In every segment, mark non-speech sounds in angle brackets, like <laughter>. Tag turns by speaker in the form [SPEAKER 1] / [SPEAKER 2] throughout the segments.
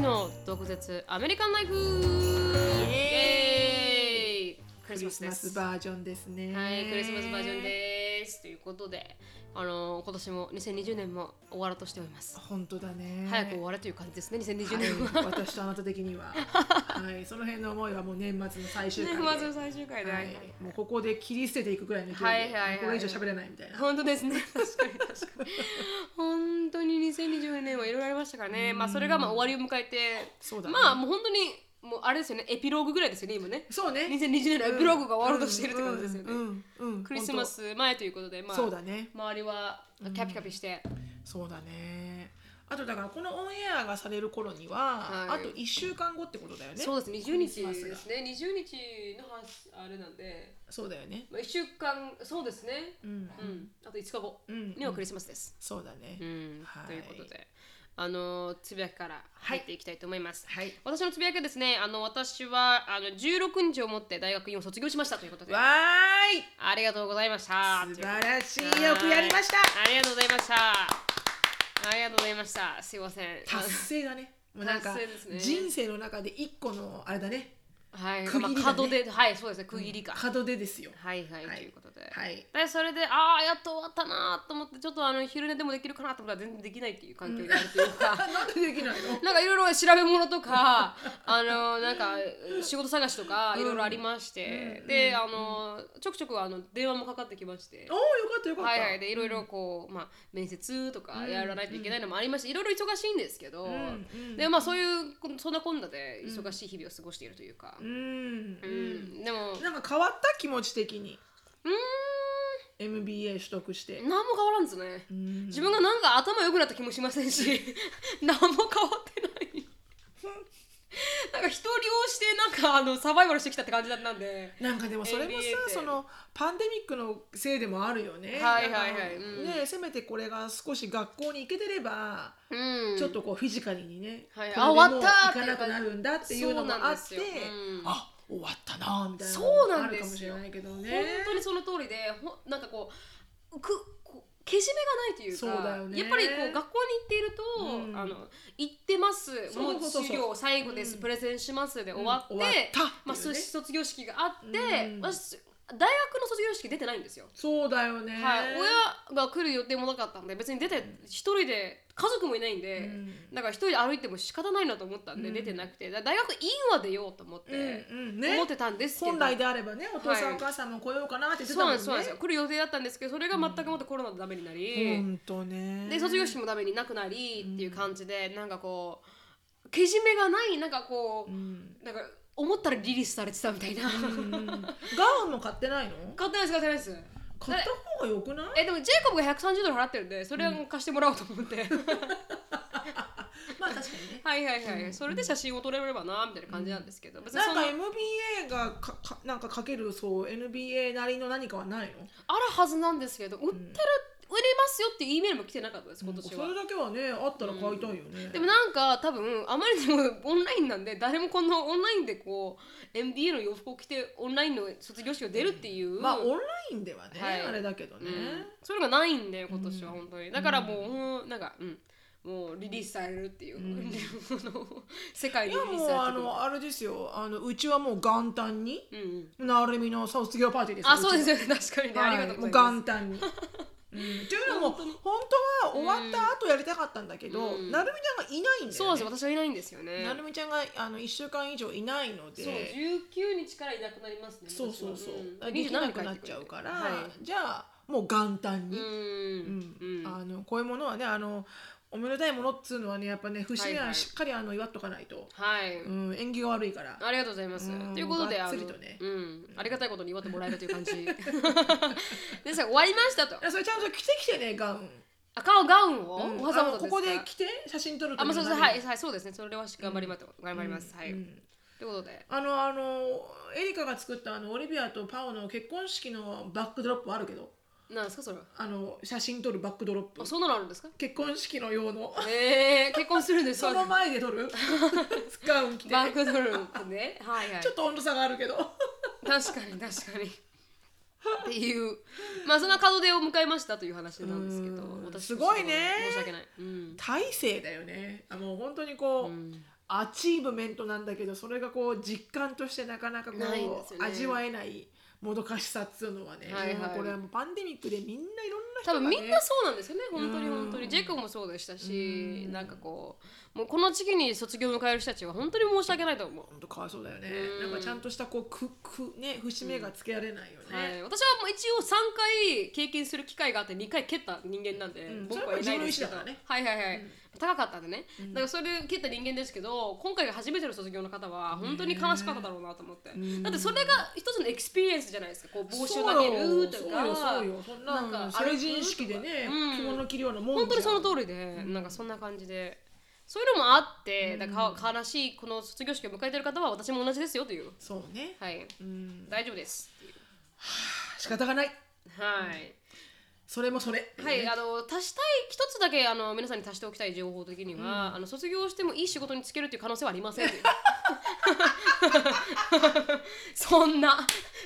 [SPEAKER 1] の毒舌アメリカンライフ
[SPEAKER 2] イエ
[SPEAKER 1] イエーイクリスマスです
[SPEAKER 2] バージョンですね
[SPEAKER 1] はいクリスマスバージョンですということであのー今年も2020年も終わろうとしております
[SPEAKER 2] 本当だね
[SPEAKER 1] 早く終われという感じですね2020年は <laughs>
[SPEAKER 2] はい、私とあなた的には、はい、その辺の思いはもう年末の最終回で、
[SPEAKER 1] 年末の最終回で
[SPEAKER 2] は
[SPEAKER 1] はいい、
[SPEAKER 2] もうここで切り捨てていくぐらいの勢
[SPEAKER 1] はい
[SPEAKER 2] いで、
[SPEAKER 1] はいはい
[SPEAKER 2] これ以上喋れないみたいな。
[SPEAKER 1] 本当ですね <laughs> 確かに確かに本当に2020年はいろいろありましたからねまあそれがまあ終わりを迎えて
[SPEAKER 2] そうだね
[SPEAKER 1] まあもう本当にもうあれですよねエピローグぐらいですよね今ね
[SPEAKER 2] そう <laughs> ね。
[SPEAKER 1] 2020年のエピローグが終わろうとしているって感じですよね、
[SPEAKER 2] うんうんうんうん
[SPEAKER 1] クリスマス前ということで、ま
[SPEAKER 2] 本当
[SPEAKER 1] あ、
[SPEAKER 2] そうだね。
[SPEAKER 1] 周りはキャピキャピして、
[SPEAKER 2] そうだね。あとだからこのオンエアがされる頃には、
[SPEAKER 1] はい
[SPEAKER 2] あと一週間後ってことだよね。
[SPEAKER 1] そうです20
[SPEAKER 2] クリス
[SPEAKER 1] 日
[SPEAKER 2] マ
[SPEAKER 1] で
[SPEAKER 2] スが
[SPEAKER 1] すね20日の話あれなんで、
[SPEAKER 2] そうだよね。
[SPEAKER 1] まあ、1週間そうですね
[SPEAKER 2] うん
[SPEAKER 1] うんあと5日後
[SPEAKER 2] うん
[SPEAKER 1] にはクリスマスです、
[SPEAKER 2] そうだね
[SPEAKER 1] う。ん
[SPEAKER 2] はい
[SPEAKER 1] ということであのつぶやきから入っていきたいと思います、
[SPEAKER 2] はい。
[SPEAKER 1] 私のつぶやきはですねあの私はあの16日をもって大学院を卒業しましたということで
[SPEAKER 2] わ
[SPEAKER 1] ありがとうございまし
[SPEAKER 2] ー
[SPEAKER 1] た
[SPEAKER 2] い。素晴らしいよくやりました。
[SPEAKER 1] ありがとうございましたありがとうございましたすいません
[SPEAKER 2] 達成だね。もうなんか、
[SPEAKER 1] 達成ですね
[SPEAKER 2] 人生の中で一個のあれだね。
[SPEAKER 1] はい、
[SPEAKER 2] 区
[SPEAKER 1] ま
[SPEAKER 2] 切りだね
[SPEAKER 1] あ、角で、はい、そうですね、区切りか。
[SPEAKER 2] 角でですよ。
[SPEAKER 1] はいはい、
[SPEAKER 2] はい
[SPEAKER 1] ということで。
[SPEAKER 2] はい。
[SPEAKER 1] でそれで、ああ、やっと終わったなーと思って、ちょっとあの昼寝でもできるかなと思ったら全然できないっていう環境にあるという
[SPEAKER 2] <laughs>
[SPEAKER 1] か、
[SPEAKER 2] なんでで
[SPEAKER 1] <laughs>
[SPEAKER 2] きないの？
[SPEAKER 1] なんかいろいろ調べ物とか、あのなんか仕事探しとか、いろいろありまして、で、あのちょくちょくあの電話もかかってきまして
[SPEAKER 2] おお、。よかったよかった。
[SPEAKER 1] はいはい、でいろいろこう、まあ、面接とかやらないといけないのもありまして、いろいろ忙しいんですけど、
[SPEAKER 2] んうん
[SPEAKER 1] でまあそういうこそんなこんなで忙しい日々を過ごしているというか、
[SPEAKER 2] うんう。
[SPEAKER 1] うんん、でも
[SPEAKER 2] なんか変わった気持ち的に
[SPEAKER 1] うーん
[SPEAKER 2] MBA 取得して。
[SPEAKER 1] 何も変わらんですね、
[SPEAKER 2] うん
[SPEAKER 1] 自分がなんか頭良くなった気もしませんし <laughs> 何も変わってないなんか人を利用してなんかあのサバイバルしてきたって感じだったんで
[SPEAKER 2] なんかでもそれ
[SPEAKER 1] NBA
[SPEAKER 2] も
[SPEAKER 1] って
[SPEAKER 2] さそのパンデミックのせいでもあるよね。
[SPEAKER 1] はいはいはい
[SPEAKER 2] なんか
[SPEAKER 1] うん
[SPEAKER 2] ねせめてこれが少し学校に行けてれば、
[SPEAKER 1] うん
[SPEAKER 2] ちょっとこうフィジカルにね、
[SPEAKER 1] はい
[SPEAKER 2] これでもう
[SPEAKER 1] あ終わったって
[SPEAKER 2] 行かなくなるんだっていうのもあっ
[SPEAKER 1] そ
[SPEAKER 2] て
[SPEAKER 1] うなんですようん、
[SPEAKER 2] あ終わったなみたいな
[SPEAKER 1] そうなん
[SPEAKER 2] ある
[SPEAKER 1] で
[SPEAKER 2] かも
[SPEAKER 1] す
[SPEAKER 2] し
[SPEAKER 1] よ
[SPEAKER 2] れないけどね。
[SPEAKER 1] 本当にその通りでほんなんかこうくこうけじめがないというか
[SPEAKER 2] そうだよね
[SPEAKER 1] やっぱりこう学校に行っていると、
[SPEAKER 2] うん
[SPEAKER 1] あの行ってます
[SPEAKER 2] そうそうそうそう
[SPEAKER 1] もう授業最後です、
[SPEAKER 2] うん
[SPEAKER 1] プレゼンしますで終わって,、
[SPEAKER 2] うん終わったっていうね
[SPEAKER 1] まあ、そう卒業式があって、
[SPEAKER 2] うん
[SPEAKER 1] 私大学の卒業式出てないんですよ。
[SPEAKER 2] そうだよね。
[SPEAKER 1] はい、親が来る予定もなかったんで別に出て一人で家族もいないんで、
[SPEAKER 2] うん
[SPEAKER 1] だから一人で歩いても仕方ないなと思ったんで、
[SPEAKER 2] うん
[SPEAKER 1] 出てなくてだ大学院は出ようと思って、
[SPEAKER 2] うんうんね
[SPEAKER 1] 思ってたんですけど
[SPEAKER 2] 本来であればねお父さん、
[SPEAKER 1] はい
[SPEAKER 2] お母さんも来ようかなって言って
[SPEAKER 1] そう
[SPEAKER 2] たも
[SPEAKER 1] なん
[SPEAKER 2] ん
[SPEAKER 1] です
[SPEAKER 2] ね
[SPEAKER 1] そうなんですよ来る予定だったんですけどそれが全くもってコロナでダメになり、
[SPEAKER 2] 本当ね
[SPEAKER 1] で卒業式もダメになくなりっていう感じで、なんかこうけじめがないなんかこう、
[SPEAKER 2] うん
[SPEAKER 1] なんか思ったらリリースされてたみたいな、
[SPEAKER 2] うんガウンも買ってないの
[SPEAKER 1] <laughs> 買ってないです買ってないです
[SPEAKER 2] 買った方が良くない
[SPEAKER 1] えでもジェイコブが130ドル払ってるんでそれは貸してもらおうと思って、
[SPEAKER 2] <laughs> まあ確かにね
[SPEAKER 1] はいはいはい、それで写真を撮れればなみたいな感じなんですけど、別に
[SPEAKER 2] な
[SPEAKER 1] そ
[SPEAKER 2] ん
[SPEAKER 1] の
[SPEAKER 2] か
[SPEAKER 1] あ
[SPEAKER 2] MBA がかかなんかかけるそう NBA なりの何かはないの
[SPEAKER 1] るはずなんですけど売ってる、売れますよっていう E メールも来てなかったです今年は、
[SPEAKER 2] それだけはねあったら買いたいよね、
[SPEAKER 1] でもなんか多分あまりにもオンラインなんで誰もこんなオンラインでこう MBA の洋服を着てオンラインの卒業式を出るっていう、
[SPEAKER 2] まあオ
[SPEAKER 1] う
[SPEAKER 2] ン
[SPEAKER 1] ん
[SPEAKER 2] ラインではね、
[SPEAKER 1] はい
[SPEAKER 2] あれだけどね、
[SPEAKER 1] それがないんで今年は本当に、だからもう、うんなんかうんもうリリースされるっていう、 <laughs> 世界
[SPEAKER 2] い
[SPEAKER 1] にリ
[SPEAKER 2] や
[SPEAKER 1] リー
[SPEAKER 2] も
[SPEAKER 1] ス
[SPEAKER 2] う
[SPEAKER 1] され
[SPEAKER 2] あ
[SPEAKER 1] てくる
[SPEAKER 2] のあれですよあのうちはもう元旦に
[SPEAKER 1] うんうん、
[SPEAKER 2] なるみの卒業パーティーですよ
[SPEAKER 1] あそうです
[SPEAKER 2] う
[SPEAKER 1] よね確かに
[SPEAKER 2] ち
[SPEAKER 1] ね、
[SPEAKER 2] は
[SPEAKER 1] ありが
[SPEAKER 2] はい
[SPEAKER 1] とう
[SPEAKER 2] も
[SPEAKER 1] ご
[SPEAKER 2] う
[SPEAKER 1] ざいます
[SPEAKER 2] 元旦に、うん、というのも本当は終わった後やりたかったんだけど、
[SPEAKER 1] うん
[SPEAKER 2] なるみちゃんがいないんだよ、ね、
[SPEAKER 1] そうです私はいないんですよね
[SPEAKER 2] なるみちゃんがあの1週間以上いないので
[SPEAKER 1] そう19日からいなくなりますね
[SPEAKER 2] そうそうそう、
[SPEAKER 1] 私は
[SPEAKER 2] できなくなっちゃうから、
[SPEAKER 1] はい、
[SPEAKER 2] じゃあもう元旦
[SPEAKER 1] うん
[SPEAKER 2] に、うん
[SPEAKER 1] うん
[SPEAKER 2] あのこういうものはねあのおめでたいものっつうのはねやっぱね節
[SPEAKER 1] はい
[SPEAKER 2] に
[SPEAKER 1] は
[SPEAKER 2] はいしっかりあの祝っとかないと、
[SPEAKER 1] はい、
[SPEAKER 2] うん、縁起が悪いから
[SPEAKER 1] ありがとうございます。
[SPEAKER 2] うん
[SPEAKER 1] ということで、
[SPEAKER 2] が
[SPEAKER 1] あ
[SPEAKER 2] っ
[SPEAKER 1] の
[SPEAKER 2] つりとね
[SPEAKER 1] うん、ありがたいことに祝ってもらえるという感じ。
[SPEAKER 2] <laughs>
[SPEAKER 1] でさ、終わりましたと。
[SPEAKER 2] いやそれちゃんと着てきてねガウン、
[SPEAKER 1] 赤のガウン
[SPEAKER 2] うん
[SPEAKER 1] をわざわざです
[SPEAKER 2] あの
[SPEAKER 1] か
[SPEAKER 2] ここで着て写真撮る
[SPEAKER 1] あ、まあ、そうです。はい、
[SPEAKER 2] う
[SPEAKER 1] はい、そうですね。それは頑張ります。頑張ります。はい。
[SPEAKER 2] ん
[SPEAKER 1] ということで。
[SPEAKER 2] あのあのエリカが作ったあのオリビアとパオの結婚式のバックドロップあるけど
[SPEAKER 1] なんですか、それは。
[SPEAKER 2] あの写真撮るバックドロップ
[SPEAKER 1] あ、そんなのあるんですか。
[SPEAKER 2] 結婚式の
[SPEAKER 1] <laughs>
[SPEAKER 2] 用の
[SPEAKER 1] ええー、結婚するんです
[SPEAKER 2] そ
[SPEAKER 1] か。
[SPEAKER 2] の前で
[SPEAKER 1] <laughs>
[SPEAKER 2] 撮るガウン着て
[SPEAKER 1] バックドロップね。 <laughs> はいはい
[SPEAKER 2] ちょ。っと温度差があるけど
[SPEAKER 1] 確かに、確かに。っていう。まあ、そんな門出を迎えましたという話なんですけど
[SPEAKER 2] う。ん
[SPEAKER 1] 私として
[SPEAKER 2] す
[SPEAKER 1] は
[SPEAKER 2] ごいね
[SPEAKER 1] 申し訳ない。うん。
[SPEAKER 2] 体勢だよねあもう本当にこう、
[SPEAKER 1] うん
[SPEAKER 2] アチーブメントなんだけどそれがこう実感としてなかなかこう、
[SPEAKER 1] ないんですよね
[SPEAKER 2] 味わえないもどかしさっていうのはね、
[SPEAKER 1] はいはい
[SPEAKER 2] もうこれはもうパンデミックでみんないろんな人
[SPEAKER 1] 多
[SPEAKER 2] が、ね、
[SPEAKER 1] 分みんなそうなんですよね本当に
[SPEAKER 2] うん
[SPEAKER 1] 本当にジェイクもそうでしたし
[SPEAKER 2] うん
[SPEAKER 1] なんかこうもうこの時期に卒業を迎える人たちは本当に申し訳ないと思う、
[SPEAKER 2] 本当かわいそうだよね、
[SPEAKER 1] うん
[SPEAKER 2] なんかちゃんとしたこうくくね節目がつけられないよね、
[SPEAKER 1] はい、私はもう一応3回経験する機会があって2回蹴った人間なんで、
[SPEAKER 2] うん
[SPEAKER 1] 僕
[SPEAKER 2] それは
[SPEAKER 1] はいないですけ
[SPEAKER 2] 自分の意思だ
[SPEAKER 1] ど
[SPEAKER 2] からね
[SPEAKER 1] はいはいはい、
[SPEAKER 2] うん
[SPEAKER 1] 高かったんでね、
[SPEAKER 2] うん
[SPEAKER 1] だからそれで蹴った人間ですけど今回が初めての卒業の方は本当に悲しかっただろうなと思って、
[SPEAKER 2] うん
[SPEAKER 1] だってそれが一つのエクスペリエンスじゃないですかこう帽子を投げるとか
[SPEAKER 2] そうよそうよそんな
[SPEAKER 1] なんん
[SPEAKER 2] か
[SPEAKER 1] か
[SPEAKER 2] 成人式でね、
[SPEAKER 1] うん
[SPEAKER 2] 着物着るようなもんじゃん
[SPEAKER 1] 本当にその通りで、
[SPEAKER 2] うん
[SPEAKER 1] なんかそんな感じでそういうのもあって
[SPEAKER 2] うん
[SPEAKER 1] だからか悲しいこの卒業式を迎えてる方は私も同じですよという
[SPEAKER 2] そうね、
[SPEAKER 1] はい
[SPEAKER 2] うん
[SPEAKER 1] 大丈夫ですっていう
[SPEAKER 2] 仕方がない
[SPEAKER 1] はい、
[SPEAKER 2] それもそれ
[SPEAKER 1] はい、あの足したい一つだけあの皆さんに足しておきたい情報的には、あの卒業してもいい仕事に就けるという可能性はありま
[SPEAKER 2] <laughs>
[SPEAKER 1] せんというそんな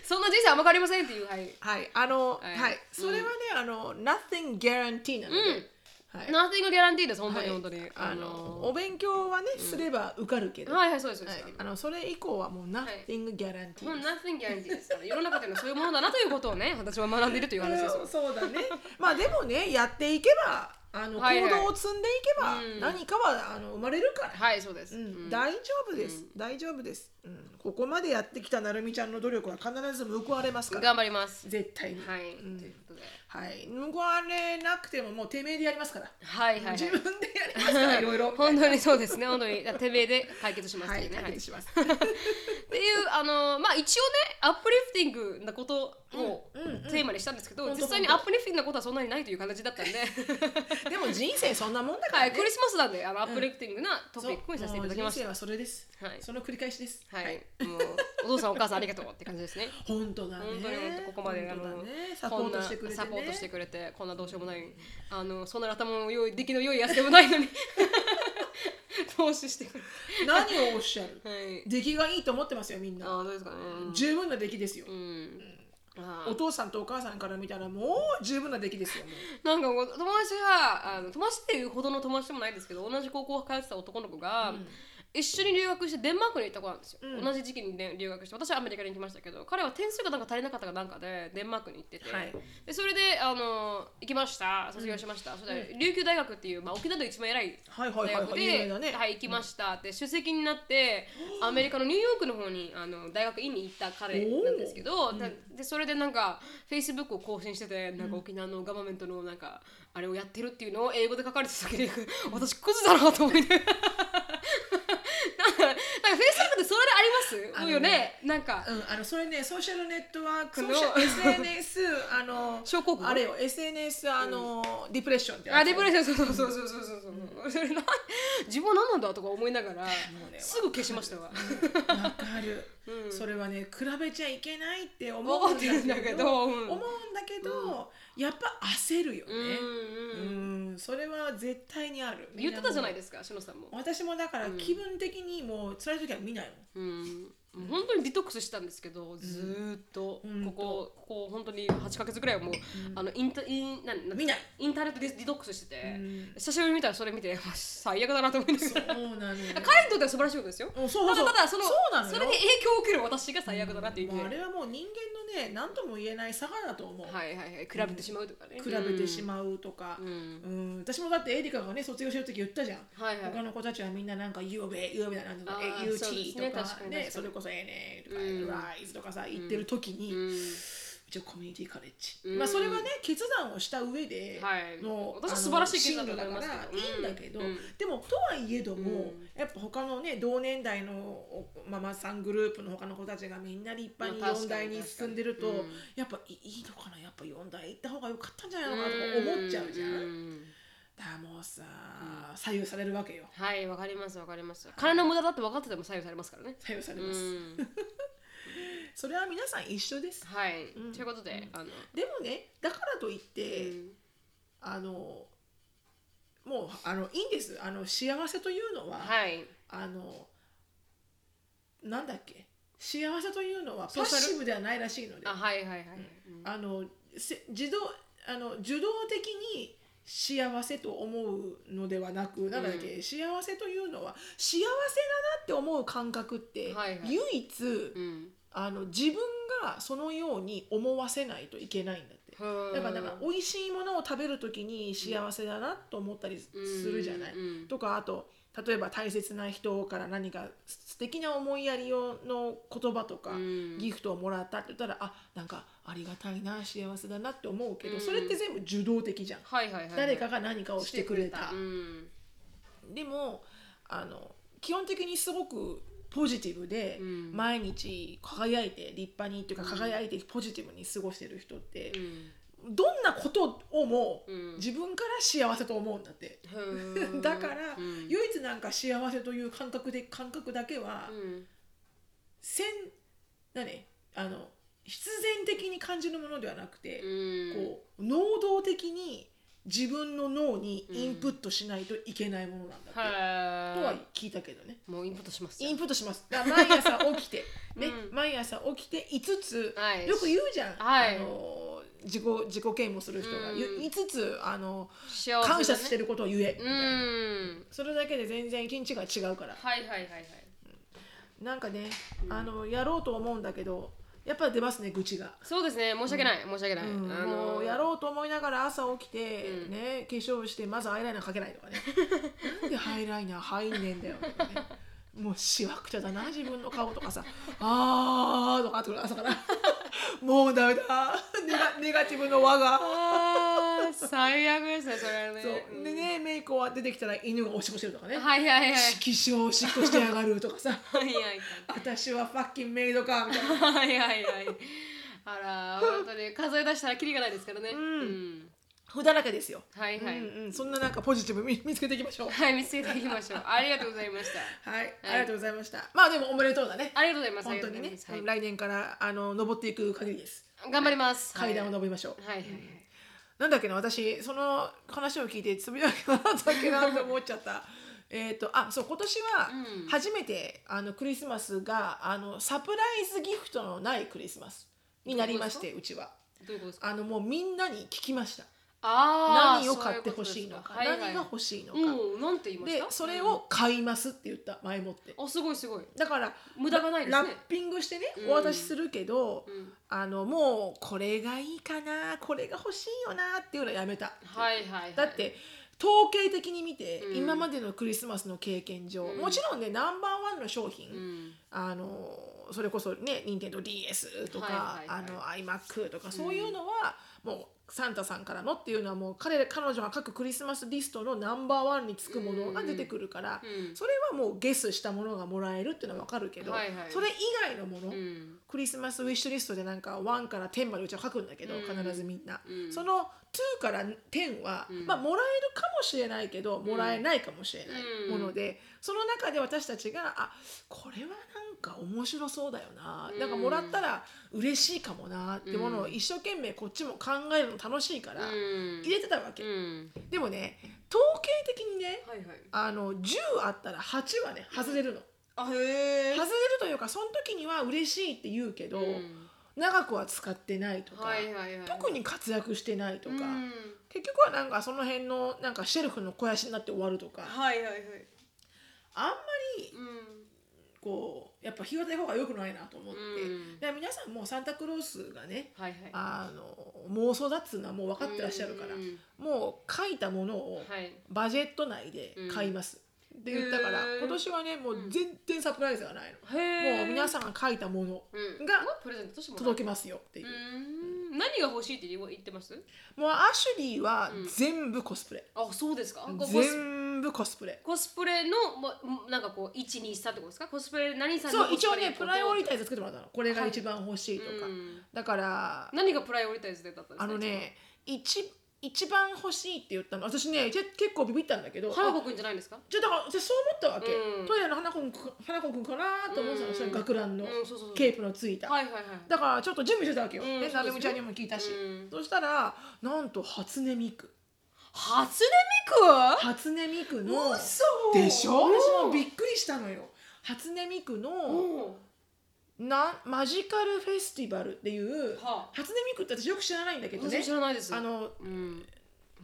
[SPEAKER 1] そんな人生甘くありませんっていうはい
[SPEAKER 2] はいあのは、
[SPEAKER 1] はいい
[SPEAKER 2] それはね、あの nothing guarantee なので、はい
[SPEAKER 1] ナーティングギャランティーです本当
[SPEAKER 2] はい
[SPEAKER 1] に本当に、
[SPEAKER 2] あ
[SPEAKER 1] あ
[SPEAKER 2] のお
[SPEAKER 1] の
[SPEAKER 2] 勉強はね、すれば受かるけど、
[SPEAKER 1] はいはいそうですそう
[SPEAKER 2] は
[SPEAKER 1] で
[SPEAKER 2] い
[SPEAKER 1] す、
[SPEAKER 2] あのそれ以降はもう nothing guarantee、
[SPEAKER 1] もう nothing guarantee ですから世の中というのはそういうものだなということをね私は学んでいるという話ですよ
[SPEAKER 2] うんそうだねまあでも
[SPEAKER 1] <laughs>
[SPEAKER 2] ねやっていけばあの、
[SPEAKER 1] はいはい
[SPEAKER 2] 行動を積んでいけば、
[SPEAKER 1] うん
[SPEAKER 2] 何かはあの生まれるから
[SPEAKER 1] はいそうです、
[SPEAKER 2] うん
[SPEAKER 1] うん
[SPEAKER 2] 大丈夫です、大丈夫です、うん、ここまでやってきたなるみちゃんの努力は必ず報われますから
[SPEAKER 1] 頑張ります
[SPEAKER 2] 絶対に
[SPEAKER 1] はい、
[SPEAKER 2] うん
[SPEAKER 1] ということで
[SPEAKER 2] はい、報われなくてももうてめえでやりますから、
[SPEAKER 1] はいはい、はい、
[SPEAKER 2] 自分でやりますからいろいろ
[SPEAKER 1] 本当にそうですね本当にてめえで解決します
[SPEAKER 2] は
[SPEAKER 1] とい
[SPEAKER 2] いう
[SPEAKER 1] ね、
[SPEAKER 2] 解
[SPEAKER 1] <laughs> はい
[SPEAKER 2] 決します、
[SPEAKER 1] っていうあのまあ一応ねアップリフティングなことを
[SPEAKER 2] うんうん
[SPEAKER 1] テーマにしたんですけど、
[SPEAKER 2] ほんと
[SPEAKER 1] 実際にアップリフティングなことはそんなにないという形だったん
[SPEAKER 2] <laughs>
[SPEAKER 1] で
[SPEAKER 2] でも人生そんなもんだから
[SPEAKER 1] は
[SPEAKER 2] ね、
[SPEAKER 1] いクリスマスなんであのアップリフティングなト
[SPEAKER 2] そ
[SPEAKER 1] ピ
[SPEAKER 2] う
[SPEAKER 1] ックにさせていただき
[SPEAKER 2] もう
[SPEAKER 1] ま
[SPEAKER 2] 人
[SPEAKER 1] し
[SPEAKER 2] 生はそれです、
[SPEAKER 1] はい
[SPEAKER 2] その繰り返しです
[SPEAKER 1] たはい、もうお父さんお母さんありがとうって感じ
[SPEAKER 2] <laughs>
[SPEAKER 1] ですね
[SPEAKER 2] 本当だね
[SPEAKER 1] 本当に本当ここまであの
[SPEAKER 2] 本当だねサポ
[SPEAKER 1] こん
[SPEAKER 2] ー
[SPEAKER 1] な
[SPEAKER 2] トしてくれて、ね、
[SPEAKER 1] サポートしてくれてこんなどうしようもないあのそんな頭も良い出来の良いやつでもないのに <laughs> 投資してくれて
[SPEAKER 2] 何をおっしゃる
[SPEAKER 1] はい
[SPEAKER 2] 出来がいいと思ってますよみんな
[SPEAKER 1] ああどうですかね
[SPEAKER 2] 十分な出来ですよ、
[SPEAKER 1] うんあ
[SPEAKER 2] お
[SPEAKER 1] ー
[SPEAKER 2] 父さんとお母さんから見たらもう十分な出来ですよも
[SPEAKER 1] <laughs>
[SPEAKER 2] う
[SPEAKER 1] なんか友達があの友達っていうほどの友達でもないですけど同じ高校を通ってた男の子が、一緒に留学してデンマークに行った子なんですよ、
[SPEAKER 2] うん
[SPEAKER 1] 同じ時期に、ね、留学して私はアメリカに行きましたけど彼は点数がなんか足りなかったかなんかでデンマークに行ってて、
[SPEAKER 2] はい
[SPEAKER 1] でそれであの行きました卒業しました、それで琉球大学っていう、まあ、沖縄で一番偉い
[SPEAKER 2] はいはい
[SPEAKER 1] 大
[SPEAKER 2] はい
[SPEAKER 1] 学
[SPEAKER 2] は
[SPEAKER 1] で、
[SPEAKER 2] い有名だね、
[SPEAKER 1] はい、行きましたって首席になってアメリカのニューヨークの方にあの大学院に行った彼なんですけど、だでそれでなんかフェイスブックを更新しててなんか沖縄のガバメントのなんかあれをやってるっていうのを英語で書かれてた時に <laughs> 私クズだなと思 <laughs> いながらなんかなんかフェイスブックってそれでありますよねなんか
[SPEAKER 2] うん、あのそれねソーシャルネットワークの
[SPEAKER 1] ソ
[SPEAKER 2] <laughs>
[SPEAKER 1] ー
[SPEAKER 2] SNS あの
[SPEAKER 1] <laughs> 小広告
[SPEAKER 2] あれよ SNS あの、ディプレッションってやつ
[SPEAKER 1] あデプレッションそうそうそうそうそうそうそれな自分は何なんだとか思いながら
[SPEAKER 2] ね
[SPEAKER 1] すぐ消しましたわ。
[SPEAKER 2] わかる、それはね比べちゃいけないって思うんだけ
[SPEAKER 1] 思ってるん
[SPEAKER 2] ど
[SPEAKER 1] だけどうん
[SPEAKER 2] 思うんだけど、やっぱ焦るよね
[SPEAKER 1] うんうんうん
[SPEAKER 2] うんそれは絶対にある
[SPEAKER 1] 言ってたじゃない
[SPEAKER 2] で
[SPEAKER 1] ですか、しのさんも。
[SPEAKER 2] 私もだから気分的にもう辛い時は見ないもん
[SPEAKER 1] うん、本当にディトックスしたんですけど、ずーっと
[SPEAKER 2] うん
[SPEAKER 1] ここここ本当に8ヶ月ぐらいはもう、あのインタインなんなん
[SPEAKER 2] 見ない
[SPEAKER 1] インターネットディディトックスしてて、
[SPEAKER 2] うん
[SPEAKER 1] 久しぶりに見たらそれ見て最悪だなと思いな
[SPEAKER 2] そ
[SPEAKER 1] が
[SPEAKER 2] う
[SPEAKER 1] ら
[SPEAKER 2] なのよ
[SPEAKER 1] 彼にとっては素晴らしいことですよ。
[SPEAKER 2] うんそうそうそう
[SPEAKER 1] ただただその
[SPEAKER 2] そうなのよ
[SPEAKER 1] れに影響を受ける私が最悪だなっていう意味
[SPEAKER 2] まあ、あ
[SPEAKER 1] で、
[SPEAKER 2] れはもう人間のね何とも言えない差がだと思う、
[SPEAKER 1] はいはいはい比べてしまうとかね。
[SPEAKER 2] 比べてし
[SPEAKER 1] ま
[SPEAKER 2] まうとか、
[SPEAKER 1] うん。うん
[SPEAKER 2] うん、私もだってエリカがね卒業してる時言ったじゃん、
[SPEAKER 1] はいはい
[SPEAKER 2] 他の子たちはみんななんか UOB、UOB だなんとか
[SPEAKER 1] あ
[SPEAKER 2] え
[SPEAKER 1] ーそうです
[SPEAKER 2] UT
[SPEAKER 1] ね
[SPEAKER 2] とか
[SPEAKER 1] 確かに確か
[SPEAKER 2] ね
[SPEAKER 1] に
[SPEAKER 2] それこそ NA とか
[SPEAKER 1] うん
[SPEAKER 2] RISE とかさ言ってる時に、う
[SPEAKER 1] うん
[SPEAKER 2] ちはコミュニティカレッジ、
[SPEAKER 1] うん
[SPEAKER 2] まあそれはね決断をした上で
[SPEAKER 1] はい
[SPEAKER 2] の、
[SPEAKER 1] 私は
[SPEAKER 2] あの
[SPEAKER 1] 素晴らしい決断だと
[SPEAKER 2] 進
[SPEAKER 1] 思いま
[SPEAKER 2] 路
[SPEAKER 1] す
[SPEAKER 2] だ
[SPEAKER 1] け
[SPEAKER 2] から
[SPEAKER 1] ど
[SPEAKER 2] いいんだけど、
[SPEAKER 1] うんうん
[SPEAKER 2] でもとはいえども、
[SPEAKER 1] うん
[SPEAKER 2] やっぱ他のね同年代のおママさんグループの他の子たちがみんな立派に
[SPEAKER 1] まあ確
[SPEAKER 2] 4
[SPEAKER 1] かに
[SPEAKER 2] 代に進んでると、
[SPEAKER 1] 確かにうん
[SPEAKER 2] やっぱいいいのかなやっぱ4代行った方が良かったんじゃないのかなとか思っちゃうじゃん
[SPEAKER 1] ん
[SPEAKER 2] だからもうさ、左右されるわけよ
[SPEAKER 1] はい、わかりますわかります。金の無駄だって分かってても左右されますからね。
[SPEAKER 2] 左右され
[SPEAKER 1] う
[SPEAKER 2] ます、
[SPEAKER 1] ん。
[SPEAKER 2] <laughs> それは皆さん一緒です
[SPEAKER 1] はい、
[SPEAKER 2] うん
[SPEAKER 1] ということで、あの、
[SPEAKER 2] でもねだからといって、あのもうあのいいんですあの幸せというのは、
[SPEAKER 1] はい、
[SPEAKER 2] あのなんだっけ幸せというのはパ
[SPEAKER 1] ソ
[SPEAKER 2] ッ
[SPEAKER 1] ーシャル
[SPEAKER 2] シブではないらしいので
[SPEAKER 1] あ、
[SPEAKER 2] あ
[SPEAKER 1] はいはいはい。うん
[SPEAKER 2] のせ自動あの受動的に幸せと思うのではなくなんだっけ、幸せというのは幸せだなって思う感覚って、
[SPEAKER 1] はいはい
[SPEAKER 2] 唯一、
[SPEAKER 1] うん
[SPEAKER 2] あの自分がそのように思わせないといけないんだって。だからなんか美味しいものを食べる時に幸せだなと思ったりするじゃない。
[SPEAKER 1] うん
[SPEAKER 2] とかあと例えば大切な人から何か素敵な思いやりをの言葉とか、
[SPEAKER 1] うん
[SPEAKER 2] ギフトをもらったって言ったらあなんかありがたいな幸せだなって思うけど、
[SPEAKER 1] うん
[SPEAKER 2] それって全部受動的じゃん。
[SPEAKER 1] はいはいはいはい
[SPEAKER 2] 誰かが何かをしてくれた。
[SPEAKER 1] うん
[SPEAKER 2] でもあの基本的にすごくポジティブで、
[SPEAKER 1] うん
[SPEAKER 2] 毎日輝いて立派にというか輝いてポジティブに過ごしてる人って
[SPEAKER 1] う、ん
[SPEAKER 2] どんなことをも
[SPEAKER 1] うん
[SPEAKER 2] 自分から幸せと思うんだって、
[SPEAKER 1] へー
[SPEAKER 2] だから、
[SPEAKER 1] うん
[SPEAKER 2] 唯一なんか幸せという感覚で感覚だけは、
[SPEAKER 1] うん
[SPEAKER 2] せん何あの必然的に感じるものではなくて、
[SPEAKER 1] うん
[SPEAKER 2] こう能動的に自分の脳にインプットしないといけないものなんだって、
[SPEAKER 1] は
[SPEAKER 2] と
[SPEAKER 1] い
[SPEAKER 2] は聞いたけどね。
[SPEAKER 1] もうインプットしますよ
[SPEAKER 2] インプットします。だから毎朝起きて、ね、
[SPEAKER 1] う
[SPEAKER 2] 毎朝起きて5つ、
[SPEAKER 1] はい
[SPEAKER 2] よく言うじゃん。
[SPEAKER 1] はい
[SPEAKER 2] あの自己自己嫌悪する人が、
[SPEAKER 1] うん
[SPEAKER 2] 5つあの
[SPEAKER 1] 幸せだね
[SPEAKER 2] 感謝してることを言え、
[SPEAKER 1] う
[SPEAKER 2] みたいなんそれだけで全然一日が違うから。
[SPEAKER 1] はいはいはいはい
[SPEAKER 2] なんかね、あのやろうと思うんだけど、やっぱ出ますね愚痴が。
[SPEAKER 1] そうですね申し訳ない申し訳ない
[SPEAKER 2] うん
[SPEAKER 1] あ
[SPEAKER 2] も
[SPEAKER 1] の
[SPEAKER 2] うやろうと思いながら朝起きて、
[SPEAKER 1] うん
[SPEAKER 2] ね化粧してまずアイライナーかけないとか
[SPEAKER 1] <laughs>
[SPEAKER 2] ねなんでアイライナー入んねえんだよとかねもうしわくちゃだな自分の顔とかさあーとかあってくる
[SPEAKER 1] <laughs>
[SPEAKER 2] 朝からもうダメだネガネガティブの輪が
[SPEAKER 1] あー最悪ですねそれはね
[SPEAKER 2] そうでねメイク終わって出てきたら犬がおしっこしてるとかね
[SPEAKER 1] はいはいはい
[SPEAKER 2] 色紙をおしっこしてやがるとかさ <laughs>
[SPEAKER 1] はいはい
[SPEAKER 2] 私はファッキンメイドかみたいな
[SPEAKER 1] <laughs> はいはいはいあら本当に数え出したらキリがないですからねうん
[SPEAKER 2] ふだらけですよ、
[SPEAKER 1] はいはい
[SPEAKER 2] うんうん、そんななんかポジティブ <laughs> 見見つけていきましょう
[SPEAKER 1] はい見つけていきましょ
[SPEAKER 2] <laughs>
[SPEAKER 1] うありがとうございました
[SPEAKER 2] はい、ありがとうございましたまあでもおめでとうだね
[SPEAKER 1] ありがとうございます
[SPEAKER 2] 本当に
[SPEAKER 1] あり
[SPEAKER 2] ね
[SPEAKER 1] がとうございます
[SPEAKER 2] 来年からあの登っていく限りです
[SPEAKER 1] はい頑張ります
[SPEAKER 2] 階段を
[SPEAKER 1] はい
[SPEAKER 2] 登りましょう、
[SPEAKER 1] はいはい
[SPEAKER 2] なんだっけな私その話を聞いてつぶやきなんだっけなって思っちゃった <laughs> えっとあそう今年は
[SPEAKER 1] うん
[SPEAKER 2] 初めて、あのクリスマスがあのサプライズギフトのないクリスマスになりましてうちは
[SPEAKER 1] どういうことですか
[SPEAKER 2] あのもうみんなに聞きました
[SPEAKER 1] あー
[SPEAKER 2] 何を買ってほしいのか
[SPEAKER 1] そううことです
[SPEAKER 2] 何が欲しいのか、
[SPEAKER 1] はいはいうんなんて言いまし
[SPEAKER 2] で
[SPEAKER 1] た
[SPEAKER 2] それを買いますって言った前もって
[SPEAKER 1] あすごいすごい
[SPEAKER 2] だから
[SPEAKER 1] 無駄がないですね
[SPEAKER 2] ララッピングしてね
[SPEAKER 1] うん
[SPEAKER 2] お渡しするけど、
[SPEAKER 1] うん
[SPEAKER 2] あのもうこれがいいかなこれが欲しいよなっていうのはやめた、
[SPEAKER 1] はいはいはい
[SPEAKER 2] だって統計的に見て、
[SPEAKER 1] うん
[SPEAKER 2] 今までのクリスマスの経験上、
[SPEAKER 1] うん
[SPEAKER 2] もちろんねナンバーワンの商品、
[SPEAKER 1] うん
[SPEAKER 2] あのそれこそね任天堂 d s とか、
[SPEAKER 1] はいはい
[SPEAKER 2] あの iMac とかそういうのは、もうサンタさんからのっていうのはもう彼ら彼女が書くクリスマスリストのナンバーワンにつくものが出てくるから、
[SPEAKER 1] うん
[SPEAKER 2] それはもうゲスしたものがもらえるっていうのは分かるけど、
[SPEAKER 1] はいはい
[SPEAKER 2] それ以外のもの、
[SPEAKER 1] うん
[SPEAKER 2] クリスマスウィッシュリストでなんか1から10までうちは書くんだけど、
[SPEAKER 1] うん
[SPEAKER 2] 必ずみんな、
[SPEAKER 1] うん
[SPEAKER 2] その2から10は、
[SPEAKER 1] うん
[SPEAKER 2] まあもらえるかもしれないけどもらえないかもしれな
[SPEAKER 1] う
[SPEAKER 2] い
[SPEAKER 1] ん
[SPEAKER 2] もので、その中で私たちがあこれはなんか面白そうだよな、
[SPEAKER 1] うん
[SPEAKER 2] なんかもらったら嬉しいかもなってものを一生懸命こっちも考えるの楽しいから
[SPEAKER 1] うん
[SPEAKER 2] 入れてたわけ、
[SPEAKER 1] うん
[SPEAKER 2] でもね統計的にね
[SPEAKER 1] はいはい
[SPEAKER 2] あの10あったら8はね外れるの。
[SPEAKER 1] あへえ
[SPEAKER 2] 外れるというかその時には嬉しいって言うけど、
[SPEAKER 1] うん
[SPEAKER 2] 長くは使ってないとか、
[SPEAKER 1] はいはいはい
[SPEAKER 2] 特に活躍してないとか、
[SPEAKER 1] うん
[SPEAKER 2] 結局はなんかその辺のなんかシェルフの肥やしになって終わるとか
[SPEAKER 1] はいはいはい
[SPEAKER 2] あんまり
[SPEAKER 1] うん
[SPEAKER 2] こうやっぱ日当たり方が良くないなと思って、
[SPEAKER 1] うん
[SPEAKER 2] で皆さんもうサンタクロースがね
[SPEAKER 1] はいはい
[SPEAKER 2] あの妄想だっつうのはもう分かってらっしゃるから、
[SPEAKER 1] うん
[SPEAKER 2] もう書いたものを
[SPEAKER 1] はい
[SPEAKER 2] バジェット内で買います、って言ったから、
[SPEAKER 1] へー
[SPEAKER 2] 今年はねもう全然サプライズがないの、
[SPEAKER 1] へえ
[SPEAKER 2] もう皆さんが書いたもの
[SPEAKER 1] うん
[SPEAKER 2] が
[SPEAKER 1] まあプレゼントとしてもらう
[SPEAKER 2] 届きますよっていうう、
[SPEAKER 1] ん何が欲しいって言わ言ってます
[SPEAKER 2] もうアシュリーは全部コスプレ、
[SPEAKER 1] あそうですかこうコス
[SPEAKER 2] 全部コスプレ
[SPEAKER 1] コスプレのもうなんかこう1 2 3ってことですかコスプレ何さんの
[SPEAKER 2] そう
[SPEAKER 1] コス
[SPEAKER 2] 一応
[SPEAKER 1] プレ
[SPEAKER 2] ねプライオリ
[SPEAKER 1] テ
[SPEAKER 2] タイズ作ってもらったのこれが一番欲しいとか、
[SPEAKER 1] うん
[SPEAKER 2] だから
[SPEAKER 1] 何がプライオリティズだったんですか
[SPEAKER 2] あのね一一番欲しいって言ったの私ねけ結構ビビったんだけど
[SPEAKER 1] 花
[SPEAKER 2] あ
[SPEAKER 1] 子くんじゃないんですか
[SPEAKER 2] じゃあだから私そう思ったわけ、
[SPEAKER 1] うん
[SPEAKER 2] トイレの花子くんか花子くんかなと思ってた
[SPEAKER 1] う
[SPEAKER 2] の
[SPEAKER 1] ん
[SPEAKER 2] その学ランの
[SPEAKER 1] うんそうそうそう
[SPEAKER 2] ケープのついた、
[SPEAKER 1] はいはいはい
[SPEAKER 2] だからちょっと準備してたわけよ、
[SPEAKER 1] うん
[SPEAKER 2] ね
[SPEAKER 1] そう
[SPEAKER 2] な
[SPEAKER 1] ですね
[SPEAKER 2] るみちゃんにも聞いたし、
[SPEAKER 1] うん
[SPEAKER 2] そしたらなんと初音ミク
[SPEAKER 1] 初音ミク
[SPEAKER 2] 初音ミクの
[SPEAKER 1] 嘘
[SPEAKER 2] でしょ
[SPEAKER 1] うん
[SPEAKER 2] 私もびっくりしたのよ初音ミクの
[SPEAKER 1] お
[SPEAKER 2] なマジカルフェスティバルっていう
[SPEAKER 1] はあ
[SPEAKER 2] 初音ミクって私よく知らないんだけど
[SPEAKER 1] 私
[SPEAKER 2] ね
[SPEAKER 1] も知らないです
[SPEAKER 2] あの
[SPEAKER 1] うん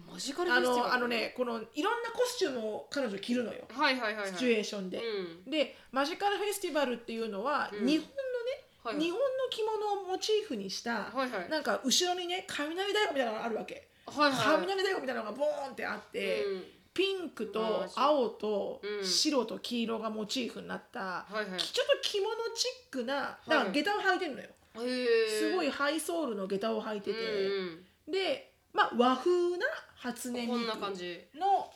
[SPEAKER 1] ママジカルフ
[SPEAKER 2] あ
[SPEAKER 1] ェスティバ
[SPEAKER 2] の
[SPEAKER 1] ル
[SPEAKER 2] あのねこのいろんなコスチュームを彼女着るのよ
[SPEAKER 1] はいはいはいはい
[SPEAKER 2] シチュエーションで。
[SPEAKER 1] うん
[SPEAKER 2] でマジカルフェスティバルっていうのは、
[SPEAKER 1] うん
[SPEAKER 2] 日本
[SPEAKER 1] はい
[SPEAKER 2] 日本の着物をモチーフにした、
[SPEAKER 1] はいはい
[SPEAKER 2] なんか後ろにね雷太鼓みたいなのがあるわけ、
[SPEAKER 1] はいはい
[SPEAKER 2] 雷太鼓みたいなのがボーンってあって、
[SPEAKER 1] うん
[SPEAKER 2] ピンクと
[SPEAKER 1] マジ
[SPEAKER 2] 青と
[SPEAKER 1] うん
[SPEAKER 2] 白と黄色がモチーフになった、
[SPEAKER 1] はいはい
[SPEAKER 2] きちょっと着物チックなだから
[SPEAKER 1] はい
[SPEAKER 2] 下駄を履いてるのよ、
[SPEAKER 1] へえ
[SPEAKER 2] すごい
[SPEAKER 1] 入っ
[SPEAKER 2] ハイソールの下駄を履いてて、
[SPEAKER 1] うん
[SPEAKER 2] で、まあ、和風な初
[SPEAKER 1] う
[SPEAKER 2] 音
[SPEAKER 1] ん、
[SPEAKER 2] ミ
[SPEAKER 1] こ
[SPEAKER 2] ク
[SPEAKER 1] んな感じ
[SPEAKER 2] の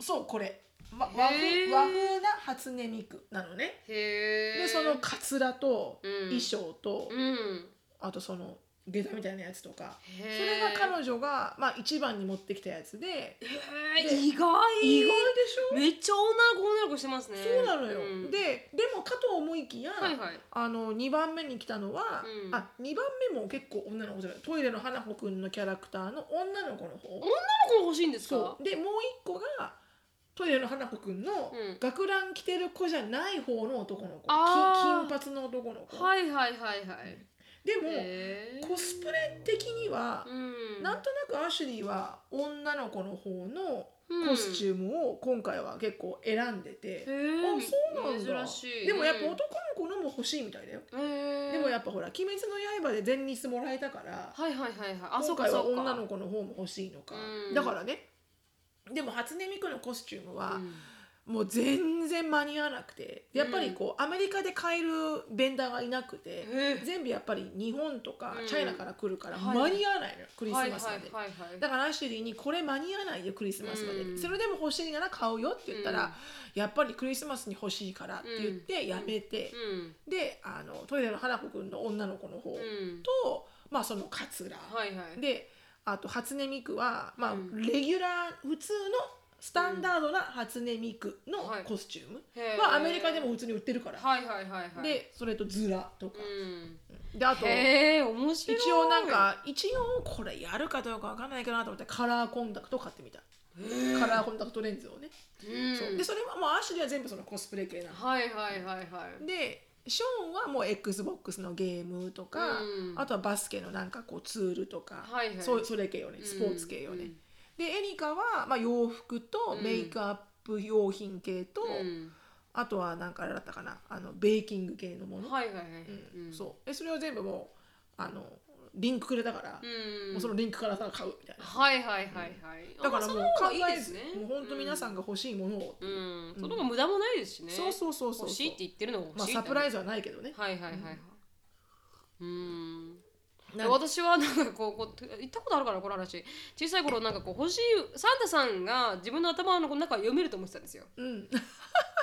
[SPEAKER 2] そうこれ、ま、和
[SPEAKER 1] へ
[SPEAKER 2] 風
[SPEAKER 1] ー
[SPEAKER 2] 和風な初音ミクなのね
[SPEAKER 1] へえ
[SPEAKER 2] でそのカツラと
[SPEAKER 1] うん
[SPEAKER 2] 衣装と、
[SPEAKER 1] うん
[SPEAKER 2] あとその下駄みたいなやつとか
[SPEAKER 1] そ
[SPEAKER 2] それが彼女が、まあ、一番に持ってきたやつで
[SPEAKER 1] へ
[SPEAKER 2] で
[SPEAKER 1] え意外
[SPEAKER 2] 意外でしょ
[SPEAKER 1] めっちゃ女の子女の子してますね
[SPEAKER 2] そうなのよ、
[SPEAKER 1] ん
[SPEAKER 2] ででもかと思いきや、
[SPEAKER 1] はいはい
[SPEAKER 2] あの2番目に来たのは、
[SPEAKER 1] うん
[SPEAKER 2] あ2番目も結構女の子じゃないトイレの花子くんのキャラクターの女の子の方
[SPEAKER 1] 女の子欲しいんですか
[SPEAKER 2] そうでもう一個がトイレの花子くんの
[SPEAKER 1] うん
[SPEAKER 2] 学ラン着てる子じゃない方の男の子、き
[SPEAKER 1] あー
[SPEAKER 2] 金髪の男の子、
[SPEAKER 1] はいはいはいはい
[SPEAKER 2] でも、
[SPEAKER 1] へえ
[SPEAKER 2] コスプレ的には、
[SPEAKER 1] うん
[SPEAKER 2] なんとなくアシュリーは女の子の方の
[SPEAKER 1] うん
[SPEAKER 2] コスチュームを今回は結構選んでて、
[SPEAKER 1] へえ
[SPEAKER 2] あそうなんだ
[SPEAKER 1] 珍しい
[SPEAKER 2] でもやっぱ
[SPEAKER 1] うん
[SPEAKER 2] 男の子のも欲しいみたいだよ、
[SPEAKER 1] へえ
[SPEAKER 2] でもやっぱほら「鬼滅の刃」で前日もらえたから
[SPEAKER 1] はいはいはいはいあそ
[SPEAKER 2] 今
[SPEAKER 1] うか
[SPEAKER 2] 回は
[SPEAKER 1] そうか
[SPEAKER 2] 女の子の方も欲しいのか、
[SPEAKER 1] うん
[SPEAKER 2] だからねでも初音ミクのコスチュームは
[SPEAKER 1] うん
[SPEAKER 2] もう全然間に合わなくてやっぱりこうアメリカで買えるベンダーがいなくて
[SPEAKER 1] へえ
[SPEAKER 2] 全部やっぱり日本とか
[SPEAKER 1] うん
[SPEAKER 2] チャイナから来るから
[SPEAKER 1] はい
[SPEAKER 2] 間に合わないのよクリスマスまで。
[SPEAKER 1] はいはいはいはい
[SPEAKER 2] だからアシュリーに「これ間に合わないよクリスマスまで」
[SPEAKER 1] うん
[SPEAKER 2] それでも欲しいなら買うよ」って言ったら、
[SPEAKER 1] うん
[SPEAKER 2] やっぱりクリスマスに欲しいから」って言ってやめて、
[SPEAKER 1] うん
[SPEAKER 2] であのトイレの花子くんの女の子の方
[SPEAKER 1] うん
[SPEAKER 2] と、まあそのカツラ、
[SPEAKER 1] はいはい
[SPEAKER 2] であと初音ミクは、まあ
[SPEAKER 1] うん
[SPEAKER 2] レギュラー普通のスタンダードな初音ミクの
[SPEAKER 1] はい
[SPEAKER 2] コスチューム
[SPEAKER 1] へえ
[SPEAKER 2] はアメリカでも普通に売ってるから、
[SPEAKER 1] はいはいはいはい
[SPEAKER 2] でそれとズラとか
[SPEAKER 1] う、ん
[SPEAKER 2] であと
[SPEAKER 1] へえ面白い
[SPEAKER 2] 一応なんか一応これやるかどうかわかんないかなと思ってカラーコンタクト買ってみたカラーコンタクトレンズを
[SPEAKER 1] う
[SPEAKER 2] ね、
[SPEAKER 1] ん
[SPEAKER 2] そうでそれはもうアシュリーは全部そのコスプレ系なの
[SPEAKER 1] はいはいはいはい
[SPEAKER 2] でショーンはもう XBOX のゲームとか、
[SPEAKER 1] うん
[SPEAKER 2] あとはバスケのなんかこうツールとか、
[SPEAKER 1] はいはい
[SPEAKER 2] そうそれ系よねスポーツ系よね、
[SPEAKER 1] うん
[SPEAKER 2] でエリカは、まあ、洋服とメイクアップ用品系と、
[SPEAKER 1] うん
[SPEAKER 2] あとはなんかあれだったかなあのベーキング系のもの、
[SPEAKER 1] はいはいはい
[SPEAKER 2] うん
[SPEAKER 1] うん
[SPEAKER 2] そうでそれを全部もうあのリンクくれたから、
[SPEAKER 1] うん
[SPEAKER 2] もうそのリンクからさ買うみたいな、
[SPEAKER 1] はいはいはいはい
[SPEAKER 2] だからもう考
[SPEAKER 1] あその方がいい
[SPEAKER 2] え
[SPEAKER 1] です
[SPEAKER 2] ず
[SPEAKER 1] ね
[SPEAKER 2] もう本当皆さんが欲しいものを、
[SPEAKER 1] うんその方が無駄もないですしね
[SPEAKER 2] そうそうそうそう
[SPEAKER 1] 欲しいって言ってるのが欲
[SPEAKER 2] まあ、
[SPEAKER 1] しいって
[SPEAKER 2] サプライズはないけどね、
[SPEAKER 1] はいはいはいはいうん
[SPEAKER 2] なんか
[SPEAKER 1] 私はなんかこうこう言ったことあるからこの話小さい頃なんかこう欲しいサンタさんが自分の頭の中を読めると思ってたんですよ
[SPEAKER 2] うん
[SPEAKER 1] だか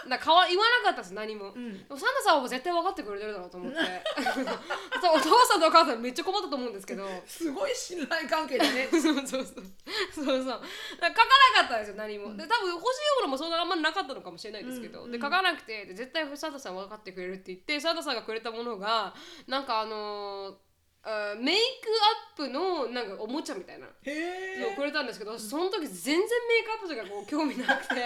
[SPEAKER 1] らかわ言わなかったです何も、
[SPEAKER 2] うん
[SPEAKER 1] でもサンタさんは絶対分かってくれてるだろうと思って
[SPEAKER 2] <laughs>
[SPEAKER 1] そうお父さんとお母さんめっちゃ困ったと思うんですけど
[SPEAKER 2] すごい信頼関係だね
[SPEAKER 1] そうそうそうそうそうだから書かなかったんですよ何もで多分欲しいものもそんなあんまなかったのかもしれないですけど、
[SPEAKER 2] うん
[SPEAKER 1] で書かなくてで絶対サンタさん分かってくれるって言ってサンタさんがくれたものがなんかあのーあーメイクアップのなんかおもちゃみたいな
[SPEAKER 2] <laughs> へえ
[SPEAKER 1] のをくれたんですけどその時全然メイクアップとかこう興味なくて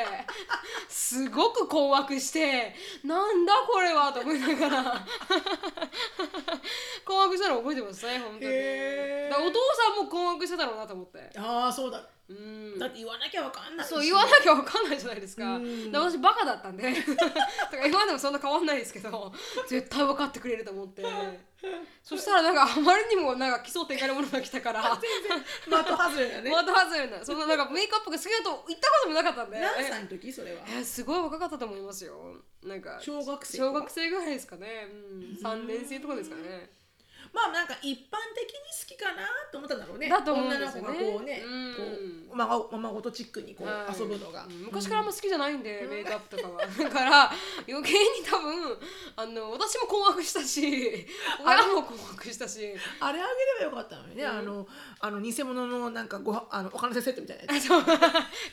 [SPEAKER 1] すごく困惑してなんだこれはと思いながら困惑したの覚えてますね本当に
[SPEAKER 2] へー
[SPEAKER 1] だからお父さんも困惑してたろうなと思って
[SPEAKER 2] ああそうだ
[SPEAKER 1] うん
[SPEAKER 2] だって言わなきゃわかんないし
[SPEAKER 1] そう言わなきゃ分かんないじゃないですか
[SPEAKER 2] うん
[SPEAKER 1] で私バカだったんで <laughs> だから今でもそんな変わんないですけど絶対分かってくれると思ってそしたらなんかあまりにもなんか奇想天外なものが来たから
[SPEAKER 2] 的外れ
[SPEAKER 1] <laughs>
[SPEAKER 2] だね
[SPEAKER 1] ワード外れなそんななんかメイクアップが好きだと言ったこともなかったんで
[SPEAKER 2] 何歳の時それは
[SPEAKER 1] えすごい若かったと思いますよなんか
[SPEAKER 2] 小学生
[SPEAKER 1] 小学生ぐらいですかね、うん、3年生とかですかね
[SPEAKER 2] まあなんか一般的に好きかなと思ったんだろうね
[SPEAKER 1] だと思うんですよね
[SPEAKER 2] 女の子がこうね、
[SPEAKER 1] うん
[SPEAKER 2] こうまごままごとチックにこう、
[SPEAKER 1] はい
[SPEAKER 2] 遊ぶのが、
[SPEAKER 1] うん昔からあんま好きじゃないんで、メイクアップとか <laughs> はだから余計に多分あの私も困惑した <laughs> し親も困惑したし
[SPEAKER 2] あれあげればよかったのにね、あのあの偽物のなんかごあのお金セットみたいなやつ
[SPEAKER 1] あそう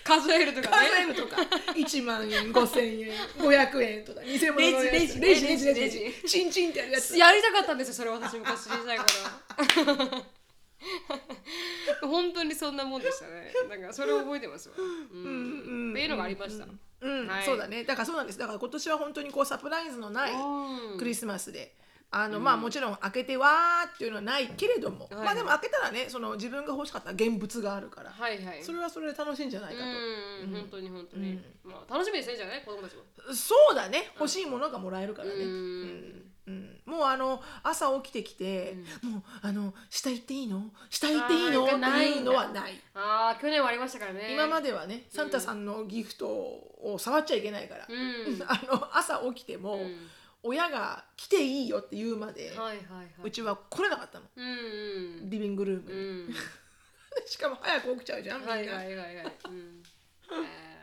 [SPEAKER 1] 数えるとか
[SPEAKER 2] カ
[SPEAKER 1] ね
[SPEAKER 2] ーとか1万円5000円500円とか偽物のやつ
[SPEAKER 1] レジレ
[SPEAKER 2] レ
[SPEAKER 1] ジ
[SPEAKER 2] ジ
[SPEAKER 1] ね
[SPEAKER 2] レジレ
[SPEAKER 1] レ
[SPEAKER 2] ジ
[SPEAKER 1] ジ
[SPEAKER 2] チンチンってやるやつ
[SPEAKER 1] やりたかったんですよそれ私昔小さい <laughs> 頃本当にそんなもんでしたねなんかそれを覚えてますわ、うん
[SPEAKER 2] うんうん
[SPEAKER 1] っていうのがありました、うん
[SPEAKER 2] うん、
[SPEAKER 1] はい
[SPEAKER 2] そうだねだからそうなんですだから今年は本当にこうサプライズのないクリスマスであの、まあもちろん開けてわーっていうのはないけれども、
[SPEAKER 1] はい
[SPEAKER 2] まあでも開けたらねその自分が欲しかった現物があるから、
[SPEAKER 1] はいはい
[SPEAKER 2] それはそれで楽しいんじゃないか
[SPEAKER 1] うん本当に本当に、まあ楽しみにしてるじゃない子供たちも
[SPEAKER 2] と、そうだね欲しいものがもらえるからね、
[SPEAKER 1] うん
[SPEAKER 2] うんもうあの朝起きてきて、もうあの下行っていいの下行っていい
[SPEAKER 1] あー
[SPEAKER 2] の
[SPEAKER 1] な
[SPEAKER 2] ない
[SPEAKER 1] んだ
[SPEAKER 2] いのはない
[SPEAKER 1] ああ去年はありましたからね
[SPEAKER 2] 今ま
[SPEAKER 1] で
[SPEAKER 2] ではねサンタさんのギフトを触っちゃいけないから、
[SPEAKER 1] うん <laughs>
[SPEAKER 2] <laughs> あの朝起きても、
[SPEAKER 1] うん
[SPEAKER 2] 親が来ていいよって言うまで、
[SPEAKER 1] はいはいは
[SPEAKER 2] う
[SPEAKER 1] い
[SPEAKER 2] ちは来れなかったの
[SPEAKER 1] うんうん
[SPEAKER 2] リビングルーム
[SPEAKER 1] う
[SPEAKER 2] に、
[SPEAKER 1] ん
[SPEAKER 2] <laughs> しかも早く起きちゃうじゃんみんな、
[SPEAKER 1] はいはいはいはいうんえ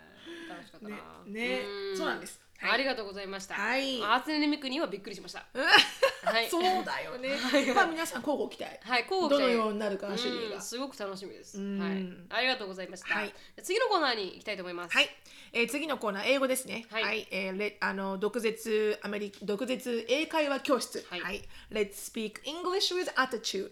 [SPEAKER 1] ー楽しかったな
[SPEAKER 2] ねね
[SPEAKER 1] ん
[SPEAKER 2] そうなんですはい
[SPEAKER 1] ありがとうございました
[SPEAKER 2] はい
[SPEAKER 1] 初音ミクにはびっくりしました
[SPEAKER 2] うん
[SPEAKER 1] はい
[SPEAKER 2] そうだよね
[SPEAKER 1] <laughs> はい
[SPEAKER 2] まあ皆さん交互期待
[SPEAKER 1] はいこう
[SPEAKER 2] どのようになるか種類
[SPEAKER 1] う
[SPEAKER 2] が
[SPEAKER 1] ん、すごく楽しみです。
[SPEAKER 2] うん
[SPEAKER 1] はい、ありがとうございました。
[SPEAKER 2] はい
[SPEAKER 1] 次のコーナーに行きたいと思います。
[SPEAKER 2] はい、えー、次のコーナー英語ですね
[SPEAKER 1] は
[SPEAKER 2] はいい、えーレあの毒舌アメリ毒舌英会話教室
[SPEAKER 1] は
[SPEAKER 2] はいい、Let's speak English with attitude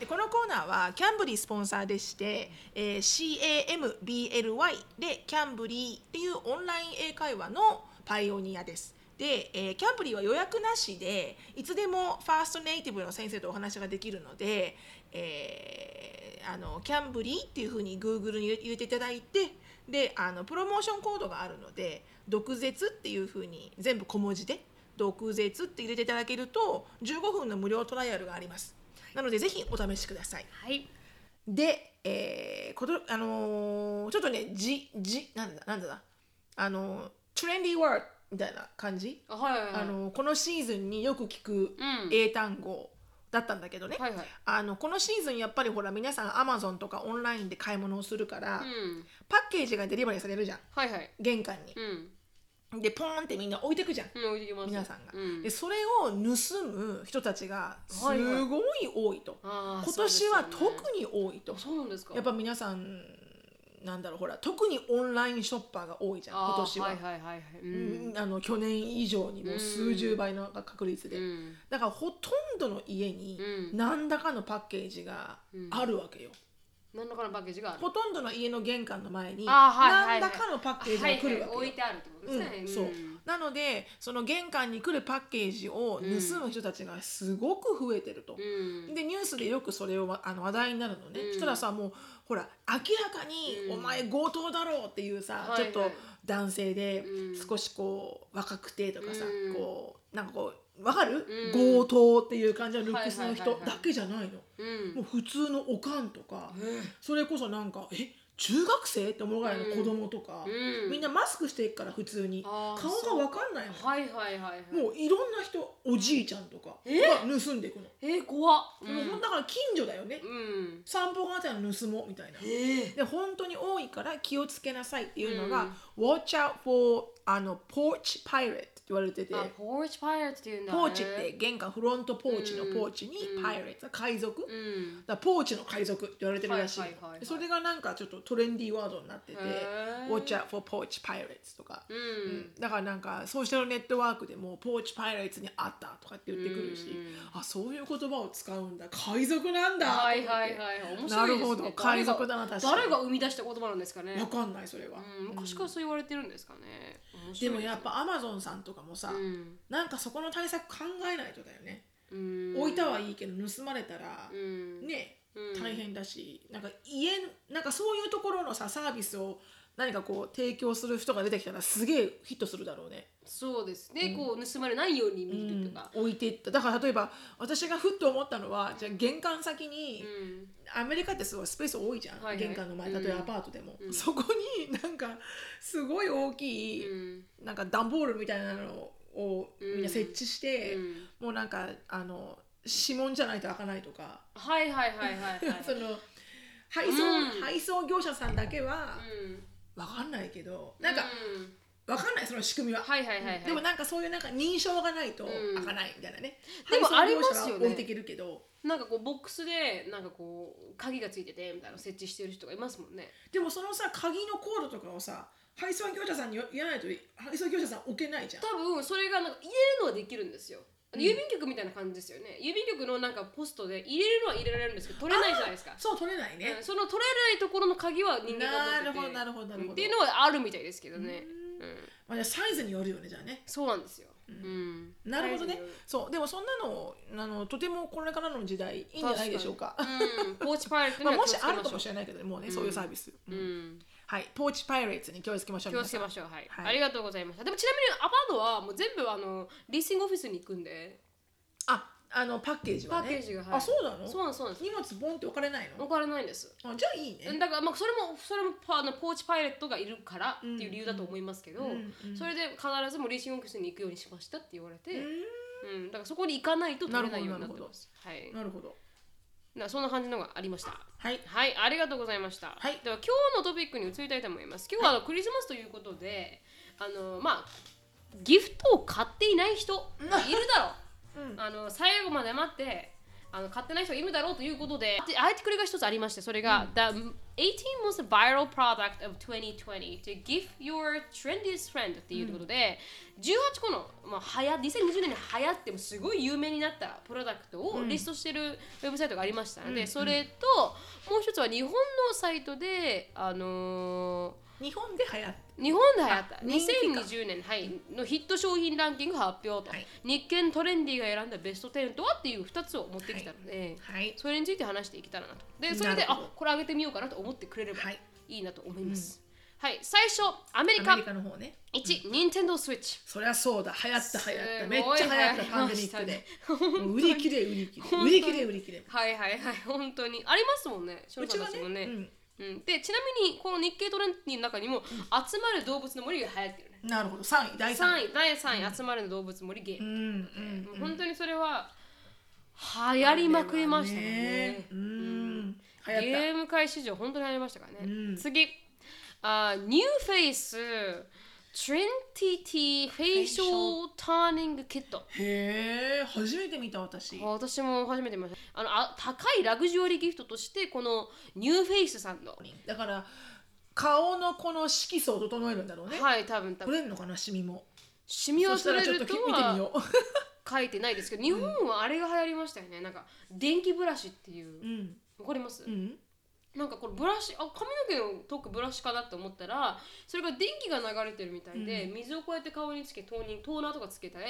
[SPEAKER 2] でこのコーナーはキャンブリースポンサーでして、えー CAMBLY でキャンブリーっていうオンライン英会話のパイオニアです。で、えーキャンブリーは予約なしでいつでもファーストネイティブの先生とお話ができるので、えーあのキャンブリーっていうふうに Google に入れていただいてであのプロモーションコードがあるので毒舌っていうふうに全部小文字で毒舌って入れていただけると15分の無料トライアルがあります。なのでぜひお試しください。
[SPEAKER 1] はい。
[SPEAKER 2] で、えーことあのーちょっとねじじなんだなんだなあのトレンディーワードみたいな感じ、
[SPEAKER 1] あはいはいはい。
[SPEAKER 2] あのこのシーズンによく聞く
[SPEAKER 1] うん
[SPEAKER 2] 英単語だったんだけどね、
[SPEAKER 1] はいはい。
[SPEAKER 2] あのこのシーズンやっぱりほら皆さんアマゾンとかオンラインで買い物をするから、
[SPEAKER 1] うん。
[SPEAKER 2] パッケージがデリバリーされるじゃん
[SPEAKER 1] はいはい。
[SPEAKER 2] 玄関に
[SPEAKER 1] う。ん。
[SPEAKER 2] でポーンってみんな置いてくじゃん。
[SPEAKER 1] うん、置いてきます。
[SPEAKER 2] 皆さんが、
[SPEAKER 1] うん
[SPEAKER 2] でそれを盗む人たちがすごい多いと、
[SPEAKER 1] あー
[SPEAKER 2] 今年は特
[SPEAKER 1] そうですよね
[SPEAKER 2] に多いと
[SPEAKER 1] あそうなんですか。
[SPEAKER 2] やっぱ皆さんなんだろうほら特にオンラインショッパーが多いじゃん
[SPEAKER 1] あー
[SPEAKER 2] 今年は、
[SPEAKER 1] はいはいはいはい。う。
[SPEAKER 2] うんんあの去年以上にもう数十倍の確率で、
[SPEAKER 1] うん。
[SPEAKER 2] だからほとんどの家に
[SPEAKER 1] うん
[SPEAKER 2] 何らかのパッケージがあるわけよ、
[SPEAKER 1] 何らかのパッケージがある。
[SPEAKER 2] ほとんどの家の玄関の前に
[SPEAKER 1] あーはいはいはい
[SPEAKER 2] 何らかのパッケージが来るわけよ、
[SPEAKER 1] はいはい置いてあるってことですね。
[SPEAKER 2] うん、そうなのでその玄関に来るパッケージを盗む人たちがすごく増えてると、
[SPEAKER 1] うん。
[SPEAKER 2] でニュースでよくそれをわあの話題になるのね、
[SPEAKER 1] うん
[SPEAKER 2] そしたらさもうほら明らかに「お前強盗だろ」うっていうさ、
[SPEAKER 1] はいはい
[SPEAKER 2] ちょっと男性で
[SPEAKER 1] うん
[SPEAKER 2] 少しこう若くてとかさ、
[SPEAKER 1] うん
[SPEAKER 2] こうなんかこうわかる、
[SPEAKER 1] うん
[SPEAKER 2] 強盗っていう感じのルックスの
[SPEAKER 1] はい
[SPEAKER 2] 人
[SPEAKER 1] はいはいは
[SPEAKER 2] だ
[SPEAKER 1] い
[SPEAKER 2] けじゃないの、
[SPEAKER 1] うん。
[SPEAKER 2] もう普通のおかんとか、
[SPEAKER 1] うん
[SPEAKER 2] それこそなんか「え中学生?」って思うぐらいの子供とか、
[SPEAKER 1] うん
[SPEAKER 2] みんなマスクしていくから普通に
[SPEAKER 1] あー
[SPEAKER 2] 顔がわかんないの、
[SPEAKER 1] はいはいはいはい。
[SPEAKER 2] もういろんな人おじいちゃんとかが盗んでいくの。
[SPEAKER 1] えー、怖っ。う
[SPEAKER 2] もうほん
[SPEAKER 1] ん。
[SPEAKER 2] だから近所だよね、
[SPEAKER 1] うん。
[SPEAKER 2] 散歩があったら盗もうみたいな。
[SPEAKER 1] ええ。
[SPEAKER 2] で本当に多いから気をつけなさいっていうの
[SPEAKER 1] う
[SPEAKER 2] が
[SPEAKER 1] ん、
[SPEAKER 2] Watch out for あの porch pirate って言われてて、
[SPEAKER 1] あ、ポーチパイレーツっていうんだ、ね。
[SPEAKER 2] ポーチって。玄関フロントポーチのポーチに
[SPEAKER 1] うん
[SPEAKER 2] pirate 海賊、だか
[SPEAKER 1] うん。
[SPEAKER 2] らポーチの海賊って言われてるらしい,、
[SPEAKER 1] はいはいはいはい
[SPEAKER 2] それがなんかちょっとトレンディーワードになってて
[SPEAKER 1] へー
[SPEAKER 2] Watch out for porch pirates とか、
[SPEAKER 1] うん。
[SPEAKER 2] だからなんかソーシャルネットワークでもポーチパイレーツにあったとかって言ってくるし、
[SPEAKER 1] う
[SPEAKER 2] あそういう言葉を使うんだ海賊なんだ
[SPEAKER 1] はいはい
[SPEAKER 2] と思って
[SPEAKER 1] はいはい面白いですね
[SPEAKER 2] なるほど海賊だな確かに
[SPEAKER 1] 誰が生み出した言葉なんですかね
[SPEAKER 2] わかんないそれは、
[SPEAKER 1] うん昔からそう言われてるんですかね面白
[SPEAKER 2] で
[SPEAKER 1] い
[SPEAKER 2] も
[SPEAKER 1] すね
[SPEAKER 2] やっぱアマゾンさんとかもさ、
[SPEAKER 1] うん
[SPEAKER 2] なんかそこの対策考えないとだよね、
[SPEAKER 1] うん
[SPEAKER 2] 置いたはいいけど盗まれたら
[SPEAKER 1] う、ん
[SPEAKER 2] ね
[SPEAKER 1] うん
[SPEAKER 2] 大変だし、なんか家なんかそういうところのさサービスを何かこう提供する人が出てきたらすげえヒットするだろうね、
[SPEAKER 1] そうですねこう盗まれないように見るとか
[SPEAKER 2] 置いていっただから例えば私がふっと思ったのはじゃあ玄関先に、
[SPEAKER 1] うん
[SPEAKER 2] アメリカってすごいスペース多いじゃん、
[SPEAKER 1] はいはい
[SPEAKER 2] 玄関の前例えばアパートでも、
[SPEAKER 1] うん
[SPEAKER 2] そこになんかすごい大きい、
[SPEAKER 1] うん
[SPEAKER 2] なんか段ボールみたいなのをみんな設置して、
[SPEAKER 1] うん
[SPEAKER 2] もうなんかあの指紋じゃないと開かないとか、
[SPEAKER 1] はいはいはいはいは <laughs> い
[SPEAKER 2] <laughs> その配送、
[SPEAKER 1] うん
[SPEAKER 2] 配送業者さんだけは
[SPEAKER 1] うん
[SPEAKER 2] わかんないけど、なんか
[SPEAKER 1] うん
[SPEAKER 2] わかんないその仕組みは。
[SPEAKER 1] はいはいはいはい
[SPEAKER 2] でもなんかそういうなんか認証がないと
[SPEAKER 1] うん
[SPEAKER 2] 開かないみたいなね、
[SPEAKER 1] でもありますよね
[SPEAKER 2] 配送業者は置いていけるけど
[SPEAKER 1] なんかこうボックスでなんかこう鍵がついててみたいなの設置してる人がいますもんね
[SPEAKER 2] でもそのさ鍵のコードとかをさ配送業者さんに言わないと配送業者さん置けないじゃん
[SPEAKER 1] 多分それがなんか入れるのはできるんですよあの郵便局みたいな感じですよね、郵便局のなんかポストで入れるのは入れられるんですけど取れないじゃないですか
[SPEAKER 2] そう取れないね
[SPEAKER 1] うん、その取れないところの鍵は人間が持ってて
[SPEAKER 2] なるほどなるほどなるほど
[SPEAKER 1] っていうのはあるみたいですけどね、うん
[SPEAKER 2] まあ、じゃあサイズによるよねじゃあね
[SPEAKER 1] そうなんですようん
[SPEAKER 2] なるほどね
[SPEAKER 1] 大丈夫
[SPEAKER 2] そうでもそんなのあのとてもこれからの時代いいんじゃないでしょうか
[SPEAKER 1] <laughs> うん、ポーチパイレットに
[SPEAKER 2] ま
[SPEAKER 1] は
[SPEAKER 2] あ、も
[SPEAKER 1] 気
[SPEAKER 2] し
[SPEAKER 1] をつけま
[SPEAKER 2] ある
[SPEAKER 1] ょう
[SPEAKER 2] かもしれないけどねもうね、そういうサービス、うん
[SPEAKER 1] うん、
[SPEAKER 2] はいポーチパイレーツに気をつけましょう
[SPEAKER 1] 気をつけま
[SPEAKER 2] し
[SPEAKER 1] しょうはい、
[SPEAKER 2] はい
[SPEAKER 1] ありがとうございましたでもちなみにアパートはもう全部あのリーシングオフィスに行くんで
[SPEAKER 2] ああのパッケージはね
[SPEAKER 1] パッケージがはい
[SPEAKER 2] あそうなの
[SPEAKER 1] そうなんですそうなんです
[SPEAKER 2] 荷物ボンって置かれない
[SPEAKER 1] お
[SPEAKER 2] の
[SPEAKER 1] 金ないんです
[SPEAKER 2] あじゃあいいね
[SPEAKER 1] だからまあそれもそれもパあのポーチパイレットがいるからっていう理由だと思いますけど、
[SPEAKER 2] うんうん
[SPEAKER 1] それで必ずもうリーシングオフィスに行くようにしましたって言われて、
[SPEAKER 2] う
[SPEAKER 1] うんだからそこに行かないと取れないようになってますはい
[SPEAKER 2] んなるほど
[SPEAKER 1] なそんな感じのがありました
[SPEAKER 2] はい
[SPEAKER 1] はい、ありがとうございました。
[SPEAKER 2] はい
[SPEAKER 1] では今日のトピックに移りたいと思います。今日はあのクリスマスということで、あのまあギフトを買っていない人いるだろう。
[SPEAKER 2] うん
[SPEAKER 1] あの最後まで待って、あの買ってない人いるだろうということで、であえてこれが一つありまして、それが、The 18 most viral product of 2020 to give your trendiest friend っていうことで、18個の、まあ、はや2020年に流行ってもすごい有名になったプロダクトをリストしてるウェブサイトがありましたので、
[SPEAKER 2] うん
[SPEAKER 1] それともう一つは日本のサイトで、あの
[SPEAKER 2] 日本で流行って
[SPEAKER 1] ー日本で流行った
[SPEAKER 2] あ人気か
[SPEAKER 1] 2020年、はい、のヒット商品ランキング発表と、
[SPEAKER 2] はい
[SPEAKER 1] 日経トレンディが選んだベスト10とはっていう2つを持ってきたので、
[SPEAKER 2] はい
[SPEAKER 1] それについて話していけたらなとでそれ
[SPEAKER 2] な
[SPEAKER 1] で
[SPEAKER 2] るほど
[SPEAKER 1] あこれ上げてみようかなと思ってくれれば
[SPEAKER 2] はい
[SPEAKER 1] いいなと思います、はい最初アメリ
[SPEAKER 2] ア
[SPEAKER 1] カ
[SPEAKER 2] メリカの方ね
[SPEAKER 1] 1任天堂スイッチ
[SPEAKER 2] そりゃそうだ流行った流行っ
[SPEAKER 1] す
[SPEAKER 2] た
[SPEAKER 1] ご
[SPEAKER 2] め
[SPEAKER 1] い
[SPEAKER 2] っちゃ流行ったパンデミックでもう売り切れ売り切れ売り切れ売り切れ
[SPEAKER 1] はいはいはい本当にありますもんね翔
[SPEAKER 2] う
[SPEAKER 1] さ
[SPEAKER 2] ち
[SPEAKER 1] ん
[SPEAKER 2] は
[SPEAKER 1] たち
[SPEAKER 2] ね
[SPEAKER 1] もね
[SPEAKER 2] うん
[SPEAKER 1] うん、でちなみにこの日経トレンディの中にも「集まる動物の森」が流行ってるね
[SPEAKER 2] なるほど三位第三位
[SPEAKER 1] 3位第3位「集まる動物森」ゲー
[SPEAKER 2] う
[SPEAKER 1] ム、
[SPEAKER 2] んうん
[SPEAKER 1] もう本当にそれは流行りまくりましたもんね
[SPEAKER 2] うん流
[SPEAKER 1] ゲ
[SPEAKER 2] 行っ
[SPEAKER 1] ーム界史上本当に流行りましたからね、
[SPEAKER 2] うん
[SPEAKER 1] 次あニューフェイストレンティティフェイシャルターニングキット
[SPEAKER 2] たへえ初めて見た私
[SPEAKER 1] あ私も初めて見ましたあのあ高いラグジュアリーギフトとしてこのニューフェイスさんの、
[SPEAKER 2] だから顔のこの色素を整えるんだろうね
[SPEAKER 1] はい多分多分
[SPEAKER 2] 取れるのかなシミも
[SPEAKER 1] シミ
[SPEAKER 2] そ
[SPEAKER 1] を
[SPEAKER 2] した
[SPEAKER 1] 取
[SPEAKER 2] ら
[SPEAKER 1] れ
[SPEAKER 2] ちょ
[SPEAKER 1] る
[SPEAKER 2] っとき
[SPEAKER 1] と
[SPEAKER 2] 見てみ
[SPEAKER 1] は
[SPEAKER 2] よう
[SPEAKER 1] 書いてないですけど日本はあれが流行りましたよねなんか電気ブラシっていう
[SPEAKER 2] うん
[SPEAKER 1] わかります、
[SPEAKER 2] うん
[SPEAKER 1] なんかこれブラシあ髪の毛のとくブラシかなって思ったらそれが電気が流れてるみたいで、水をこうやって顔につけトーニングトーナーとかつけて、
[SPEAKER 2] ん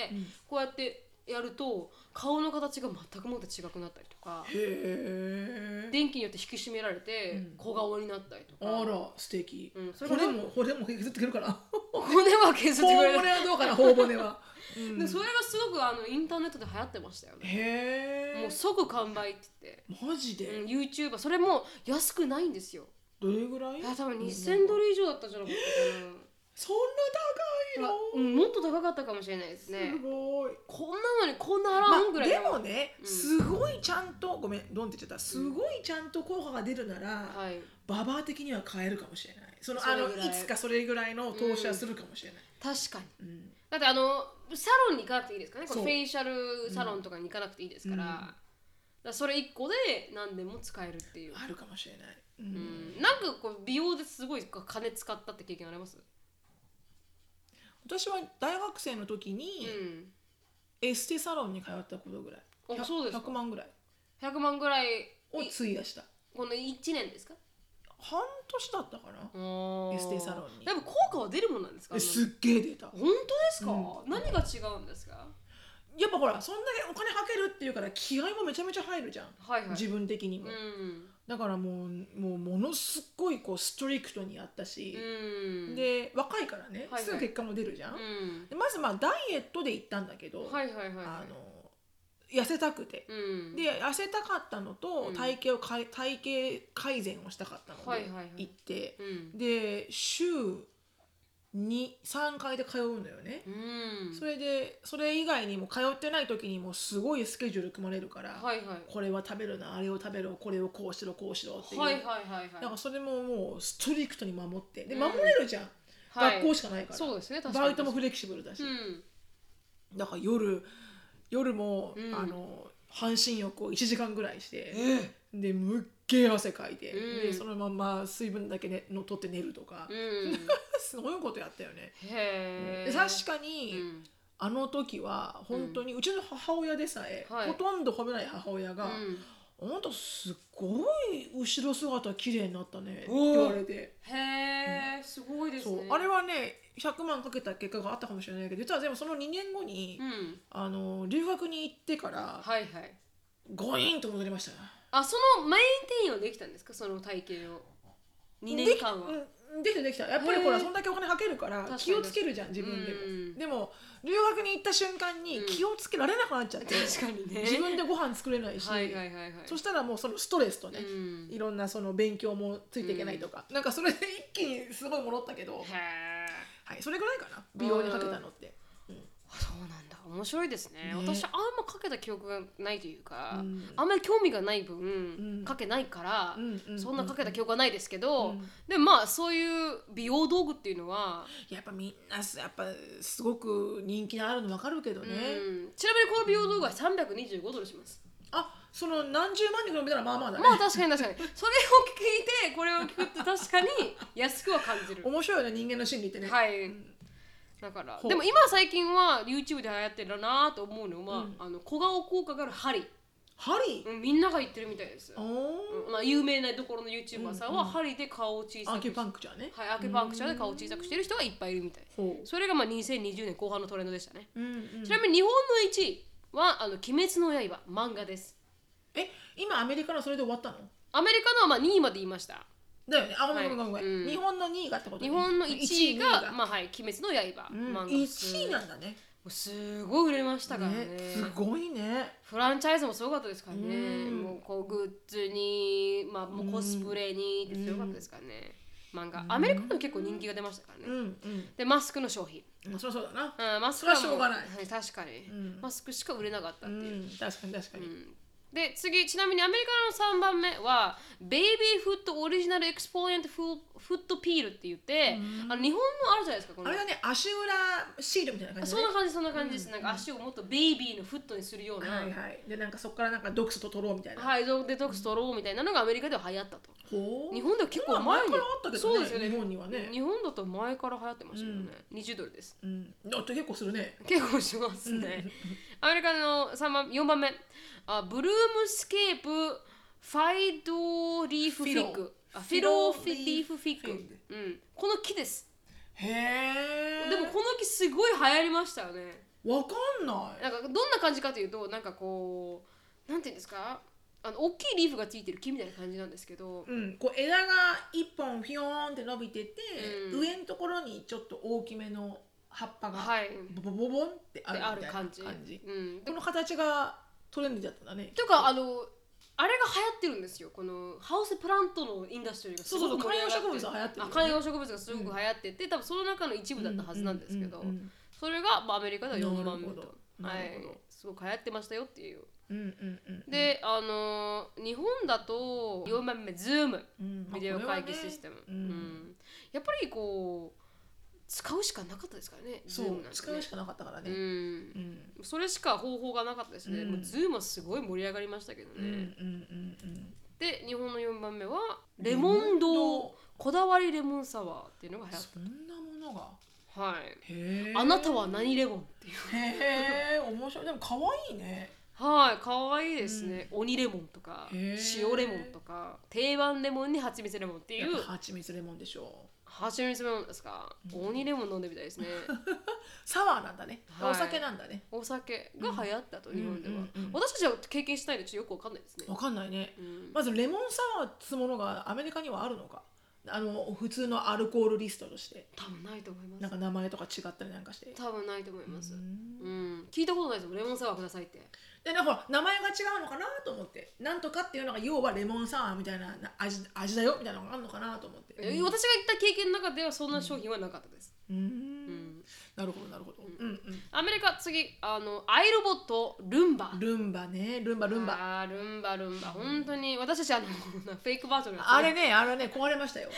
[SPEAKER 1] こうやってやると顔の形が全くもって違くなったりとか
[SPEAKER 2] へえ
[SPEAKER 1] 電気によって引き締められて
[SPEAKER 2] うん
[SPEAKER 1] 小顔になったりとか、
[SPEAKER 2] あら素敵、
[SPEAKER 1] うんそれが
[SPEAKER 2] 骨も骨も削ってくるから
[SPEAKER 1] 骨は <laughs> 削って
[SPEAKER 2] 頬
[SPEAKER 1] くれる
[SPEAKER 2] 骨はどうかな頬骨は、うん
[SPEAKER 1] でそれがすごくあのインターネットで流行ってましたよね
[SPEAKER 2] へえ
[SPEAKER 1] もう即完売って言って。
[SPEAKER 2] マジで、
[SPEAKER 1] うん、YouTuber それも安くないんですよ
[SPEAKER 2] どれぐらい
[SPEAKER 1] いや多分2000ドル以上だったんじゃなかった
[SPEAKER 2] そんな
[SPEAKER 1] かな
[SPEAKER 2] 高いの、
[SPEAKER 1] うんもっと高かったかもしれないですね
[SPEAKER 2] すごい
[SPEAKER 1] こんなのにこんなあ
[SPEAKER 2] ま
[SPEAKER 1] らんぐ
[SPEAKER 2] あ、
[SPEAKER 1] らい
[SPEAKER 2] で
[SPEAKER 1] の、
[SPEAKER 2] もね、
[SPEAKER 1] うん
[SPEAKER 2] すごいちゃんとごめんドンって言っちゃったすごいちゃんと効果が出るなら、
[SPEAKER 1] はい、
[SPEAKER 2] ババア的には買えるかもしれないその
[SPEAKER 1] そ
[SPEAKER 2] あ
[SPEAKER 1] れ
[SPEAKER 2] の
[SPEAKER 1] ぐらい
[SPEAKER 2] いつかそれぐらいの投資はするかもしれない、
[SPEAKER 1] 確かに
[SPEAKER 2] うん
[SPEAKER 1] だってあのサロンに行かなくていいですからねこの
[SPEAKER 2] そう
[SPEAKER 1] フェイシャルサロンとかに行かなくていいですから,、
[SPEAKER 2] うん
[SPEAKER 1] だからそれ1個で何でも使えるっていう、
[SPEAKER 2] あるかもしれない、うん
[SPEAKER 1] うん、なんかこう美容ですごい金使ったって経験あります、
[SPEAKER 2] 私は大学生の時に
[SPEAKER 1] うん、
[SPEAKER 2] エステサロンに通ったことぐらい、
[SPEAKER 1] あ
[SPEAKER 2] 100
[SPEAKER 1] そうですか
[SPEAKER 2] 100万ぐらい
[SPEAKER 1] 100万ぐらい
[SPEAKER 2] を
[SPEAKER 1] い
[SPEAKER 2] 費やした
[SPEAKER 1] この1年ですか
[SPEAKER 2] 半年だったかな
[SPEAKER 1] エ
[SPEAKER 2] エステサロンに
[SPEAKER 1] でも効果は出るもんなんですか
[SPEAKER 2] えすっげえ出た
[SPEAKER 1] 本当ですか、
[SPEAKER 2] う
[SPEAKER 1] 何が違うんですか
[SPEAKER 2] やっぱほらそんだけお金かけるっていうから気合もめちゃめちゃ入るじゃん、
[SPEAKER 1] はいはい
[SPEAKER 2] 自分的に
[SPEAKER 1] う
[SPEAKER 2] も、
[SPEAKER 1] ん
[SPEAKER 2] だからもうもうものすっごいこうストリクトにやったし、
[SPEAKER 1] うん
[SPEAKER 2] で若いからね、
[SPEAKER 1] はいはい
[SPEAKER 2] すぐ結果も出るじゃん、
[SPEAKER 1] うん
[SPEAKER 2] でまずまあダイエットで行ったんだけど、
[SPEAKER 1] はいはいはいはい
[SPEAKER 2] あの痩せたくて、
[SPEAKER 1] うん
[SPEAKER 2] で痩せたかったのと、
[SPEAKER 1] うん
[SPEAKER 2] 体型をかい体型改善をしたかったので、
[SPEAKER 1] はいはいはい
[SPEAKER 2] 行って
[SPEAKER 1] うん
[SPEAKER 2] で週23回で通うのよね、
[SPEAKER 1] うん
[SPEAKER 2] それでそれ以外にも通ってない時にもすごいスケジュール組まれるから、
[SPEAKER 1] はいはい
[SPEAKER 2] これは食べるなあれを食べろこれをこうしろこうしろっていう、
[SPEAKER 1] はいはいはいはい
[SPEAKER 2] なんかそれももうストリクトに守ってで
[SPEAKER 1] うん
[SPEAKER 2] 守れるじゃん、
[SPEAKER 1] はい
[SPEAKER 2] 学校しかないから、
[SPEAKER 1] そうですね確かに
[SPEAKER 2] バイトもフレキシブルだし、
[SPEAKER 1] うん
[SPEAKER 2] だから夜夜も、
[SPEAKER 1] うん
[SPEAKER 2] あの半身浴を1時間ぐらいして、
[SPEAKER 1] え
[SPEAKER 2] でむっげえ汗かいて、
[SPEAKER 1] うん
[SPEAKER 2] でそのまんま水分だけ、ね、の取って寝るとか、
[SPEAKER 1] うん
[SPEAKER 2] すごいことやったよね。
[SPEAKER 1] へ
[SPEAKER 2] で
[SPEAKER 1] え
[SPEAKER 2] 確
[SPEAKER 1] か
[SPEAKER 2] かに、あの時は本当に、うちの母親でさえ、
[SPEAKER 1] はい
[SPEAKER 2] ほとんど褒めない母親が「あんたすっごい後ろ姿綺麗になったね」って
[SPEAKER 1] おー
[SPEAKER 2] 言われて
[SPEAKER 1] へへえすごいです
[SPEAKER 2] そう
[SPEAKER 1] ね
[SPEAKER 2] あれはね100万かけた結果があったかもしれないけど実はでもその2年後に、
[SPEAKER 1] うん
[SPEAKER 2] あの留学に行ってから
[SPEAKER 1] はいはい
[SPEAKER 2] ゴインと戻りましたよ
[SPEAKER 1] あそのメインテインはできたんですかその体験を2年間は
[SPEAKER 2] できうんできたできたやっぱりほ
[SPEAKER 1] へ
[SPEAKER 2] ら
[SPEAKER 1] え
[SPEAKER 2] そんだけお金かけるから
[SPEAKER 1] 確かに
[SPEAKER 2] 気をつけるじゃん自分でも、
[SPEAKER 1] うん
[SPEAKER 2] でも留学に行った瞬間に
[SPEAKER 1] うん
[SPEAKER 2] 気をつけられなくなっちゃって、
[SPEAKER 1] 確かにね
[SPEAKER 2] 自分でご飯作れないし、
[SPEAKER 1] はいはいはいはい
[SPEAKER 2] そしたらもうそのストレスとね、
[SPEAKER 1] うん
[SPEAKER 2] いろんなその勉強もついていけないとか、なんかそれで一気にすごい戻ったけど、
[SPEAKER 1] へえ
[SPEAKER 2] はい、それぐらいかな美容にかけたのって、
[SPEAKER 1] あそうなんだ面白いですね
[SPEAKER 2] ね
[SPEAKER 1] 私あんまかけた記憶がないというか、
[SPEAKER 2] うん
[SPEAKER 1] あんまり興味がない分、
[SPEAKER 2] ん
[SPEAKER 1] かけないから、
[SPEAKER 2] うんうん
[SPEAKER 1] そんなかけた
[SPEAKER 2] うん
[SPEAKER 1] 記憶はないですけど、
[SPEAKER 2] うん
[SPEAKER 1] でもまあそういう美容道具っていうのは、
[SPEAKER 2] やっぱみんなすやっぱすごく人気のあるの分かるけどね、
[SPEAKER 1] うんちなみにこの美容道具は325ドルします、
[SPEAKER 2] あその何十万に比べたらまあまあだね、
[SPEAKER 1] まあ確かに確かにそれを聞いてこれを聞くって確かに安くは感
[SPEAKER 2] <laughs>
[SPEAKER 1] じる
[SPEAKER 2] 面白いよね人間の心理ってね、
[SPEAKER 1] はいだから
[SPEAKER 2] ほう
[SPEAKER 1] でも今最近は YouTube で流行ってるなと思うのは、
[SPEAKER 2] うん
[SPEAKER 1] あの小顔効果がある針、
[SPEAKER 2] ハリー、
[SPEAKER 1] うんみんなが言ってるみたいです
[SPEAKER 2] おー
[SPEAKER 1] まあ、有名なところの YouTuber さんは針で顔を小さ
[SPEAKER 2] アー
[SPEAKER 1] くし
[SPEAKER 2] キュパンクチャーね、
[SPEAKER 1] はい、アーキュパンクチャーで顔を小さくしてる人がいっぱいいるみたい
[SPEAKER 2] ほ
[SPEAKER 1] それがまあ2020年後半のトレンドでしたね、
[SPEAKER 2] う、うんうん
[SPEAKER 1] ちなみに日本の1位は「あの鬼滅の刃」漫画です
[SPEAKER 2] え今アメリカのそれで終わったの
[SPEAKER 1] アメリカのはまあ2位まで言いました
[SPEAKER 2] だよねあごめんごめんごめん、
[SPEAKER 1] うん
[SPEAKER 2] 日本の2位がってことね
[SPEAKER 1] 日本の1位が
[SPEAKER 2] 一
[SPEAKER 1] まあはい、鬼滅の刃、
[SPEAKER 2] うん
[SPEAKER 1] 漫画
[SPEAKER 2] 1位なんだね
[SPEAKER 1] すごい売れましたからね
[SPEAKER 2] ねすごいね
[SPEAKER 1] フランチャイズもすごかったですからね
[SPEAKER 2] うん
[SPEAKER 1] もうこうグッズに、まあ、もうコスプレにってすごかったですからね漫画アメリカでも結構人気が出ましたからね、
[SPEAKER 2] うんうん
[SPEAKER 1] でマスクの商品
[SPEAKER 2] まあそりゃそうだな
[SPEAKER 1] うんマスクはも
[SPEAKER 2] それはしょうがない
[SPEAKER 1] はい確かに、
[SPEAKER 2] ん
[SPEAKER 1] マスクしか売れなかったっ
[SPEAKER 2] う
[SPEAKER 1] ていう、
[SPEAKER 2] ん確かに確かに、
[SPEAKER 1] で次ちなみにアメリカの3番目はベイビーフットオリジナルエクスポーネントフフットピールって言って、あの日本のあるじゃないですかこの
[SPEAKER 2] あれだね足裏シールみたいな感じ
[SPEAKER 1] そ
[SPEAKER 2] だ
[SPEAKER 1] ん
[SPEAKER 2] ね
[SPEAKER 1] な感じそんな感じです、なんか足をもっとベイビーのフットにするような、
[SPEAKER 2] はいはいでなんかそこからなんか毒素と取ろうみたいな、
[SPEAKER 1] はい、デトックス取ろうみたいなのがアメリカでは流行ったと
[SPEAKER 2] ほう
[SPEAKER 1] 日本では結構前に
[SPEAKER 2] これは前からあったけどね
[SPEAKER 1] そうですよね
[SPEAKER 2] 日本にはね
[SPEAKER 1] 日本だと前から流行ってましたよね、20ドルです
[SPEAKER 2] うんだって結構するね
[SPEAKER 1] 結構しますね。アメリカの三番4番目あ、ブルームスケープファイドリーフフィッ
[SPEAKER 2] フィロ
[SPEAKER 1] ク。あフィローフィリーフフィッ
[SPEAKER 2] フィ
[SPEAKER 1] ク
[SPEAKER 2] ッ
[SPEAKER 1] う
[SPEAKER 2] ク。
[SPEAKER 1] ん、この木です。
[SPEAKER 2] へ
[SPEAKER 1] で
[SPEAKER 2] え
[SPEAKER 1] もこの木すごい流行りましたよね。
[SPEAKER 2] わかんない
[SPEAKER 1] なんかどんな感じかというと、なんかこう、なんていうんですかあの大きいリーフがついてる木みたいな感じなんですけど、
[SPEAKER 2] うん、こう枝が一本ピヨーンって伸びてて、
[SPEAKER 1] うん
[SPEAKER 2] 上のところにちょっと大きめの葉っぱが、
[SPEAKER 1] はい。
[SPEAKER 2] ボボボボンってあ
[SPEAKER 1] で
[SPEAKER 2] る
[SPEAKER 1] あ
[SPEAKER 2] み
[SPEAKER 1] る
[SPEAKER 2] たいな
[SPEAKER 1] 感じ。うん。で
[SPEAKER 2] この形がトレンドだったんだね
[SPEAKER 1] というか、あの、あれが流行ってるんですよ。このハウスプラントのインダストリーがす
[SPEAKER 2] そう
[SPEAKER 1] ご
[SPEAKER 2] そう
[SPEAKER 1] く
[SPEAKER 2] そう
[SPEAKER 1] 盛り
[SPEAKER 2] 観
[SPEAKER 1] 上が
[SPEAKER 2] 葉
[SPEAKER 1] って
[SPEAKER 2] 植物が流行ってる
[SPEAKER 1] あ観葉植物がすごく流行ってて、多分その中の一部だったはずなんですけど、
[SPEAKER 2] うんうん
[SPEAKER 1] それが、まあ、アメリカでは4番目
[SPEAKER 2] なる
[SPEAKER 1] と
[SPEAKER 2] ほ、ど
[SPEAKER 1] は
[SPEAKER 2] ないるほど、
[SPEAKER 1] すごく流行ってましたよっていう。
[SPEAKER 2] うんうんうん
[SPEAKER 1] で、あのー日本だと4番目 Zoom
[SPEAKER 2] うん
[SPEAKER 1] ビデオ会議システム、
[SPEAKER 2] う
[SPEAKER 1] うんんやっぱりこう使うしかなかったですからね
[SPEAKER 2] そう
[SPEAKER 1] Zoom なんてね
[SPEAKER 2] 使うしかなかったから
[SPEAKER 1] う
[SPEAKER 2] ね
[SPEAKER 1] ん
[SPEAKER 2] う、ん
[SPEAKER 1] それしか方法がなかったですね、
[SPEAKER 2] うん
[SPEAKER 1] もう Zoom はすごい盛り上がりましたけどね、
[SPEAKER 2] うんうんうんうん
[SPEAKER 1] で日本の4番目はレモン
[SPEAKER 2] レ
[SPEAKER 1] ド
[SPEAKER 2] モン
[SPEAKER 1] ー
[SPEAKER 2] 堂
[SPEAKER 1] こだわりレモンサワーっていうのが流行っ
[SPEAKER 2] そんなものが
[SPEAKER 1] たはい
[SPEAKER 2] へえ
[SPEAKER 1] あなたは何レモンっていう。
[SPEAKER 2] へえ面白いでも可愛いね
[SPEAKER 1] はい、可愛いですね。鬼レモンとか、
[SPEAKER 2] へー
[SPEAKER 1] 塩レモンとか、定番レモンに蜂蜜レモンってい
[SPEAKER 2] や
[SPEAKER 1] う
[SPEAKER 2] っぱ。蜂蜜レモンでしょ
[SPEAKER 1] 蜂蜜レモンですか。鬼レモン飲んでみたい
[SPEAKER 2] <laughs>
[SPEAKER 1] ですね。
[SPEAKER 2] サワーなんだね、
[SPEAKER 1] はい
[SPEAKER 2] お酒なんだね
[SPEAKER 1] お酒が流行ったと日本では
[SPEAKER 2] うんうんうんう。ん
[SPEAKER 1] 私たちは経験したいので、ちょっとよくわかんないですね
[SPEAKER 2] わ。かんないね
[SPEAKER 1] うん
[SPEAKER 2] まずレモンサワーっつものがアメリカにはあるのかあの普通のアルコールリストとして
[SPEAKER 1] 多分ないと思い
[SPEAKER 2] な
[SPEAKER 1] ます。
[SPEAKER 2] んか名前とか違ったりなんかして
[SPEAKER 1] 多分ないと思います
[SPEAKER 2] う。ん
[SPEAKER 1] うん、聞いたことないですもん。レモンサワーくださいって。
[SPEAKER 2] でなんかほら名前が違うのかなと思ってなんとかっていうのが要はレモンサワーみたいなな味味だよみたいなのがあるのかなと思って
[SPEAKER 1] 私が行った経験の中では、そんな商品はなかったです。
[SPEAKER 2] うん
[SPEAKER 1] うん
[SPEAKER 2] なるほどなるほど、うんうん
[SPEAKER 1] アメリカ、次、あの、アイロボット、ルンバ。
[SPEAKER 2] ルンバねルンバルンバあ
[SPEAKER 1] あールンバルンバ本当に私たちあの <laughs> フェイクバージョンのやつね
[SPEAKER 2] れねあれね壊れましたよ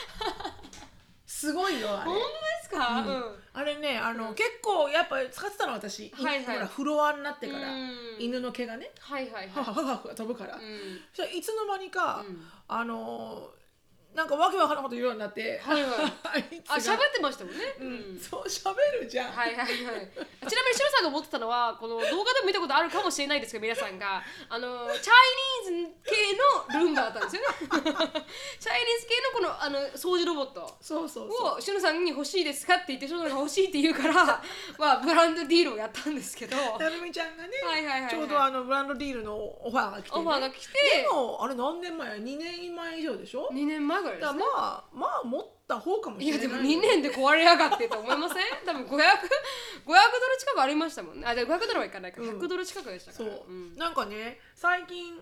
[SPEAKER 2] すごいよあれ
[SPEAKER 1] 本当ですかうん、
[SPEAKER 2] あれねあの、結構やっぱ使ってたの私、
[SPEAKER 1] はいはい
[SPEAKER 2] ほらフロアになってから、
[SPEAKER 1] うん
[SPEAKER 2] 犬の毛がね
[SPEAKER 1] はいはい
[SPEAKER 2] ハ
[SPEAKER 1] は
[SPEAKER 2] フハフハフ飛ぶから、
[SPEAKER 1] い、うん、
[SPEAKER 2] そしたらいつの間にか、
[SPEAKER 1] うん
[SPEAKER 2] あのーなんかわけわからんこと言うようになって、
[SPEAKER 1] はいはい
[SPEAKER 2] いつ
[SPEAKER 1] あ
[SPEAKER 2] が
[SPEAKER 1] 喋ってましたもんね、うん
[SPEAKER 2] そう喋るじゃん、
[SPEAKER 1] はいはいはい、ちなみにシロさんが思ってたのはこの動画でも見たことあるかもしれないですけど皆さんがあのチャイニーイニーズ系のルンバだったんですよね <laughs> チャイニーズ系のこのあの掃除ロボット
[SPEAKER 2] そうそうそう
[SPEAKER 1] をしゅのさんに欲しいですかって言ってしゅのさんが欲しいって言うから <laughs> まあブランドディールをやったんですけど
[SPEAKER 2] なるみちゃんがね、
[SPEAKER 1] はいはいはいはい
[SPEAKER 2] ちょうどあのブランドディールのオファーが来て、ね、
[SPEAKER 1] オファーが来て
[SPEAKER 2] でもあれ何年前2年前以上でしょ、
[SPEAKER 1] 2年前ぐらいで
[SPEAKER 2] だ
[SPEAKER 1] す
[SPEAKER 2] から
[SPEAKER 1] ね
[SPEAKER 2] まあまあ持った方かもし
[SPEAKER 1] いや
[SPEAKER 2] れない
[SPEAKER 1] でも2年で壊れやがってと思い
[SPEAKER 2] <laughs>
[SPEAKER 1] ません多分500 500ドル近くありましたもんねあでも500ドルはいかないか
[SPEAKER 2] うん
[SPEAKER 1] 100ドル近くでしたか
[SPEAKER 2] そ
[SPEAKER 1] ら、
[SPEAKER 2] う、 <laughs>
[SPEAKER 1] ん
[SPEAKER 2] なんかね最近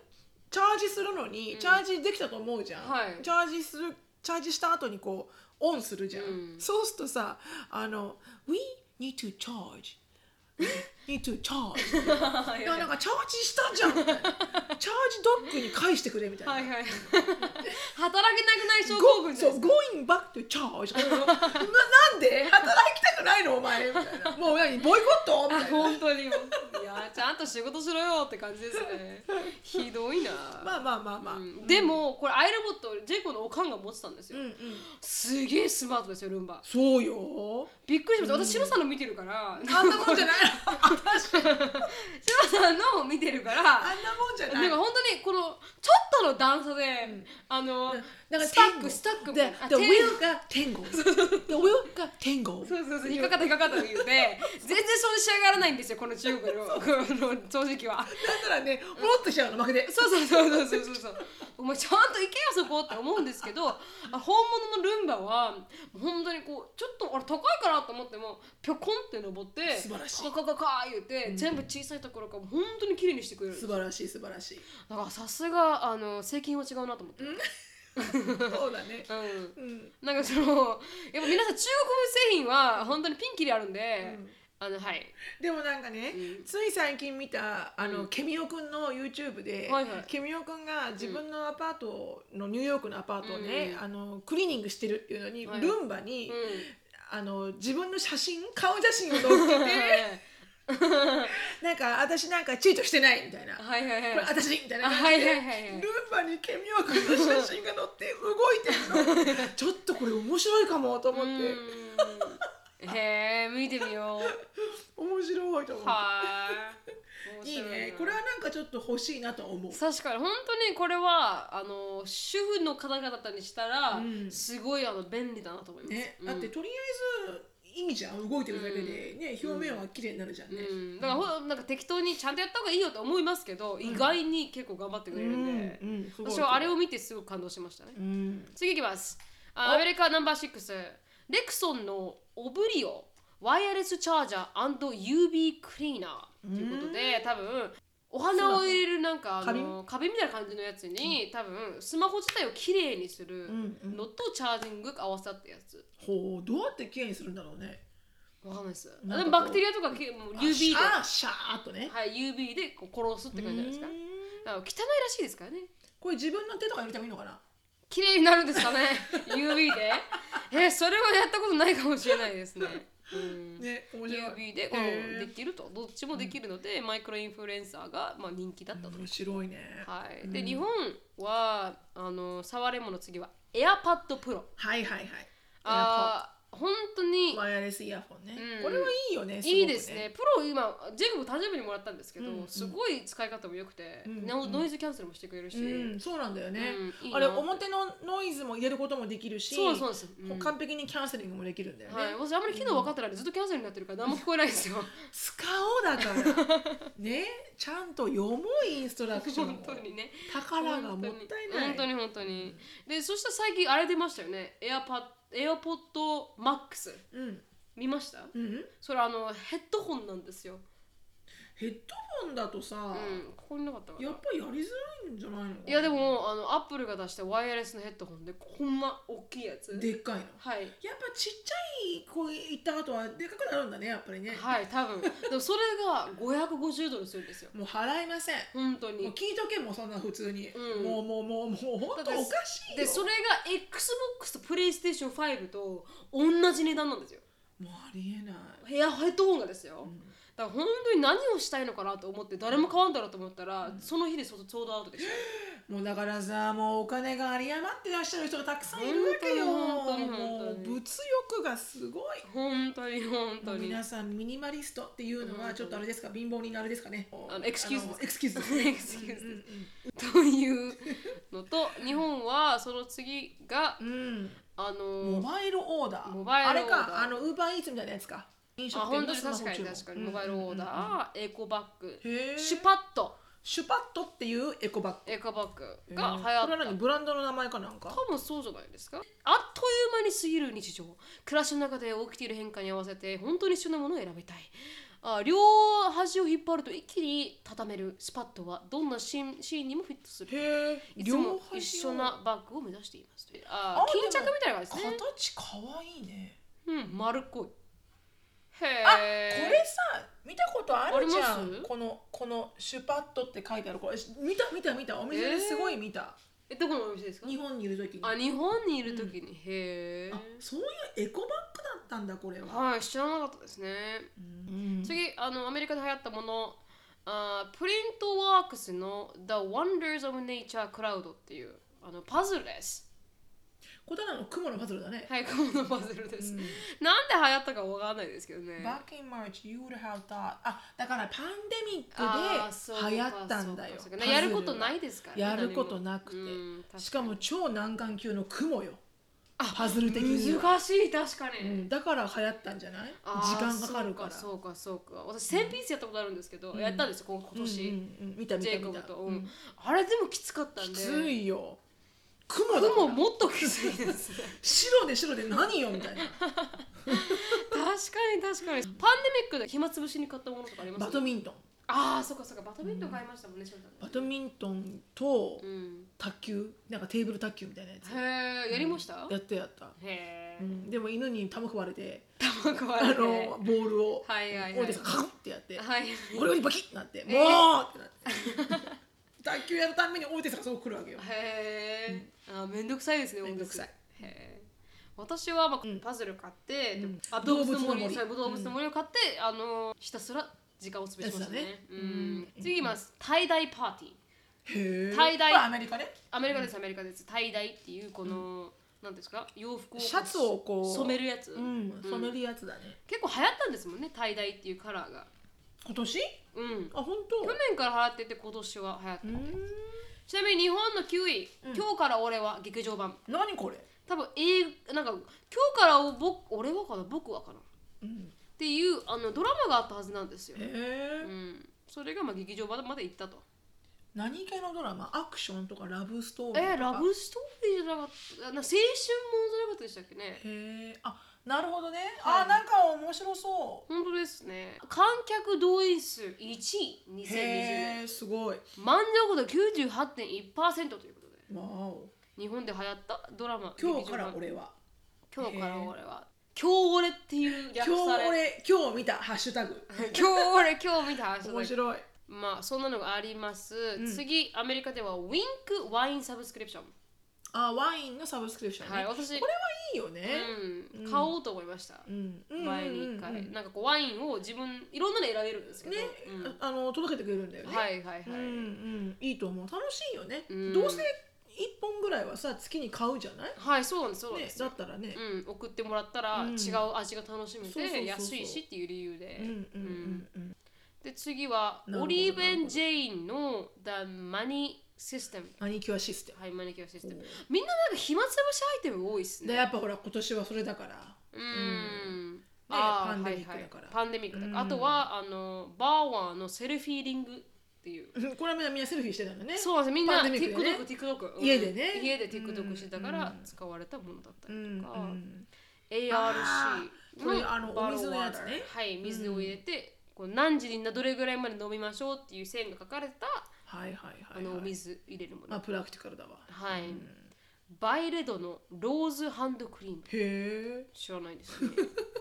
[SPEAKER 2] チャージするのに、チャージできたと思うじゃん、
[SPEAKER 1] はい
[SPEAKER 2] チャージするチャージした後にこうオンするじゃん、
[SPEAKER 1] うん
[SPEAKER 2] そうするとさあの「We need to charge」「We need to charge」
[SPEAKER 1] はいい
[SPEAKER 2] や
[SPEAKER 1] はい
[SPEAKER 2] なんかチャージしたじゃんみたいなチャージドッグに返してくれみたいな、
[SPEAKER 1] はいはい働けなくない症候
[SPEAKER 2] ゴ
[SPEAKER 1] 群じ
[SPEAKER 2] そ
[SPEAKER 1] ゃない
[SPEAKER 2] う
[SPEAKER 1] ですか
[SPEAKER 2] going back to
[SPEAKER 1] <laughs>
[SPEAKER 2] charge ななんで働きたくないのお前みたいなもう何ボイコットみ
[SPEAKER 1] あ
[SPEAKER 2] たい
[SPEAKER 1] <laughs>
[SPEAKER 2] な
[SPEAKER 1] 本当にもういやちゃんと仕事しろよって感じですねひどいな、
[SPEAKER 2] まあまあまあまあ、
[SPEAKER 1] うんでもこれアイロボットジェイコのおかんが持ってたんです
[SPEAKER 2] う
[SPEAKER 1] よ、
[SPEAKER 2] んうん
[SPEAKER 1] すげえスマートですよルンバ
[SPEAKER 2] そうよ
[SPEAKER 1] びっくりしました私シロさんの見てる
[SPEAKER 2] <laughs>
[SPEAKER 1] から
[SPEAKER 2] あんなもんじゃない
[SPEAKER 1] <laughs>
[SPEAKER 2] 私
[SPEAKER 1] シロさんのを見てるから
[SPEAKER 2] あんなもんじゃな
[SPEAKER 1] ないんか本当にこのちょっとの段差で、あの
[SPEAKER 2] なんか
[SPEAKER 1] スタックスタックみたい
[SPEAKER 2] で
[SPEAKER 1] なあ、
[SPEAKER 2] で、
[SPEAKER 1] 天
[SPEAKER 2] will が tango。で、will が tango。
[SPEAKER 1] そうそうそう引っかかった引っかかったと言う <laughs> て全然掃除し上がらないんですよこの中国のこの掃除機は
[SPEAKER 2] なんならね、もろっとしちゃうの負けで。
[SPEAKER 1] そうそうそうそうそうそうそうお前ちゃんと行けよそこって思うんですけどあ本物のルンバは本当にこうちょっとあれ高いかなと思ってもぴょこんって登って
[SPEAKER 2] 素晴らしい
[SPEAKER 1] カカカカカ言って、全部小さいところから本当に綺麗にしてくれる
[SPEAKER 2] 素晴らしい素晴
[SPEAKER 1] <laughs>
[SPEAKER 2] らしい。
[SPEAKER 1] だからさすがあの税金は違うなと思って、
[SPEAKER 2] そうだね。
[SPEAKER 1] うん
[SPEAKER 2] うん。
[SPEAKER 1] なんかそのやっぱ皆さん中国製品は本当にピンキリあるんで、あの
[SPEAKER 2] <laughs>
[SPEAKER 1] はい
[SPEAKER 2] でもなんかね、つい最近見たあの、ケミオくんの YouTube で、
[SPEAKER 1] はいはい
[SPEAKER 2] ケミオくんが自分のアパートのニューヨークのアパートをね、
[SPEAKER 1] うん
[SPEAKER 2] あのクリーニングしてるっていうのに、
[SPEAKER 1] はい
[SPEAKER 2] ルンバに、
[SPEAKER 1] うん
[SPEAKER 2] あの自分の写真顔写真を載っけ
[SPEAKER 1] <laughs>
[SPEAKER 2] てなんか私なんかチートしてないみたいな。
[SPEAKER 1] はいはいはい
[SPEAKER 2] これ私みたいな
[SPEAKER 1] あは
[SPEAKER 2] 感
[SPEAKER 1] い
[SPEAKER 2] じで、
[SPEAKER 1] はいはいはい
[SPEAKER 2] ルンバにケミオくんの写真が載って動いてる
[SPEAKER 1] <laughs>
[SPEAKER 2] のちょっとこれ面白いかもと思って、
[SPEAKER 1] うんへえ見てみよう
[SPEAKER 2] 面白いと思って、
[SPEAKER 1] はい
[SPEAKER 2] いい
[SPEAKER 1] 面白な
[SPEAKER 2] ねこれはなんかちょっと欲しいなとは思う
[SPEAKER 1] 確かに本当にこれはあの主婦の方々にしたら、
[SPEAKER 2] うん
[SPEAKER 1] すごいあの便利だなと思います、
[SPEAKER 2] ね、
[SPEAKER 1] うん
[SPEAKER 2] だってとりあえず意味じゃん動いてるだけで、ね、表面は綺麗になるじゃんね、
[SPEAKER 1] うん、だからほんなんか適当にちゃんとやった方がいいよと思いますけど、意外に結構頑張ってくれるんで、
[SPEAKER 2] うんうんすごい
[SPEAKER 1] 私はあれを見てすごく感動しましたね、
[SPEAKER 2] うん
[SPEAKER 1] 次いきますあアメリカナンバー6レクソンのオブリオワイヤレスチャージャー &UV クリーナーということで多分お花を入れるなんかあ
[SPEAKER 2] 花
[SPEAKER 1] の壁みたいな感じのやつに多分スマホ自体をきれいにする
[SPEAKER 2] うんうん
[SPEAKER 1] のとチャージングが合わさったやつ
[SPEAKER 2] ほうどうやって綺麗にするんだろうね
[SPEAKER 1] わかんないです
[SPEAKER 2] な
[SPEAKER 1] で
[SPEAKER 2] んかこう
[SPEAKER 1] もバクテリアとかけもう UV で、は
[SPEAKER 2] あシャーっとね
[SPEAKER 1] い、UV でこう殺すって感じじゃないですか
[SPEAKER 2] うん
[SPEAKER 1] だから汚いらしいですからね
[SPEAKER 2] これ自分の手とか入れてもいいのかな
[SPEAKER 1] 綺麗になるんですかね UV でえそれはやったことないかもしれないですね、うん
[SPEAKER 2] ね面白い
[SPEAKER 1] UV でこ
[SPEAKER 2] へ
[SPEAKER 1] う
[SPEAKER 2] ー
[SPEAKER 1] できるとどっちもできるので、マイクロインフルエンサーがまあ人気だったと、
[SPEAKER 2] 面白いね
[SPEAKER 1] はいで、日本はあの触れもの次は AirPad Pro
[SPEAKER 2] はいはいはい
[SPEAKER 1] あー本当に
[SPEAKER 2] ワイヤレスイヤホンね、
[SPEAKER 1] うん
[SPEAKER 2] これはいいよねごく
[SPEAKER 1] いいですねプロ今ジェイコブ誕生日にもらったんですけど、
[SPEAKER 2] うん
[SPEAKER 1] すごい使い方も良くて、
[SPEAKER 2] うん
[SPEAKER 1] ノイノイズキャンセルもしてくれるし、
[SPEAKER 2] うんそうなんだよね、
[SPEAKER 1] うんいいな
[SPEAKER 2] あれ表のノイズも入れることもできるし
[SPEAKER 1] そうそうです、うん
[SPEAKER 2] 完璧にキャンセリングもできるんだよね、
[SPEAKER 1] はい、私あんまり機能分かってないんでずっとキャンセルになってるから何も聞こえないんですよ
[SPEAKER 2] 使おうだからねちゃんと読もうインストラクションを
[SPEAKER 1] <laughs> 本当にね
[SPEAKER 2] 宝がもったいない
[SPEAKER 1] 本当に本当にでそしたら最近あれ出ましたよね AirPod, AirPod Max
[SPEAKER 2] うん
[SPEAKER 1] 見ました
[SPEAKER 2] うん、
[SPEAKER 1] それあのヘッドホンなんですよ
[SPEAKER 2] ヘッドホンだとさ、
[SPEAKER 1] うんここになかったかな
[SPEAKER 2] やっぱりやりづらいんじゃないのかない
[SPEAKER 1] やでもあのアップルが出したワイヤレスのヘッドホンでこんな大きいやつ
[SPEAKER 2] でっかいのやっ
[SPEAKER 1] はい
[SPEAKER 2] ぱちっちゃい子行った後はでかくなるんだねやっぱりね、
[SPEAKER 1] はい多分でもそれが550ドルするんですよ
[SPEAKER 2] もう払いません
[SPEAKER 1] 本当
[SPEAKER 2] もう
[SPEAKER 1] に
[SPEAKER 2] 聞いとけもうそんな普通に、
[SPEAKER 1] うん
[SPEAKER 2] もうもうもうもう本当おかしいよ
[SPEAKER 1] でそれが XBOX と PlayStation5 と同じ値段なんですよ
[SPEAKER 2] もうありえない
[SPEAKER 1] ヘアヘッドホンがですよ、だから本当に何をしたいのかなと思って誰も買わんだろうと思ったら、その日でそちょうどアウトでした
[SPEAKER 2] もうだからさもうお金が有り余ってらっしゃる人がたくさんいるわけよ
[SPEAKER 1] 本当に本当に
[SPEAKER 2] も
[SPEAKER 1] 本
[SPEAKER 2] う
[SPEAKER 1] 当に
[SPEAKER 2] 物欲がすごい
[SPEAKER 1] 本当に本当に
[SPEAKER 2] 皆さんミニマリストっていうのはちょっとあれですか貧乏人のあれですかね
[SPEAKER 1] あのエクスキューズ
[SPEAKER 2] あのエクスキューズです
[SPEAKER 1] <laughs> エクスキューズ
[SPEAKER 2] うん
[SPEAKER 1] というのと日本はその次が
[SPEAKER 2] うんうん
[SPEAKER 1] あ
[SPEAKER 2] うんモ
[SPEAKER 1] の
[SPEAKER 2] バイルオーダー
[SPEAKER 1] モバイルオーダー
[SPEAKER 2] あれかあのウーバーイーツみたいなやつか飲
[SPEAKER 1] あ
[SPEAKER 2] 食
[SPEAKER 1] 本
[SPEAKER 2] 店
[SPEAKER 1] 当
[SPEAKER 2] の
[SPEAKER 1] に
[SPEAKER 2] スマ
[SPEAKER 1] 確
[SPEAKER 2] ホ
[SPEAKER 1] か
[SPEAKER 2] 注文
[SPEAKER 1] に確かに
[SPEAKER 2] うん
[SPEAKER 1] モバイルオーダーエコバッグ
[SPEAKER 2] へー
[SPEAKER 1] シュパッと
[SPEAKER 2] シュパットっていうエコバッ
[SPEAKER 1] エコバッグ
[SPEAKER 2] グ
[SPEAKER 1] が流行
[SPEAKER 2] へー
[SPEAKER 1] った
[SPEAKER 2] これは何ブランドの名前かなんか
[SPEAKER 1] 多分そうじゃないですかあっという間に過ぎる日常暮らしの中で起きている変化に合わせて本当に必要なものを選びたいあ両端を引っ張ると一気に畳めるスパッとはどんなシーンシーンにもフィットする
[SPEAKER 2] へえ
[SPEAKER 1] いつも一緒なバッグを目指していますあ
[SPEAKER 2] あ
[SPEAKER 1] 巾着みたいな感じですね、
[SPEAKER 2] 形かわいいね
[SPEAKER 1] うん、丸っこいへ
[SPEAKER 2] こ
[SPEAKER 1] え
[SPEAKER 2] れさ見たことあるじゃ
[SPEAKER 1] あり
[SPEAKER 2] ん
[SPEAKER 1] ます
[SPEAKER 2] このこのシュパットって書いてあるこれ見た見た見たお店
[SPEAKER 1] えー
[SPEAKER 2] ですごい見た、
[SPEAKER 1] えどこのお店ですか
[SPEAKER 2] 日本にいる時に
[SPEAKER 1] あ日本にいる時に、へえ
[SPEAKER 2] あそういうエコバッグだったんだこれは、
[SPEAKER 1] はい知らなかったですね
[SPEAKER 2] うん
[SPEAKER 1] 次あのアメリカで流行ったものあープリントワークスの The Wonders of Nature Cloud っていうあのパズルです。
[SPEAKER 2] これただの雲のパズルだね、
[SPEAKER 1] はい、このパズルです。
[SPEAKER 2] うん
[SPEAKER 1] なんで流行ったかわかんないですけどね。
[SPEAKER 2] Back in March you would have thought あだからパンデミ
[SPEAKER 1] あー
[SPEAKER 2] ックで流行ったんだよ
[SPEAKER 1] そうかそうかやることないいですから、
[SPEAKER 2] やることなくて
[SPEAKER 1] て
[SPEAKER 2] しかも超難関級の雲よ
[SPEAKER 1] あ
[SPEAKER 2] パズル的には
[SPEAKER 1] 難しい、確か
[SPEAKER 2] う
[SPEAKER 1] に。
[SPEAKER 2] んだから流行ったんじゃない
[SPEAKER 1] あー
[SPEAKER 2] 時間かかるから
[SPEAKER 1] そうかそうかそうか私1000ピースやったことあるんですけど、
[SPEAKER 2] うん
[SPEAKER 1] やったんですよこ今年、
[SPEAKER 2] うんうんうん見た見
[SPEAKER 1] ジェ
[SPEAKER 2] た
[SPEAKER 1] イコ
[SPEAKER 2] 見
[SPEAKER 1] ブ
[SPEAKER 2] た、
[SPEAKER 1] と、
[SPEAKER 2] う
[SPEAKER 1] うん
[SPEAKER 2] ん
[SPEAKER 1] あれでもきつかったん
[SPEAKER 2] き
[SPEAKER 1] で
[SPEAKER 2] ついよ雲だから
[SPEAKER 1] 雲もっときついですね
[SPEAKER 2] 白で白で何よみ
[SPEAKER 1] <laughs>
[SPEAKER 2] たいな
[SPEAKER 1] 確かに確かにパンデミックで暇つぶしに買ったものとかあります
[SPEAKER 2] バドミントン
[SPEAKER 1] ああそっかそっかバドミントン買いましたもんね、翔太ね
[SPEAKER 2] バドミントンと
[SPEAKER 1] うん
[SPEAKER 2] 卓球なんかテーブル卓球みたいなやつ
[SPEAKER 1] へえやりました、
[SPEAKER 2] やってやった、
[SPEAKER 1] へえ
[SPEAKER 2] うんでも犬に玉食われて
[SPEAKER 1] 卵
[SPEAKER 2] あ
[SPEAKER 1] 割れて
[SPEAKER 2] のボールを
[SPEAKER 1] はいはいはい
[SPEAKER 2] 俺でさカコンってやって
[SPEAKER 1] はい
[SPEAKER 2] ゴリゴリバキッってなってもうっ
[SPEAKER 1] え
[SPEAKER 2] てなっ
[SPEAKER 1] <laughs>
[SPEAKER 2] て卓球やるたんびに大手さんがそう来るわけよ
[SPEAKER 1] へえ、あーめんどくさいですね
[SPEAKER 2] めんどくさい
[SPEAKER 1] オフィスへー私は、まあ
[SPEAKER 2] うん
[SPEAKER 1] パズル買って、
[SPEAKER 2] うん
[SPEAKER 1] あ動物の
[SPEAKER 2] 動物の
[SPEAKER 1] 森
[SPEAKER 2] 森
[SPEAKER 1] そう動物の森を買って、あのーひたすら時間を潰しましたね
[SPEAKER 2] やつだね
[SPEAKER 1] う
[SPEAKER 2] うん
[SPEAKER 1] ん、次いきます滞在パーティー
[SPEAKER 2] へえ
[SPEAKER 1] 大々
[SPEAKER 2] これアメリカね
[SPEAKER 1] アメリカですアメリカです滞在っていうこの、なんですか洋服を
[SPEAKER 2] シャツをこう
[SPEAKER 1] 染めるやつ、
[SPEAKER 2] うん
[SPEAKER 1] うん
[SPEAKER 2] 染めるやつだね
[SPEAKER 1] 結構流行ったんですもんね滞在っていうカラーが
[SPEAKER 2] 今年
[SPEAKER 1] うん
[SPEAKER 2] あ本
[SPEAKER 1] 去
[SPEAKER 2] 当
[SPEAKER 1] 年から流行ってて今年は流行った
[SPEAKER 2] うーん
[SPEAKER 1] ちなみに日本の9位、
[SPEAKER 2] うん
[SPEAKER 1] 今日から俺は劇場版
[SPEAKER 2] 何これ
[SPEAKER 1] 多分映なんか今日からを僕俺はかな僕はかなっ
[SPEAKER 2] うん
[SPEAKER 1] ていうあのドラマがあったはずなんですよ
[SPEAKER 2] へ、え
[SPEAKER 1] うん、それがまあ劇場版まで行ったと
[SPEAKER 2] 何系のドラマアクションとかラブストーリーとか
[SPEAKER 1] えラブストーリーじゃなかったな青春ものじゃなかったでしたっけね
[SPEAKER 2] へえあなるほどね、
[SPEAKER 1] はい
[SPEAKER 2] あなんか面白そ
[SPEAKER 1] 本当ですね観客動員数1位
[SPEAKER 2] う
[SPEAKER 1] 2020
[SPEAKER 2] へ
[SPEAKER 1] 年
[SPEAKER 2] えすごい
[SPEAKER 1] 満足度98.1%ということで
[SPEAKER 2] わお
[SPEAKER 1] 日本で流行ったドラマ
[SPEAKER 2] 今日から
[SPEAKER 1] 劇
[SPEAKER 2] 俺は
[SPEAKER 1] 場版今日から俺は今日俺っていう略
[SPEAKER 2] 今
[SPEAKER 1] され
[SPEAKER 2] 日俺今日見たハッシュタグ
[SPEAKER 1] 今日俺今日見た話だ
[SPEAKER 2] 面白い
[SPEAKER 1] まあそんなのがあります、
[SPEAKER 2] ん
[SPEAKER 1] 次アメリカではウィンクワインサブスクリプション、
[SPEAKER 2] あワインのサブスクリプションね、
[SPEAKER 1] はい私
[SPEAKER 2] これはいいよね、
[SPEAKER 1] うん
[SPEAKER 2] うん
[SPEAKER 1] 買おうと思いました、
[SPEAKER 2] うんうん、
[SPEAKER 1] 前に1回、
[SPEAKER 2] うんうん
[SPEAKER 1] なんかこうワインを自分いろんなの選べるんですけど、
[SPEAKER 2] ね、
[SPEAKER 1] うん
[SPEAKER 2] あの届けてくれるんだよね、
[SPEAKER 1] はいはいはい、
[SPEAKER 2] うんうんいいと思う楽しいよね、
[SPEAKER 1] うん
[SPEAKER 2] どうせ一本ぐらいはさ月に買うじゃない、
[SPEAKER 1] はいそうなんですそうなんで
[SPEAKER 2] ね
[SPEAKER 1] す、
[SPEAKER 2] だったらね、
[SPEAKER 1] うん、送ってもらったら
[SPEAKER 2] うん
[SPEAKER 1] 違う味が楽しめ
[SPEAKER 2] そうそうそうそう
[SPEAKER 1] て安いしっていう理由で、
[SPEAKER 2] うんうんうんうん
[SPEAKER 1] で次は
[SPEAKER 2] なるほど
[SPEAKER 1] オリーブ・
[SPEAKER 2] なるほ
[SPEAKER 1] ン・
[SPEAKER 2] ど
[SPEAKER 1] ジェインの The Money System
[SPEAKER 2] マニキュアシステム
[SPEAKER 1] はいマニキュアシステム
[SPEAKER 2] おう
[SPEAKER 1] みんななんか暇つぶしアイテム多いっすね
[SPEAKER 2] でやっぱほら今年はそれだから
[SPEAKER 1] うーん
[SPEAKER 2] パ
[SPEAKER 1] あー
[SPEAKER 2] ンデミックだか
[SPEAKER 1] はい
[SPEAKER 2] ら
[SPEAKER 1] はい、パンデミックだから、
[SPEAKER 2] うん
[SPEAKER 1] あとはあのバーワーのセルフィーリングっていう
[SPEAKER 2] うんこれはみんなみんなセルフィーしてたんだね
[SPEAKER 1] そうなんですみんな
[SPEAKER 2] パンデミックでね
[SPEAKER 1] TikTok、TikTok うん
[SPEAKER 2] 家でね
[SPEAKER 1] 家で TikTok してたから
[SPEAKER 2] うん
[SPEAKER 1] 使われたものだった
[SPEAKER 2] う
[SPEAKER 1] り
[SPEAKER 2] ん
[SPEAKER 1] とか、
[SPEAKER 2] うん、あ
[SPEAKER 1] ARC
[SPEAKER 2] これあの
[SPEAKER 1] バロ
[SPEAKER 2] お水のやつね
[SPEAKER 1] はい水を入れて、こう何時になどれぐらいまで飲みましょうっていう線が書かれた
[SPEAKER 2] はいはいはい、は
[SPEAKER 1] あ
[SPEAKER 2] い、
[SPEAKER 1] のお水入れるもの、
[SPEAKER 2] まあプラクティカルだわ
[SPEAKER 1] はい、
[SPEAKER 2] うん
[SPEAKER 1] バイレドのローズハンドクリーム
[SPEAKER 2] へえ
[SPEAKER 1] 知らないですね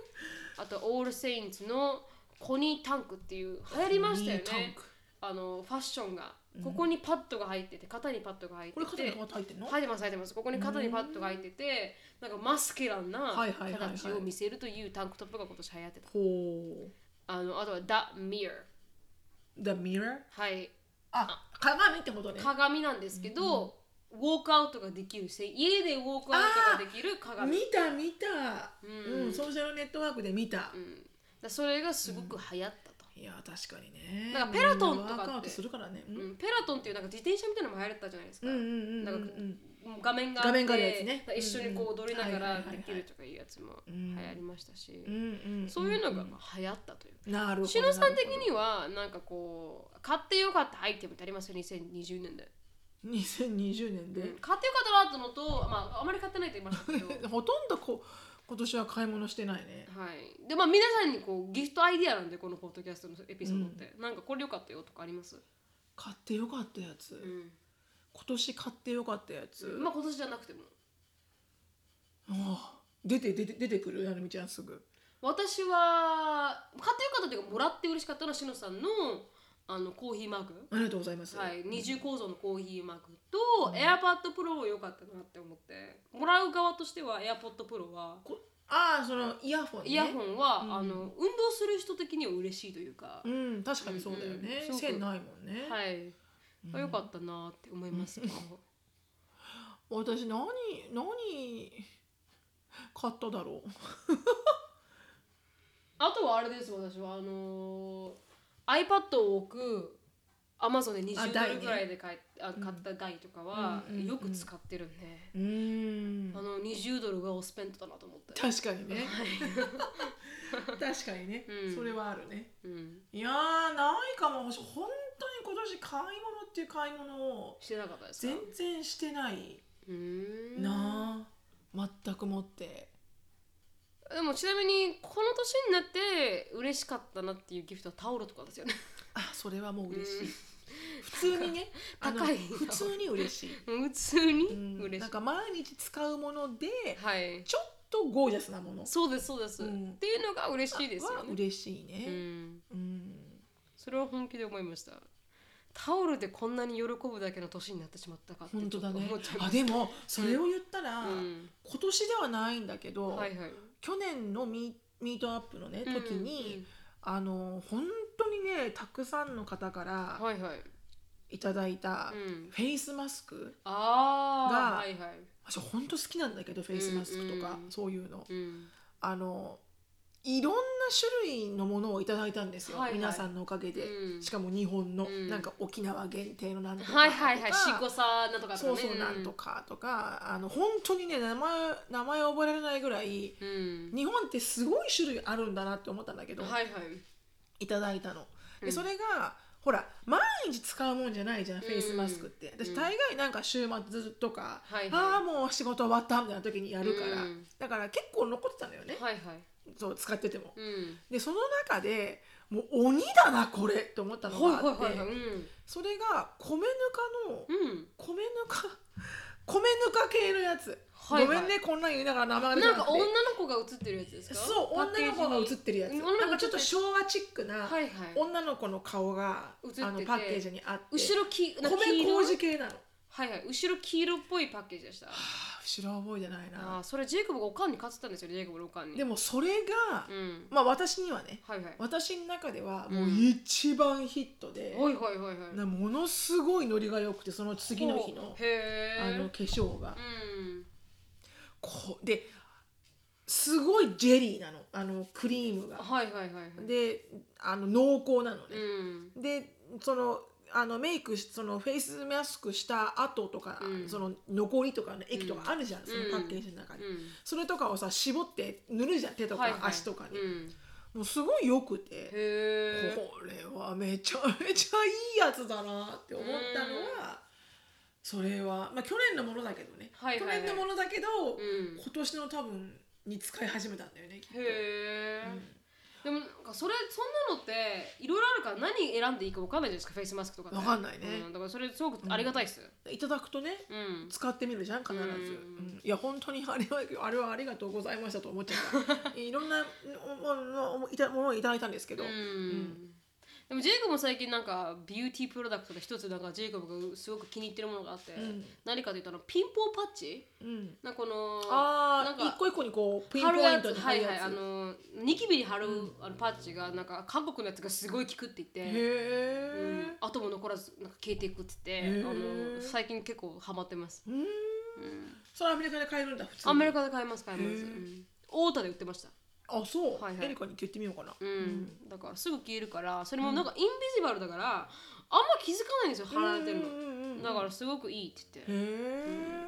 [SPEAKER 2] <laughs>
[SPEAKER 1] あとオールセインツのコニータンクっていう流行りましたよ
[SPEAKER 2] ミニタン
[SPEAKER 1] ね
[SPEAKER 2] ク
[SPEAKER 1] あのファッションがここにパッドが入ってて肩にパッドが入って
[SPEAKER 2] これ肩に
[SPEAKER 1] て
[SPEAKER 2] 変わって入ってんの、
[SPEAKER 1] 入ってます入ってますここに肩にパッドが入っててなんかマスケランない
[SPEAKER 2] はいはいはいはい
[SPEAKER 1] 形を見せるというタンクトップが今年流行ってた
[SPEAKER 2] ほう
[SPEAKER 1] あのあとは The Mirror
[SPEAKER 2] The mirror?
[SPEAKER 1] はい
[SPEAKER 2] あ、鏡ってことね。
[SPEAKER 1] 鏡なんですけど、ウォークアウトができるせ家でウォークアウトができる鏡
[SPEAKER 2] 見た見た、
[SPEAKER 1] うん
[SPEAKER 2] うん、ソーシャルネットワークで見た
[SPEAKER 1] う、ん、だそれがすごく流行ったと、
[SPEAKER 2] いや確かにね
[SPEAKER 1] なんかペラトンとかって
[SPEAKER 2] ワークアウトするからね、うん、う
[SPEAKER 1] うんんペラトンっていうなんか自転車みたいなのも流行ったじゃないですか、
[SPEAKER 2] うんうんうんう
[SPEAKER 1] なんか
[SPEAKER 2] ん
[SPEAKER 1] もう画面があって
[SPEAKER 2] 画面があるやつね
[SPEAKER 1] 一緒にこう踊りなが
[SPEAKER 2] うんうんは
[SPEAKER 1] ら
[SPEAKER 2] いはいはいはい
[SPEAKER 1] できるとかいうやつも
[SPEAKER 2] う
[SPEAKER 1] 流
[SPEAKER 2] ん
[SPEAKER 1] 行りましたし、
[SPEAKER 2] うんうん
[SPEAKER 1] そういうのがまあ流行ったという
[SPEAKER 2] なるほど
[SPEAKER 1] しのさん的にはなんかこう買ってよかったアイテムってありますよ2020年で、
[SPEAKER 2] 2020年で、
[SPEAKER 1] うん買ってよかったなとのと、まあ、あまり買ってないと言いました
[SPEAKER 2] <laughs>
[SPEAKER 1] けどは
[SPEAKER 2] ほとんどこ今年は買い物してないね
[SPEAKER 1] いでまあ皆さんにこうギフトアイディアなんでこのポッドキャストのエピソードって、なんかこれよかったよとかあります、
[SPEAKER 2] 買ってよかったやつ、
[SPEAKER 1] うん
[SPEAKER 2] 今年買ってよかったやつ、
[SPEAKER 1] まあ今年じゃなくても
[SPEAKER 2] ああ出て出て出てくるなるみちゃんすぐ
[SPEAKER 1] 私は買ってよかったというかもらって嬉しかったのはしのさんのあのコーヒーマグ
[SPEAKER 2] ありがとうございます、
[SPEAKER 1] はい、二重構造のコーヒーマグと、AirPod Pro 良かったなって思ってもらう側としては AirPod Pro は
[SPEAKER 2] こああそのイヤホン、ね、
[SPEAKER 1] イヤホンは、
[SPEAKER 2] うん
[SPEAKER 1] あの運動する人的には嬉しいというか、
[SPEAKER 2] うん確かにそうだよね、
[SPEAKER 1] うんうんすごく
[SPEAKER 2] 線ないもんね、
[SPEAKER 1] はい、
[SPEAKER 2] うん
[SPEAKER 1] 良かったなって思いますけど、
[SPEAKER 2] 私何何買っただろう
[SPEAKER 1] <laughs> あとはあれです私はあのー iPad を置く Amazon で
[SPEAKER 2] あ
[SPEAKER 1] 20ド
[SPEAKER 2] 台ね
[SPEAKER 1] ルぐらいで買いあ買った台とかは、
[SPEAKER 2] うんうんうん
[SPEAKER 1] よく使ってるんで、
[SPEAKER 2] うーん
[SPEAKER 1] あの20ドルがオスペントだなと思って、
[SPEAKER 2] 確か
[SPEAKER 1] <laughs>
[SPEAKER 2] にね確かにね、
[SPEAKER 1] うん
[SPEAKER 2] それはあるね
[SPEAKER 1] うん、
[SPEAKER 2] いやーないかも私本当に今年買い物っていう買い物を
[SPEAKER 1] してなかったですか
[SPEAKER 2] 全然してない、
[SPEAKER 1] うーん
[SPEAKER 2] なあ全くもって
[SPEAKER 1] でもちなみにこの年になって嬉しかったなっていうギフトはタオルとかですよね <laughs>
[SPEAKER 2] あそれはもう嬉しい、
[SPEAKER 1] うん
[SPEAKER 2] 普通にねあの
[SPEAKER 1] 高い
[SPEAKER 2] 普通に嬉しい、
[SPEAKER 1] 普通に
[SPEAKER 2] うん
[SPEAKER 1] 嬉しい、
[SPEAKER 2] なんか毎日使うもので
[SPEAKER 1] はい
[SPEAKER 2] ちょっとゴージャスなもの
[SPEAKER 1] そうですそうです、
[SPEAKER 2] うん
[SPEAKER 1] っていうのが嬉しいですよ
[SPEAKER 2] は
[SPEAKER 1] ね、
[SPEAKER 2] 嬉しいうね、
[SPEAKER 1] ん、
[SPEAKER 2] うん
[SPEAKER 1] それは本気で思いましたタオルでこんなに喜ぶだけの年になってしまったかって
[SPEAKER 2] 本
[SPEAKER 1] ちょ
[SPEAKER 2] 当
[SPEAKER 1] っと
[SPEAKER 2] だね
[SPEAKER 1] 思っちゃいま
[SPEAKER 2] あ
[SPEAKER 1] す
[SPEAKER 2] でもそれを言ったら、
[SPEAKER 1] うん
[SPEAKER 2] 今年ではないんだけど、
[SPEAKER 1] はいはい
[SPEAKER 2] 去年のミミートアップのね時に、
[SPEAKER 1] うん
[SPEAKER 2] あの本当にねたくさんの方か
[SPEAKER 1] うん
[SPEAKER 2] ら
[SPEAKER 1] はいはい、
[SPEAKER 2] いただいた
[SPEAKER 1] うん、
[SPEAKER 2] フェイスマスク、
[SPEAKER 1] ああ
[SPEAKER 2] が
[SPEAKER 1] はいはい、
[SPEAKER 2] 私本当好きなんだけどフェイスマスクとか、
[SPEAKER 1] うん
[SPEAKER 2] そういうの
[SPEAKER 1] うん、
[SPEAKER 2] あのいろんな種類のものをいただいたんですよ、
[SPEAKER 1] はいはい
[SPEAKER 2] 皆さんのおかげで、
[SPEAKER 1] うん
[SPEAKER 2] しかも日本の、
[SPEAKER 1] うん
[SPEAKER 2] なんか沖縄限定のなんとかとか
[SPEAKER 1] はいはいはいしこさなんとかとか、ね、
[SPEAKER 2] そうそうなんとかとか、あの本当にね名前名前覚えられないぐらい
[SPEAKER 1] うん、
[SPEAKER 2] 日本ってすごい種類あるんだなって思ったんだけど、
[SPEAKER 1] はいはい
[SPEAKER 2] いただいたの。
[SPEAKER 1] う
[SPEAKER 2] で
[SPEAKER 1] ん
[SPEAKER 2] それがほら毎日使うもんじゃないじゃん、
[SPEAKER 1] ん
[SPEAKER 2] フェイスマスクって私
[SPEAKER 1] うん
[SPEAKER 2] 大概なんか週末とか、
[SPEAKER 1] はいはい
[SPEAKER 2] ああもう仕事終わったみたいな時にやるから、
[SPEAKER 1] うん
[SPEAKER 2] だから結構残ってたんだよね、
[SPEAKER 1] はいはい
[SPEAKER 2] そう使ってても。
[SPEAKER 1] うん
[SPEAKER 2] でその中でもう鬼だなこれって思ったのがあって、
[SPEAKER 1] はいはいはいうん
[SPEAKER 2] それが米ぬかの
[SPEAKER 1] うん
[SPEAKER 2] 米ぬか <laughs> 米ぬか系のやつ、
[SPEAKER 1] はいはい
[SPEAKER 2] ごめんねこんなん言いながら名前が出て
[SPEAKER 1] なん
[SPEAKER 2] な
[SPEAKER 1] か
[SPEAKER 2] くて
[SPEAKER 1] 女の子が映ってるやつですか
[SPEAKER 2] そう女の子が映ってるやつ
[SPEAKER 1] 女の子が映ってる
[SPEAKER 2] なんかちょっと昭和チックな、
[SPEAKER 1] パッケージにはいはい
[SPEAKER 2] 女の子の顔が
[SPEAKER 1] 映ってて
[SPEAKER 2] あのパッケージにあって
[SPEAKER 1] 後ろきなんか黄
[SPEAKER 2] 米
[SPEAKER 1] 色い
[SPEAKER 2] 麹系なの
[SPEAKER 1] はいはい後ろ黄色っぽいパッケージでした
[SPEAKER 2] あー後ろ覚えてない
[SPEAKER 1] あ
[SPEAKER 2] な
[SPEAKER 1] ーそれジェイコブがおかんに買ってたんですよジェイコブのおかんに
[SPEAKER 2] でもそれが、
[SPEAKER 1] うん
[SPEAKER 2] まあ私にはね
[SPEAKER 1] はいはい
[SPEAKER 2] 私の中ではもう
[SPEAKER 1] うん
[SPEAKER 2] 一番ヒットで、
[SPEAKER 1] はいはいはいはい
[SPEAKER 2] なものすごいノリが良くてその次の日の
[SPEAKER 1] へえ
[SPEAKER 2] あの
[SPEAKER 1] う
[SPEAKER 2] 化粧が、
[SPEAKER 1] ん
[SPEAKER 2] こうですごいジェリーなのあのクリームが、
[SPEAKER 1] はいはいはいはい
[SPEAKER 2] であの濃厚なの
[SPEAKER 1] う
[SPEAKER 2] ね、
[SPEAKER 1] ん
[SPEAKER 2] でそのあのメイクしそのフェイスマスクした後とか、
[SPEAKER 1] うん
[SPEAKER 2] その残りとかの液とかあるじゃん、そのパッケージの中に、それとかをさ絞って塗るじゃん手
[SPEAKER 1] う
[SPEAKER 2] と
[SPEAKER 1] ん
[SPEAKER 2] か、
[SPEAKER 1] はいはい
[SPEAKER 2] 足とかに、
[SPEAKER 1] うん
[SPEAKER 2] もうすごいよく
[SPEAKER 1] へ
[SPEAKER 2] て、
[SPEAKER 1] え
[SPEAKER 2] これはめちゃめちゃいいやつだなって思ったのは、それは、まあ、去年のものだけどね、
[SPEAKER 1] はいはいはい
[SPEAKER 2] 去年のものだけど、
[SPEAKER 1] うん
[SPEAKER 2] 今年の多分に使い始めたんだよねきっと。
[SPEAKER 1] へえ、
[SPEAKER 2] うん
[SPEAKER 1] でもなんかそれそんなのっていろいろあるから何選んでいいか分かんないじゃないですかフェイスマスクとかって
[SPEAKER 2] わかんないね
[SPEAKER 1] うんだからそれすごくありがたいっす
[SPEAKER 2] いただくとね
[SPEAKER 1] うん、
[SPEAKER 2] 使ってみるじゃん必ず、
[SPEAKER 1] うん
[SPEAKER 2] うんいや本当にあれはあれはありがとうございましたと思っちゃ
[SPEAKER 1] <laughs>
[SPEAKER 2] ったいろんなものもいたものをいただいたんですけど、
[SPEAKER 1] うんでもジェイコブも最近なんかビューティープロダクトで一つなんかジェイコブがすごく気に入ってるものがあって、
[SPEAKER 2] ん
[SPEAKER 1] 何かというとあのピンポーパッチ
[SPEAKER 2] うん
[SPEAKER 1] なんかこのな
[SPEAKER 2] あー
[SPEAKER 1] なんか
[SPEAKER 2] 一個一個にこうピン
[SPEAKER 1] 貼
[SPEAKER 2] ポ
[SPEAKER 1] る
[SPEAKER 2] イ
[SPEAKER 1] や
[SPEAKER 2] ント
[SPEAKER 1] つ
[SPEAKER 2] に貼
[SPEAKER 1] は
[SPEAKER 2] る
[SPEAKER 1] い
[SPEAKER 2] や
[SPEAKER 1] はい
[SPEAKER 2] つ
[SPEAKER 1] あのニキビに貼る、あのパッチがなんか韓国のやつがすごい効くって言って、う
[SPEAKER 2] へ
[SPEAKER 1] ん、後も残らずなんか消えていくって言って、
[SPEAKER 2] へー
[SPEAKER 1] あの最近結構ハマってます、
[SPEAKER 2] えうん
[SPEAKER 1] うん、
[SPEAKER 2] それアメリカで買えるんだ普通に
[SPEAKER 1] アメリカで買います買いま
[SPEAKER 2] へ
[SPEAKER 1] す、う
[SPEAKER 2] ー
[SPEAKER 1] ん、オータで売ってました
[SPEAKER 2] あそう、
[SPEAKER 1] はいはい
[SPEAKER 2] エリカに言ってみようかな
[SPEAKER 1] うん、
[SPEAKER 2] うん
[SPEAKER 1] だからすぐ消えるからそれもなんかインビジバルだからあんま気づかないんですよ貼られてるの、
[SPEAKER 2] うんうんうんうん
[SPEAKER 1] だからすごくいいって言っ
[SPEAKER 2] へ
[SPEAKER 1] て
[SPEAKER 2] え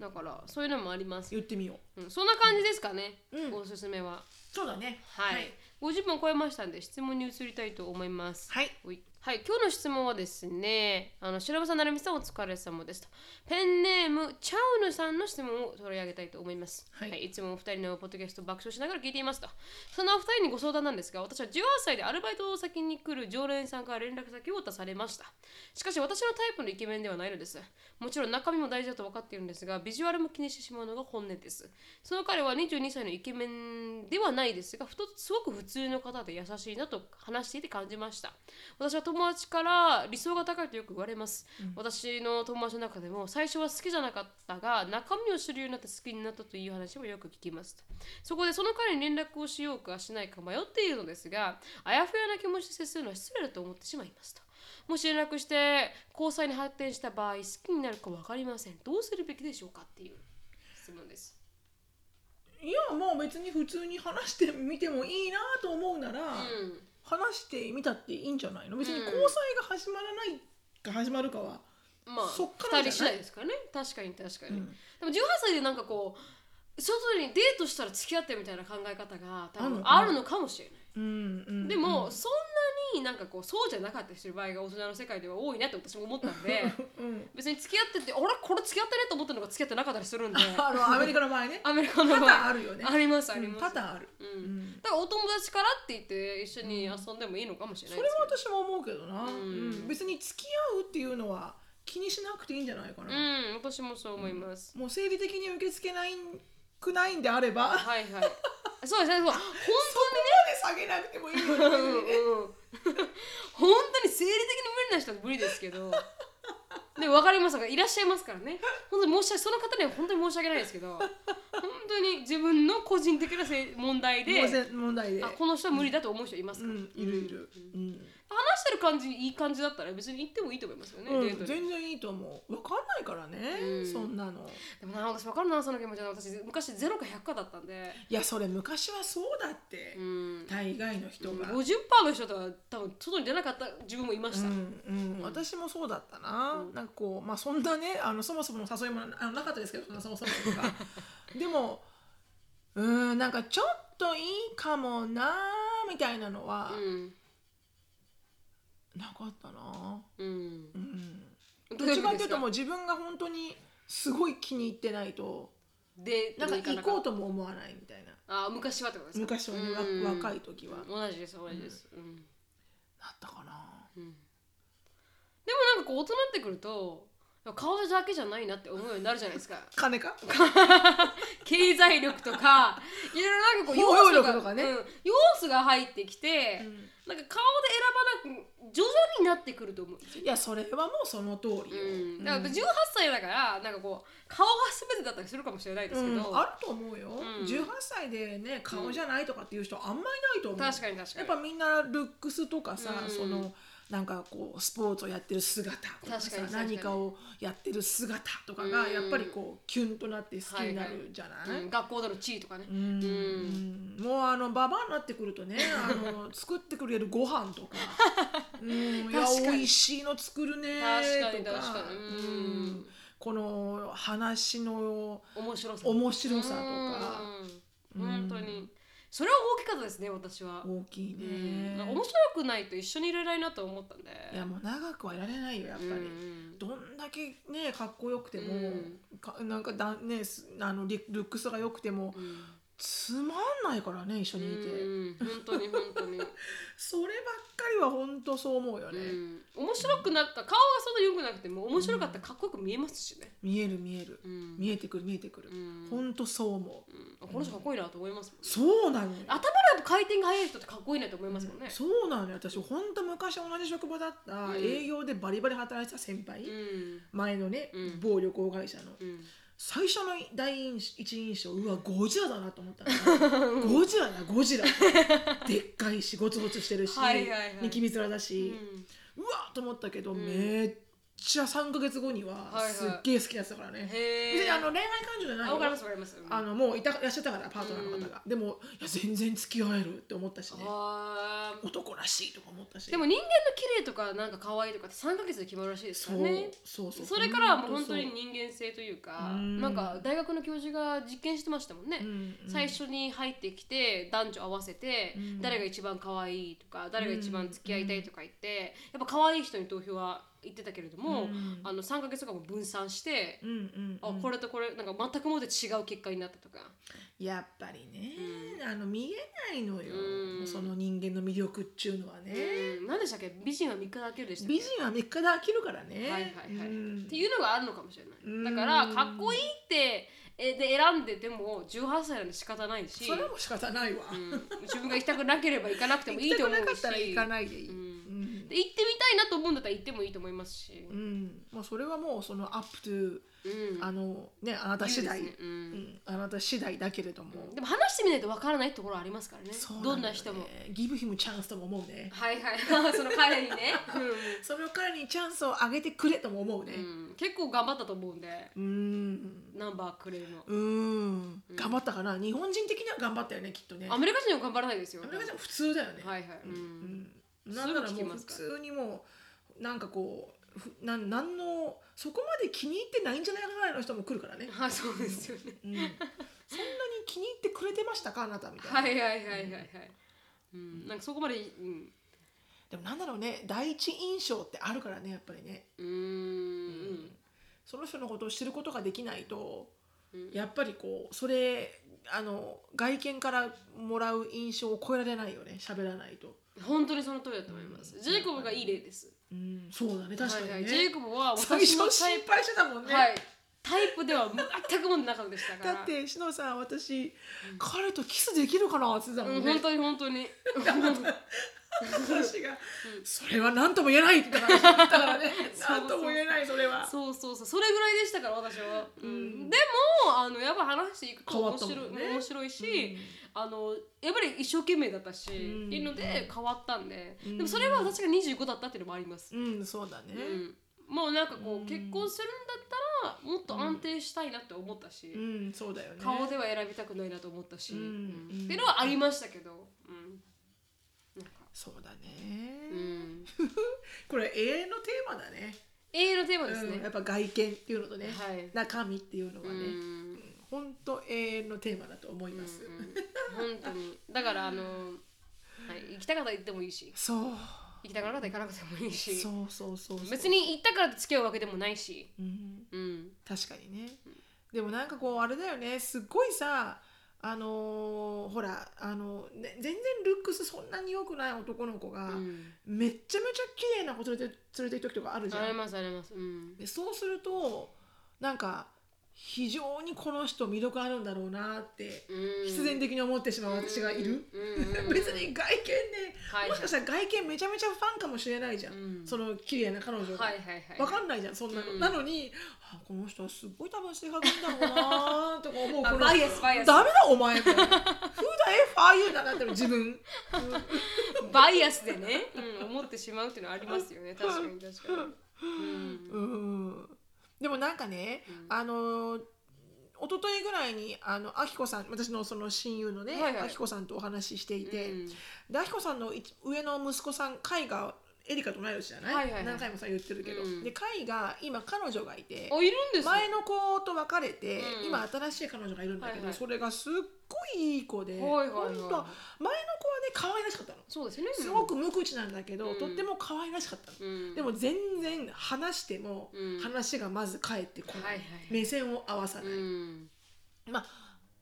[SPEAKER 1] だからそういうのもあります、
[SPEAKER 2] 言ってみよ
[SPEAKER 1] うん、そんな感じですかね、
[SPEAKER 2] うん
[SPEAKER 1] おすすめは
[SPEAKER 2] うそうだね
[SPEAKER 1] はい、50分超えましたんで質問に移りたいと思います
[SPEAKER 2] はい
[SPEAKER 1] はい、はい、今日の質問はですねあの白山さん成美さんお疲れ様ですとペンネームチャウヌさんの質問を取り上げたいと思います
[SPEAKER 2] はい
[SPEAKER 1] い、つもお二人のポッドキャストを爆笑しながら聞いていますとそのお二人にご相談なんですが私は18歳でアルバイト先に来る常連さんから連絡先を渡されましたしかし私のタイプのイケメンではないのですもちろん中身も大事だと分かっているんですがビジュアルも気にしてしまうのが本音ですその彼は22歳のイケメンではないですがふとすごく普通の方で優しいなと話していて感じました私は友達から理想が高いとよく言われます、私の友達の中でも最初は好きじゃなかったが中身を知るようになって好きになったという話もよく聞きますそこでその彼に連絡をしようかしないか迷っているのですがあやふやな気持ちで接するのは失礼だと思ってしまいましたもし連絡して交際に発展した場合好きになるか分かりませんどうするべきでしょうかっていう質問です
[SPEAKER 2] いやもう別に普通に話してみてもいいなと思うなら、
[SPEAKER 1] うん
[SPEAKER 2] 話してみたっていいんじゃないの別に
[SPEAKER 1] うん
[SPEAKER 2] 交際が始まらないか始まるかは、
[SPEAKER 1] まあ、
[SPEAKER 2] そっからじ
[SPEAKER 1] 2人
[SPEAKER 2] ゃない
[SPEAKER 1] 次第ですからね確かに確か
[SPEAKER 2] う
[SPEAKER 1] に、
[SPEAKER 2] ん
[SPEAKER 1] でも18歳でなんかこう外にデートしたら付き合ってみたいな考え方が多分
[SPEAKER 2] あ
[SPEAKER 1] あ
[SPEAKER 2] る
[SPEAKER 1] る
[SPEAKER 2] の
[SPEAKER 1] のかもしれない、
[SPEAKER 2] うんうん、
[SPEAKER 1] でも、そんなになんかこうそうじゃなかったりする場合が大人の世界では多いなって私も思ったん
[SPEAKER 2] <laughs>
[SPEAKER 1] で
[SPEAKER 2] うん、
[SPEAKER 1] 別に付き合ってて俺これ付き合ってねと思ったのが付き合ってなかったりするんで <laughs>
[SPEAKER 2] あのアメリカの場合ね
[SPEAKER 1] アメリカの
[SPEAKER 2] パタ
[SPEAKER 1] 場合
[SPEAKER 2] ーンあるよね
[SPEAKER 1] ありますあり
[SPEAKER 2] うん
[SPEAKER 1] ます、
[SPEAKER 2] パターンある、
[SPEAKER 1] う
[SPEAKER 2] うん
[SPEAKER 1] んだからお友達からって言って一緒に遊んでもいいのかもしれな
[SPEAKER 2] そ
[SPEAKER 1] い
[SPEAKER 2] れ
[SPEAKER 1] で
[SPEAKER 2] は
[SPEAKER 1] すけど
[SPEAKER 2] 私も思うけどな、
[SPEAKER 1] うん
[SPEAKER 2] うん別に付き合うっていうのは気にしなくていいんじゃないかな、
[SPEAKER 1] うん私もそう思います、
[SPEAKER 2] もう生理的に受け付けないくないんであれ
[SPEAKER 1] <laughs>
[SPEAKER 2] ば、そこ
[SPEAKER 1] はい
[SPEAKER 2] <laughs>
[SPEAKER 1] はいそうですねそう本
[SPEAKER 2] まで下げなくてもいいの
[SPEAKER 1] 当に
[SPEAKER 2] に、
[SPEAKER 1] <laughs> うんうん本当に生理的に無理な人は無理ですけどでも分かりますからいらっしゃいますからね本当に申し訳その方には本当に申し訳ないですけど本当に自分の個人的なせ問題
[SPEAKER 2] もう
[SPEAKER 1] で
[SPEAKER 2] ぜ <laughs> 問題で
[SPEAKER 1] あこの人は無理だと思う人います
[SPEAKER 2] う
[SPEAKER 1] から、
[SPEAKER 2] ん、いるいる、うん
[SPEAKER 1] 話してる感じいい感じだったら別に行ってもいいと思いますよね、デー
[SPEAKER 2] う
[SPEAKER 1] ト
[SPEAKER 2] ん、
[SPEAKER 1] で
[SPEAKER 2] 全然いいと思う分かんないからね、
[SPEAKER 1] うん
[SPEAKER 2] そんなの
[SPEAKER 1] でもな私分かるなその気持ちは私昔0か100かだったんで、
[SPEAKER 2] いやそれ昔はそうだって、
[SPEAKER 1] うん、
[SPEAKER 2] 大概の人が、
[SPEAKER 1] 50%の人とは多分外に出なかった自分もいました、
[SPEAKER 2] うんうん私もそうだったな、なんかこうまあそんなねあのそもそもの誘いもあのなかったですけどそんなそもそもと
[SPEAKER 1] <laughs>
[SPEAKER 2] かでもうーんなんかちょっといいかもなみたいなのは
[SPEAKER 1] うん
[SPEAKER 2] なかったな、
[SPEAKER 1] うん
[SPEAKER 2] うん、
[SPEAKER 1] ど
[SPEAKER 2] ど
[SPEAKER 1] う
[SPEAKER 2] っ
[SPEAKER 1] いう
[SPEAKER 2] ち
[SPEAKER 1] こ
[SPEAKER 2] か
[SPEAKER 1] とです
[SPEAKER 2] っていうと
[SPEAKER 1] か
[SPEAKER 2] もう自分が本当にすごい気に入ってないと
[SPEAKER 1] で
[SPEAKER 2] なんか
[SPEAKER 1] どういか
[SPEAKER 2] 行こうとも思わないみたいな
[SPEAKER 1] あ昔はってことですか
[SPEAKER 2] 昔はね、わ
[SPEAKER 1] うん
[SPEAKER 2] 若い時はなっ
[SPEAKER 1] 同じです同じです、うん
[SPEAKER 2] たかな
[SPEAKER 1] うんでもなんかこう大人になってくると顔だけじゃないなって思うようになるじゃないです
[SPEAKER 2] <laughs>
[SPEAKER 1] か
[SPEAKER 2] 金か
[SPEAKER 1] 経済力と
[SPEAKER 2] <laughs>
[SPEAKER 1] かいろいろなんかこう
[SPEAKER 2] 包容
[SPEAKER 1] 要素
[SPEAKER 2] 力
[SPEAKER 1] が
[SPEAKER 2] とかね
[SPEAKER 1] うん要素が入ってきて、なんか顔で選ばなく徐々になってくると思うんですよ
[SPEAKER 2] いやそれはもうその通りよ、
[SPEAKER 1] うん、だから18歳だからなんかこう顔が全てだったりするかもしれないですけど、
[SPEAKER 2] うんあると思うよ、
[SPEAKER 1] うん
[SPEAKER 2] 18歳でね顔じゃないとかっていう人あんまりないと思う
[SPEAKER 1] 確かに確かに
[SPEAKER 2] やっぱみんなルックスとかさ、
[SPEAKER 1] うん
[SPEAKER 2] そのなんかこうスポーツをやってる姿とか
[SPEAKER 1] 確
[SPEAKER 2] さ
[SPEAKER 1] かに確かに
[SPEAKER 2] 何かをやってる姿とかが
[SPEAKER 1] うん
[SPEAKER 2] やっぱりこうキュンとなって好きになるじゃない、
[SPEAKER 1] うん学校での地位とかね、
[SPEAKER 2] うんうんもうあのババアになってくるとねあの作ってくれるご
[SPEAKER 1] <laughs>
[SPEAKER 2] 飯とかうんいや
[SPEAKER 1] 確かに
[SPEAKER 2] 美味しいの作るね
[SPEAKER 1] 確
[SPEAKER 2] と
[SPEAKER 1] か
[SPEAKER 2] か
[SPEAKER 1] に確かにうん
[SPEAKER 2] うんこの話の
[SPEAKER 1] 面白さ
[SPEAKER 2] 面白さとか。
[SPEAKER 1] うん
[SPEAKER 2] うん
[SPEAKER 1] 本当にそれは大きかったですね私は、
[SPEAKER 2] 大きいね、
[SPEAKER 1] うんなんか面白くないと一緒にいられないなと思ったんで
[SPEAKER 2] いやもう長くはいられないよやっぱり、
[SPEAKER 1] うん
[SPEAKER 2] どんだけねかっこよくても、
[SPEAKER 1] うん
[SPEAKER 2] かなんかだねすあのリルックスが良くても
[SPEAKER 1] うん
[SPEAKER 2] つまんないからね一緒
[SPEAKER 1] う
[SPEAKER 2] にいて、
[SPEAKER 1] ん本当に本
[SPEAKER 2] <laughs>
[SPEAKER 1] 当に、
[SPEAKER 2] そればっかりは本当そう思うよ
[SPEAKER 1] う
[SPEAKER 2] ね、
[SPEAKER 1] ん、面白くなんか顔がそんなに良くなくても面白かったらかっこよく見えますしね、
[SPEAKER 2] 見える見える、
[SPEAKER 1] うん
[SPEAKER 2] 見えてくる見えてくる、
[SPEAKER 1] うん
[SPEAKER 2] 本当そう思う
[SPEAKER 1] うんあこの人かっこいいなと思いますもん
[SPEAKER 2] そうなのよ
[SPEAKER 1] 頭がやっぱ回転が速い人ってかっこいいなと思いますもんね。
[SPEAKER 2] そうなのよ私本当昔同じ職場だった
[SPEAKER 1] うん
[SPEAKER 2] 営業でバリバリ働いてた先輩、
[SPEAKER 1] うん。
[SPEAKER 2] 前のね、
[SPEAKER 1] うん
[SPEAKER 2] 某旅行会社の
[SPEAKER 1] うん。
[SPEAKER 2] 最初の第一印象うわゴジラだなと思っ
[SPEAKER 1] <laughs>
[SPEAKER 2] たのゴジラだゴジラでっかいしゴツゴツしてるし
[SPEAKER 1] はいはいはい
[SPEAKER 2] ニキビ面だ
[SPEAKER 1] う
[SPEAKER 2] し、
[SPEAKER 1] ん
[SPEAKER 2] うわっと思ったけど、
[SPEAKER 1] ん
[SPEAKER 2] めっちゃ3か月後には
[SPEAKER 1] はいはい
[SPEAKER 2] すっげえ好きなやつだからね、
[SPEAKER 1] へ
[SPEAKER 2] 別に
[SPEAKER 1] え
[SPEAKER 2] あの恋愛感情じゃない
[SPEAKER 1] あわかりま
[SPEAKER 2] よ
[SPEAKER 1] すわかります
[SPEAKER 2] あのもういたいらっしゃったからパートナーの方が、でもいや全然付き合えるって思ったしね
[SPEAKER 1] あー
[SPEAKER 2] 男らしいとか思ったし
[SPEAKER 1] でも人間の綺麗とかなんか可愛いとかって3ヶ月で決まるらしいです
[SPEAKER 2] そ
[SPEAKER 1] か
[SPEAKER 2] う
[SPEAKER 1] らね
[SPEAKER 2] そうそう
[SPEAKER 1] それからはもう本当に人間性というか
[SPEAKER 2] うん
[SPEAKER 1] なんか大学の教授が実験してましたもんね、
[SPEAKER 2] うんうん
[SPEAKER 1] 最初に入ってきて男女合わせて
[SPEAKER 2] うん
[SPEAKER 1] 誰が一番可愛いとか誰が一番付き合いたいとか言ってやっぱ可愛い人に投票は言ってたけれども、
[SPEAKER 2] うん
[SPEAKER 1] あの3ヶ月とかも分散して
[SPEAKER 2] う、んうんうん
[SPEAKER 1] あこれとこれなんか全くもって違う結果になったとか
[SPEAKER 2] やっぱりね、あの見えないのよ、
[SPEAKER 1] うん
[SPEAKER 2] その人間の魅力っちゅうのはね、
[SPEAKER 1] うん何でしたっけ美人は3日だけでしたっけ
[SPEAKER 2] 美人は3日で飽きるからね、
[SPEAKER 1] はいはいはい、
[SPEAKER 2] うん
[SPEAKER 1] っていうのがあるのかもしれ
[SPEAKER 2] うん
[SPEAKER 1] ないだからかっこいいってえで選んでても18歳なんで仕方ないし、
[SPEAKER 2] それも仕方ないわ、
[SPEAKER 1] うん自分が行きたくなければ行かなくてもいい
[SPEAKER 2] 行き
[SPEAKER 1] と
[SPEAKER 2] たく
[SPEAKER 1] 思う
[SPEAKER 2] なかっ
[SPEAKER 1] した
[SPEAKER 2] ら行かないでいい、
[SPEAKER 1] う
[SPEAKER 2] うんん
[SPEAKER 1] で行ってみたいなと思うんだったら行ってもいいと思いますし、
[SPEAKER 2] うんまあ、それはもうそのアップトゥ、
[SPEAKER 1] うん
[SPEAKER 2] あのねあなた次第、
[SPEAKER 1] いいですねう
[SPEAKER 2] うんん、あなた次第だけれども、
[SPEAKER 1] でも話してみないとわからないところありますからね
[SPEAKER 2] そうだよ
[SPEAKER 1] ど
[SPEAKER 2] ね
[SPEAKER 1] んな人も
[SPEAKER 2] ギブヒムチャンスとも思うね
[SPEAKER 1] はいはい <laughs> その彼にね、
[SPEAKER 2] それを彼にチャンスをあげてくれとも思うね
[SPEAKER 1] うんうん結構頑張ったと思うんで
[SPEAKER 2] うん
[SPEAKER 1] ナンバーくれるの
[SPEAKER 2] うーん、頑張ったかな日本人的には頑張ったよねきっとね
[SPEAKER 1] アメリカ人は頑張らないですよ
[SPEAKER 2] アメリカ人は普通だよね、
[SPEAKER 1] はいはい、うん
[SPEAKER 2] うん、なんなら
[SPEAKER 1] すぐ聞
[SPEAKER 2] も
[SPEAKER 1] き
[SPEAKER 2] う
[SPEAKER 1] ま
[SPEAKER 2] 普
[SPEAKER 1] すから
[SPEAKER 2] 通にもうなんかこうふなんなんのそこまで気に入ってないんじゃないかぐらいの人も来るからね、
[SPEAKER 1] <laughs> はいそうですよね <laughs>
[SPEAKER 2] うん、そんなに気に入ってくれてましたかあなたみたいな、
[SPEAKER 1] はいはいはいはいはい。うん、なんかそこまで、うん、
[SPEAKER 2] でもなんだろうね第一印象ってあるからねやっぱりね
[SPEAKER 1] うーん、
[SPEAKER 2] その人のことを知ることができないと、
[SPEAKER 1] うん
[SPEAKER 2] やっぱりこうそれあの外見からもらう印象を超えられないよね喋らないと、
[SPEAKER 1] 本当にその通りだと思います。ジェイコブがいい例です。
[SPEAKER 2] うん、そうだね確かにね、
[SPEAKER 1] はいはい、ジェイコブは
[SPEAKER 2] 最初
[SPEAKER 1] 私のタイ
[SPEAKER 2] 心
[SPEAKER 1] プ、
[SPEAKER 2] 配してたもんね、
[SPEAKER 1] はい、タイプでは全くもなかったでしたから。
[SPEAKER 2] だってしのさん私、彼とキスできるかなって言ってたも
[SPEAKER 1] うんん、
[SPEAKER 2] ね、
[SPEAKER 1] 本当に本当に。
[SPEAKER 2] 私が、それは何とも言えないって言ったから言ったか
[SPEAKER 1] <laughs>
[SPEAKER 2] らね何とも言えないそれは
[SPEAKER 1] そうそうそう、それぐらいでしたから、私は。うん、でも、あの、やっぱ話していくと面白い、
[SPEAKER 2] 変わったもんね
[SPEAKER 1] 面白いし。あの、やっぱり一生懸命だったし、
[SPEAKER 2] ん
[SPEAKER 1] っていうので、変わったんで、
[SPEAKER 2] ん
[SPEAKER 1] でも、それは私が25だったっていうのもあります。
[SPEAKER 2] うんそうだね、
[SPEAKER 1] うん、もうなんかこう、
[SPEAKER 2] うん
[SPEAKER 1] 結婚するんだったらもっと安定したいなって思ったし、
[SPEAKER 2] うん、そうだよね
[SPEAKER 1] 顔では選びたくないなと思ったし、
[SPEAKER 2] うん
[SPEAKER 1] うんっていうのはありましたけど、うん、なんか、
[SPEAKER 2] そうだね、
[SPEAKER 1] うん、
[SPEAKER 2] これ永遠のテーマだね
[SPEAKER 1] 永遠のテーマです
[SPEAKER 2] うんや
[SPEAKER 1] ね
[SPEAKER 2] っ、ぱ外見っていうのとね、
[SPEAKER 1] はい
[SPEAKER 2] 中身っていうのは
[SPEAKER 1] う
[SPEAKER 2] ね、
[SPEAKER 1] ん
[SPEAKER 2] 本当永遠のテーマだと思います、
[SPEAKER 1] うんうん、本当にだからあの、はい、行きたかったら行ってもいいし
[SPEAKER 2] そう
[SPEAKER 1] 行きたくなかったら行かなくてもいいし
[SPEAKER 2] そうそうそうそう
[SPEAKER 1] 別に行ったからって付き合うわけでもないし、
[SPEAKER 2] うん
[SPEAKER 1] うん、
[SPEAKER 2] 確かにね、でもなんかこうあれだよねすっごいさあのーほら、あのーね、全然ルックスそんなに良くない男の子が、
[SPEAKER 1] うん
[SPEAKER 2] めっちゃめちゃ綺麗な子連れて連れて行く時とかあるじゃ
[SPEAKER 1] あり
[SPEAKER 2] ん。
[SPEAKER 1] ますあります、うん、
[SPEAKER 2] でそうするとなんか非常にこの人魅力あるんだろうなって
[SPEAKER 1] うん
[SPEAKER 2] 必然的に思ってしまう私がいる、
[SPEAKER 1] うんうんうん
[SPEAKER 2] <laughs> 別に外見ね、
[SPEAKER 1] はいはい
[SPEAKER 2] もしかしたら外見めちゃめちゃファンかもしれないじゃん、
[SPEAKER 1] うん
[SPEAKER 2] その綺麗な彼女が、
[SPEAKER 1] はいはいはい
[SPEAKER 2] わかんないじゃんそんなの、
[SPEAKER 1] うん
[SPEAKER 2] なのに、あ、この人はすごい多分性格いいんだろうなとか思う
[SPEAKER 1] あ
[SPEAKER 2] この
[SPEAKER 1] バイアスバイアス
[SPEAKER 2] ダメだお
[SPEAKER 1] <laughs>
[SPEAKER 2] 前みたいな Who the F are you だなってる自分
[SPEAKER 1] バイアスでね、うん、思ってしまうっていうのはありますよね確かに確かに、うん、
[SPEAKER 2] うんでもなんかね、あの一昨日ぐらいにあのあきこさん私のその親友のね、
[SPEAKER 1] はいはい
[SPEAKER 2] あきこさんとお話ししていて、
[SPEAKER 1] うん
[SPEAKER 2] であきこさんの一上の息子さん海がエリカと同い年じゃない,、
[SPEAKER 1] はいはいはい
[SPEAKER 2] 何回もさ言ってるけど、
[SPEAKER 1] うん
[SPEAKER 2] で海が今彼女がいて、
[SPEAKER 1] あいる <laughs> んです
[SPEAKER 2] 前の子と別れて、
[SPEAKER 1] うん
[SPEAKER 2] 今新しい彼女がいるんだけど、
[SPEAKER 1] はいはい
[SPEAKER 2] それがすっごいいい子
[SPEAKER 1] はい
[SPEAKER 2] で、
[SPEAKER 1] はいはい
[SPEAKER 2] ほんと前の子はね可愛らしかったの
[SPEAKER 1] そうですね
[SPEAKER 2] すごく無口なんだけど、
[SPEAKER 1] うん
[SPEAKER 2] とっても可愛らしかったの、
[SPEAKER 1] うん、
[SPEAKER 2] でも全然話しても、
[SPEAKER 1] うん
[SPEAKER 2] 話がまず返ってこない,、
[SPEAKER 1] はいはい
[SPEAKER 2] 目線を合わさ
[SPEAKER 1] う
[SPEAKER 2] ない、
[SPEAKER 1] ん
[SPEAKER 2] まあ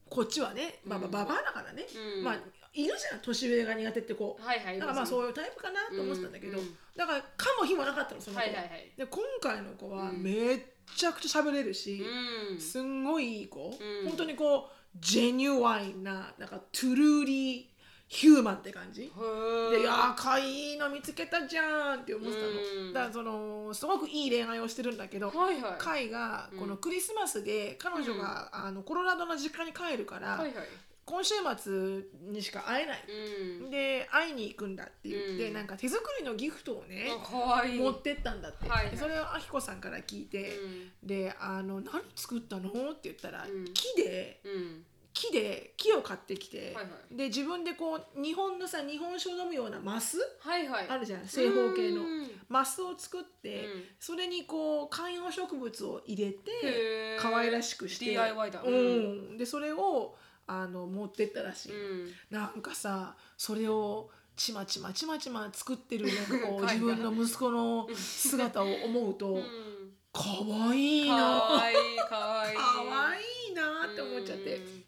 [SPEAKER 2] こっちはね、まあ、
[SPEAKER 1] うん
[SPEAKER 2] バババアだからね、
[SPEAKER 1] うん
[SPEAKER 2] まあいるじゃん年上が苦手って子、
[SPEAKER 1] はいはい
[SPEAKER 2] だからまあ
[SPEAKER 1] う
[SPEAKER 2] そういうタイプかなと思ってたんだけど、
[SPEAKER 1] うんうん
[SPEAKER 2] だからかも日もなかったのその子
[SPEAKER 1] はいはいはい
[SPEAKER 2] で今回の子は
[SPEAKER 1] うん
[SPEAKER 2] めっちゃくちゃ喋れるし、
[SPEAKER 1] うん
[SPEAKER 2] すんごいいい子、
[SPEAKER 1] うん
[SPEAKER 2] 本当にこうジェニュワインななんかトゥルーリーヒューマンって感じ
[SPEAKER 1] へ
[SPEAKER 2] で「
[SPEAKER 1] え
[SPEAKER 2] いやーかわいいの見つけたじゃん」って思ってた
[SPEAKER 1] う
[SPEAKER 2] の
[SPEAKER 1] ん
[SPEAKER 2] だからそのすごくいい恋愛をしてるんだけど
[SPEAKER 1] はいはい
[SPEAKER 2] カイがこのクリスマスで彼女があのコロラドの実家に帰るから
[SPEAKER 1] はいはい
[SPEAKER 2] 今週末にしか会えない
[SPEAKER 1] うん
[SPEAKER 2] で会いに行くんだって言って
[SPEAKER 1] うん
[SPEAKER 2] なんか手作りのギフトをね
[SPEAKER 1] あかわいい
[SPEAKER 2] 持ってったんだって
[SPEAKER 1] はいはい
[SPEAKER 2] それをあひこさんから聞いて
[SPEAKER 1] うん
[SPEAKER 2] であの「何作ったの?」って言ったら
[SPEAKER 1] うん
[SPEAKER 2] 木で
[SPEAKER 1] うん
[SPEAKER 2] 木で木を買ってきて
[SPEAKER 1] はいはい
[SPEAKER 2] で自分でこう日本のさ日本酒を飲むようなマス
[SPEAKER 1] はいはい
[SPEAKER 2] あるじゃん正方形の
[SPEAKER 1] うん
[SPEAKER 2] マスを作って
[SPEAKER 1] うん
[SPEAKER 2] それにこう観葉植物を入れて
[SPEAKER 1] へえ
[SPEAKER 2] 可愛らしくして
[SPEAKER 1] DIY だ
[SPEAKER 2] う
[SPEAKER 1] うん
[SPEAKER 2] ん、でそれをあの持ってったらしいの、
[SPEAKER 1] うん
[SPEAKER 2] なんかさそれをちまちまちまちま作ってるなんかこう
[SPEAKER 1] <laughs> 海外
[SPEAKER 2] 自分の息子の姿を思うと、
[SPEAKER 1] うん
[SPEAKER 2] かわいいな
[SPEAKER 1] か
[SPEAKER 2] かわ
[SPEAKER 1] わいいかわいい
[SPEAKER 2] いいなって思っちゃって、
[SPEAKER 1] うん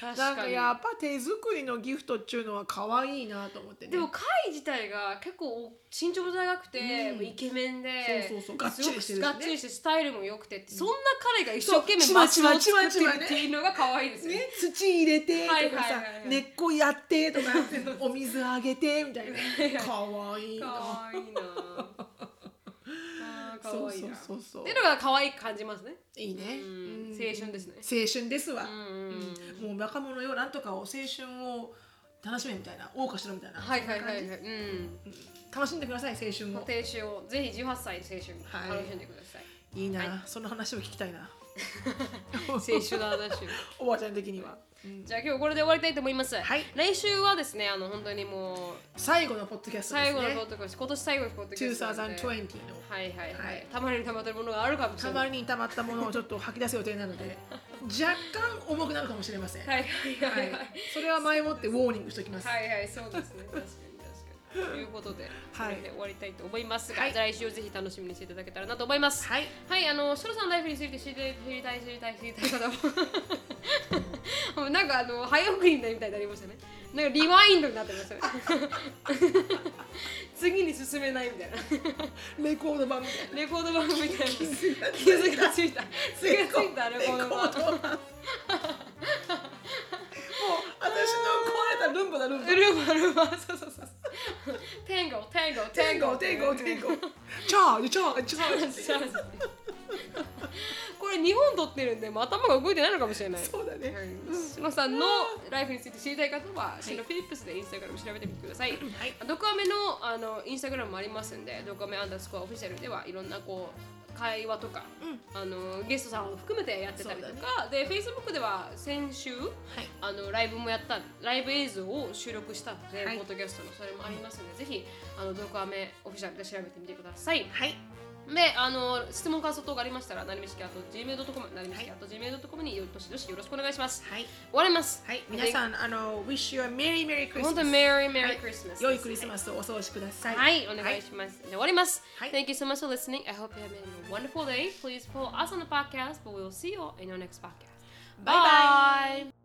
[SPEAKER 1] 確
[SPEAKER 2] なん
[SPEAKER 1] か
[SPEAKER 2] か
[SPEAKER 1] に
[SPEAKER 2] やっぱ手作りのギフトっていうのはかわいいなと思ってね
[SPEAKER 1] でも貝自体が結構身長も高くて、
[SPEAKER 2] うん
[SPEAKER 1] イケメンで
[SPEAKER 2] そうそうそうがっちりしてるし
[SPEAKER 1] す
[SPEAKER 2] ね
[SPEAKER 1] ごくがっちりしてスタイルも良くて、そんな彼が一生懸命
[SPEAKER 2] そう
[SPEAKER 1] マスを作
[SPEAKER 2] ちま
[SPEAKER 1] って
[SPEAKER 2] ちまちまちま
[SPEAKER 1] る
[SPEAKER 2] ね
[SPEAKER 1] っていうのが可愛いですよね
[SPEAKER 2] ね、土入れてとかさ、
[SPEAKER 1] はいはいはいはい
[SPEAKER 2] 根っこやってとか <laughs> お水あげてみたい
[SPEAKER 1] <laughs>
[SPEAKER 2] なかわいい
[SPEAKER 1] 可
[SPEAKER 2] な
[SPEAKER 1] 愛いなあー可愛いな
[SPEAKER 2] そうそうそうそう
[SPEAKER 1] っていうのが可愛い感じますね
[SPEAKER 2] いいね、
[SPEAKER 1] うん
[SPEAKER 2] うん
[SPEAKER 1] 青春ですね
[SPEAKER 2] 青春ですわ
[SPEAKER 1] う、んうん
[SPEAKER 2] もう若者よなんとかを青春を楽しめみたいな謳歌しろみたいな、
[SPEAKER 1] はいはいはいは
[SPEAKER 2] そ
[SPEAKER 1] い
[SPEAKER 2] んな感
[SPEAKER 1] うん
[SPEAKER 2] じ楽しんでください青春
[SPEAKER 1] 青
[SPEAKER 2] を
[SPEAKER 1] 春をぜひ18歳の青春
[SPEAKER 2] はい
[SPEAKER 1] 楽しんでください、
[SPEAKER 2] いいな、
[SPEAKER 1] はい
[SPEAKER 2] その話を聞きたいな
[SPEAKER 1] 青春の話を
[SPEAKER 2] おばあちゃん的には、うん
[SPEAKER 1] じゃあ今日これで終わりたいと思います、
[SPEAKER 2] はい
[SPEAKER 1] 来週はですねあの本当にもう
[SPEAKER 2] 最後のポッドキャストで
[SPEAKER 1] 最
[SPEAKER 2] す
[SPEAKER 1] 後のポ
[SPEAKER 2] ね
[SPEAKER 1] ッドキャスト今年最後のポッドキャストなんで
[SPEAKER 2] 2020の
[SPEAKER 1] はいはいはい、
[SPEAKER 2] はい
[SPEAKER 1] たまりにたまってるものがあるかもしれ
[SPEAKER 2] た
[SPEAKER 1] な
[SPEAKER 2] ま
[SPEAKER 1] い
[SPEAKER 2] に溜まったものをちょっと吐き出す予定なので若干重くなるかもしれません、
[SPEAKER 1] はいはいはいはい
[SPEAKER 2] はいそれは前もってウォーニングしておきます。
[SPEAKER 1] はいはいそうですね確かに確かにということで、
[SPEAKER 2] はい
[SPEAKER 1] それで終わりたいと思いますが、
[SPEAKER 2] はい
[SPEAKER 1] じゃあ来週をぜひ楽しみにしていただけたらなと思います
[SPEAKER 2] はい、
[SPEAKER 1] はい、あの、シロさんのライフについて知りたい、知りたい、知りたい、知りたい方も。 <laughs> なんか、あの、早送りみたいになりましたね。なんか、リワインドになってましたね。 <laughs> 次に進めないみたいな。
[SPEAKER 2] レコード版みたいな。
[SPEAKER 1] レコード版みたいな。気
[SPEAKER 2] づいた
[SPEAKER 1] づがついた。気がついた、レ
[SPEAKER 2] レ
[SPEAKER 1] コ
[SPEAKER 2] コ
[SPEAKER 1] ー
[SPEAKER 2] ード版。
[SPEAKER 1] ド版。
[SPEAKER 2] もう私の壊れたルンバだルンバ。
[SPEAKER 1] ウルマウルマ、そうそうそう。テンゴ、テンゴ、
[SPEAKER 2] テンゴテンゴテンゴ。チャージチャージチャージ。
[SPEAKER 1] <laughs> これ、日本撮ってるんで、もう頭が動いてないのかもしれない。
[SPEAKER 2] そうだね。
[SPEAKER 1] シノさんのライフについて知りたい方は、シノフィリップスでインスタグラム調べてみてください。
[SPEAKER 2] はい。
[SPEAKER 1] ドクアメのあのインスタグラムもありますんで、ドクアメアンダースコアオフィシャルではいろんなこう会話とか、あのゲストさんを含めてやってたりと
[SPEAKER 2] そう
[SPEAKER 1] か、で、Facebook では先週、
[SPEAKER 2] はい。
[SPEAKER 1] あのライブもやった、ライブ映像を収録したので、
[SPEAKER 2] はい
[SPEAKER 1] ポッドキャストのそれもありますので、ぜひあのドクアメオフィシャルで調べてみてください。
[SPEAKER 2] はい。
[SPEAKER 1] で、あの質問感想等がありましたら、なるみしきあと gmail.com、なるみしきあと gmail.com にどしどしよろしくお願いします。
[SPEAKER 2] はい。
[SPEAKER 1] 終わります。
[SPEAKER 2] はい。皆さん、あの、wish you a merry merry Christmas。
[SPEAKER 1] 本当に Merry Merry Christmas
[SPEAKER 2] 良いクリスマスをお過ごしください。
[SPEAKER 1] はい、お願いします。じゃあ終わります。
[SPEAKER 2] はい
[SPEAKER 1] Thank you so much for listening. I hope you have made a wonderful day. Please follow us on the podcast, but we'll see you in our next podcast.
[SPEAKER 2] Bye bye.
[SPEAKER 1] bye.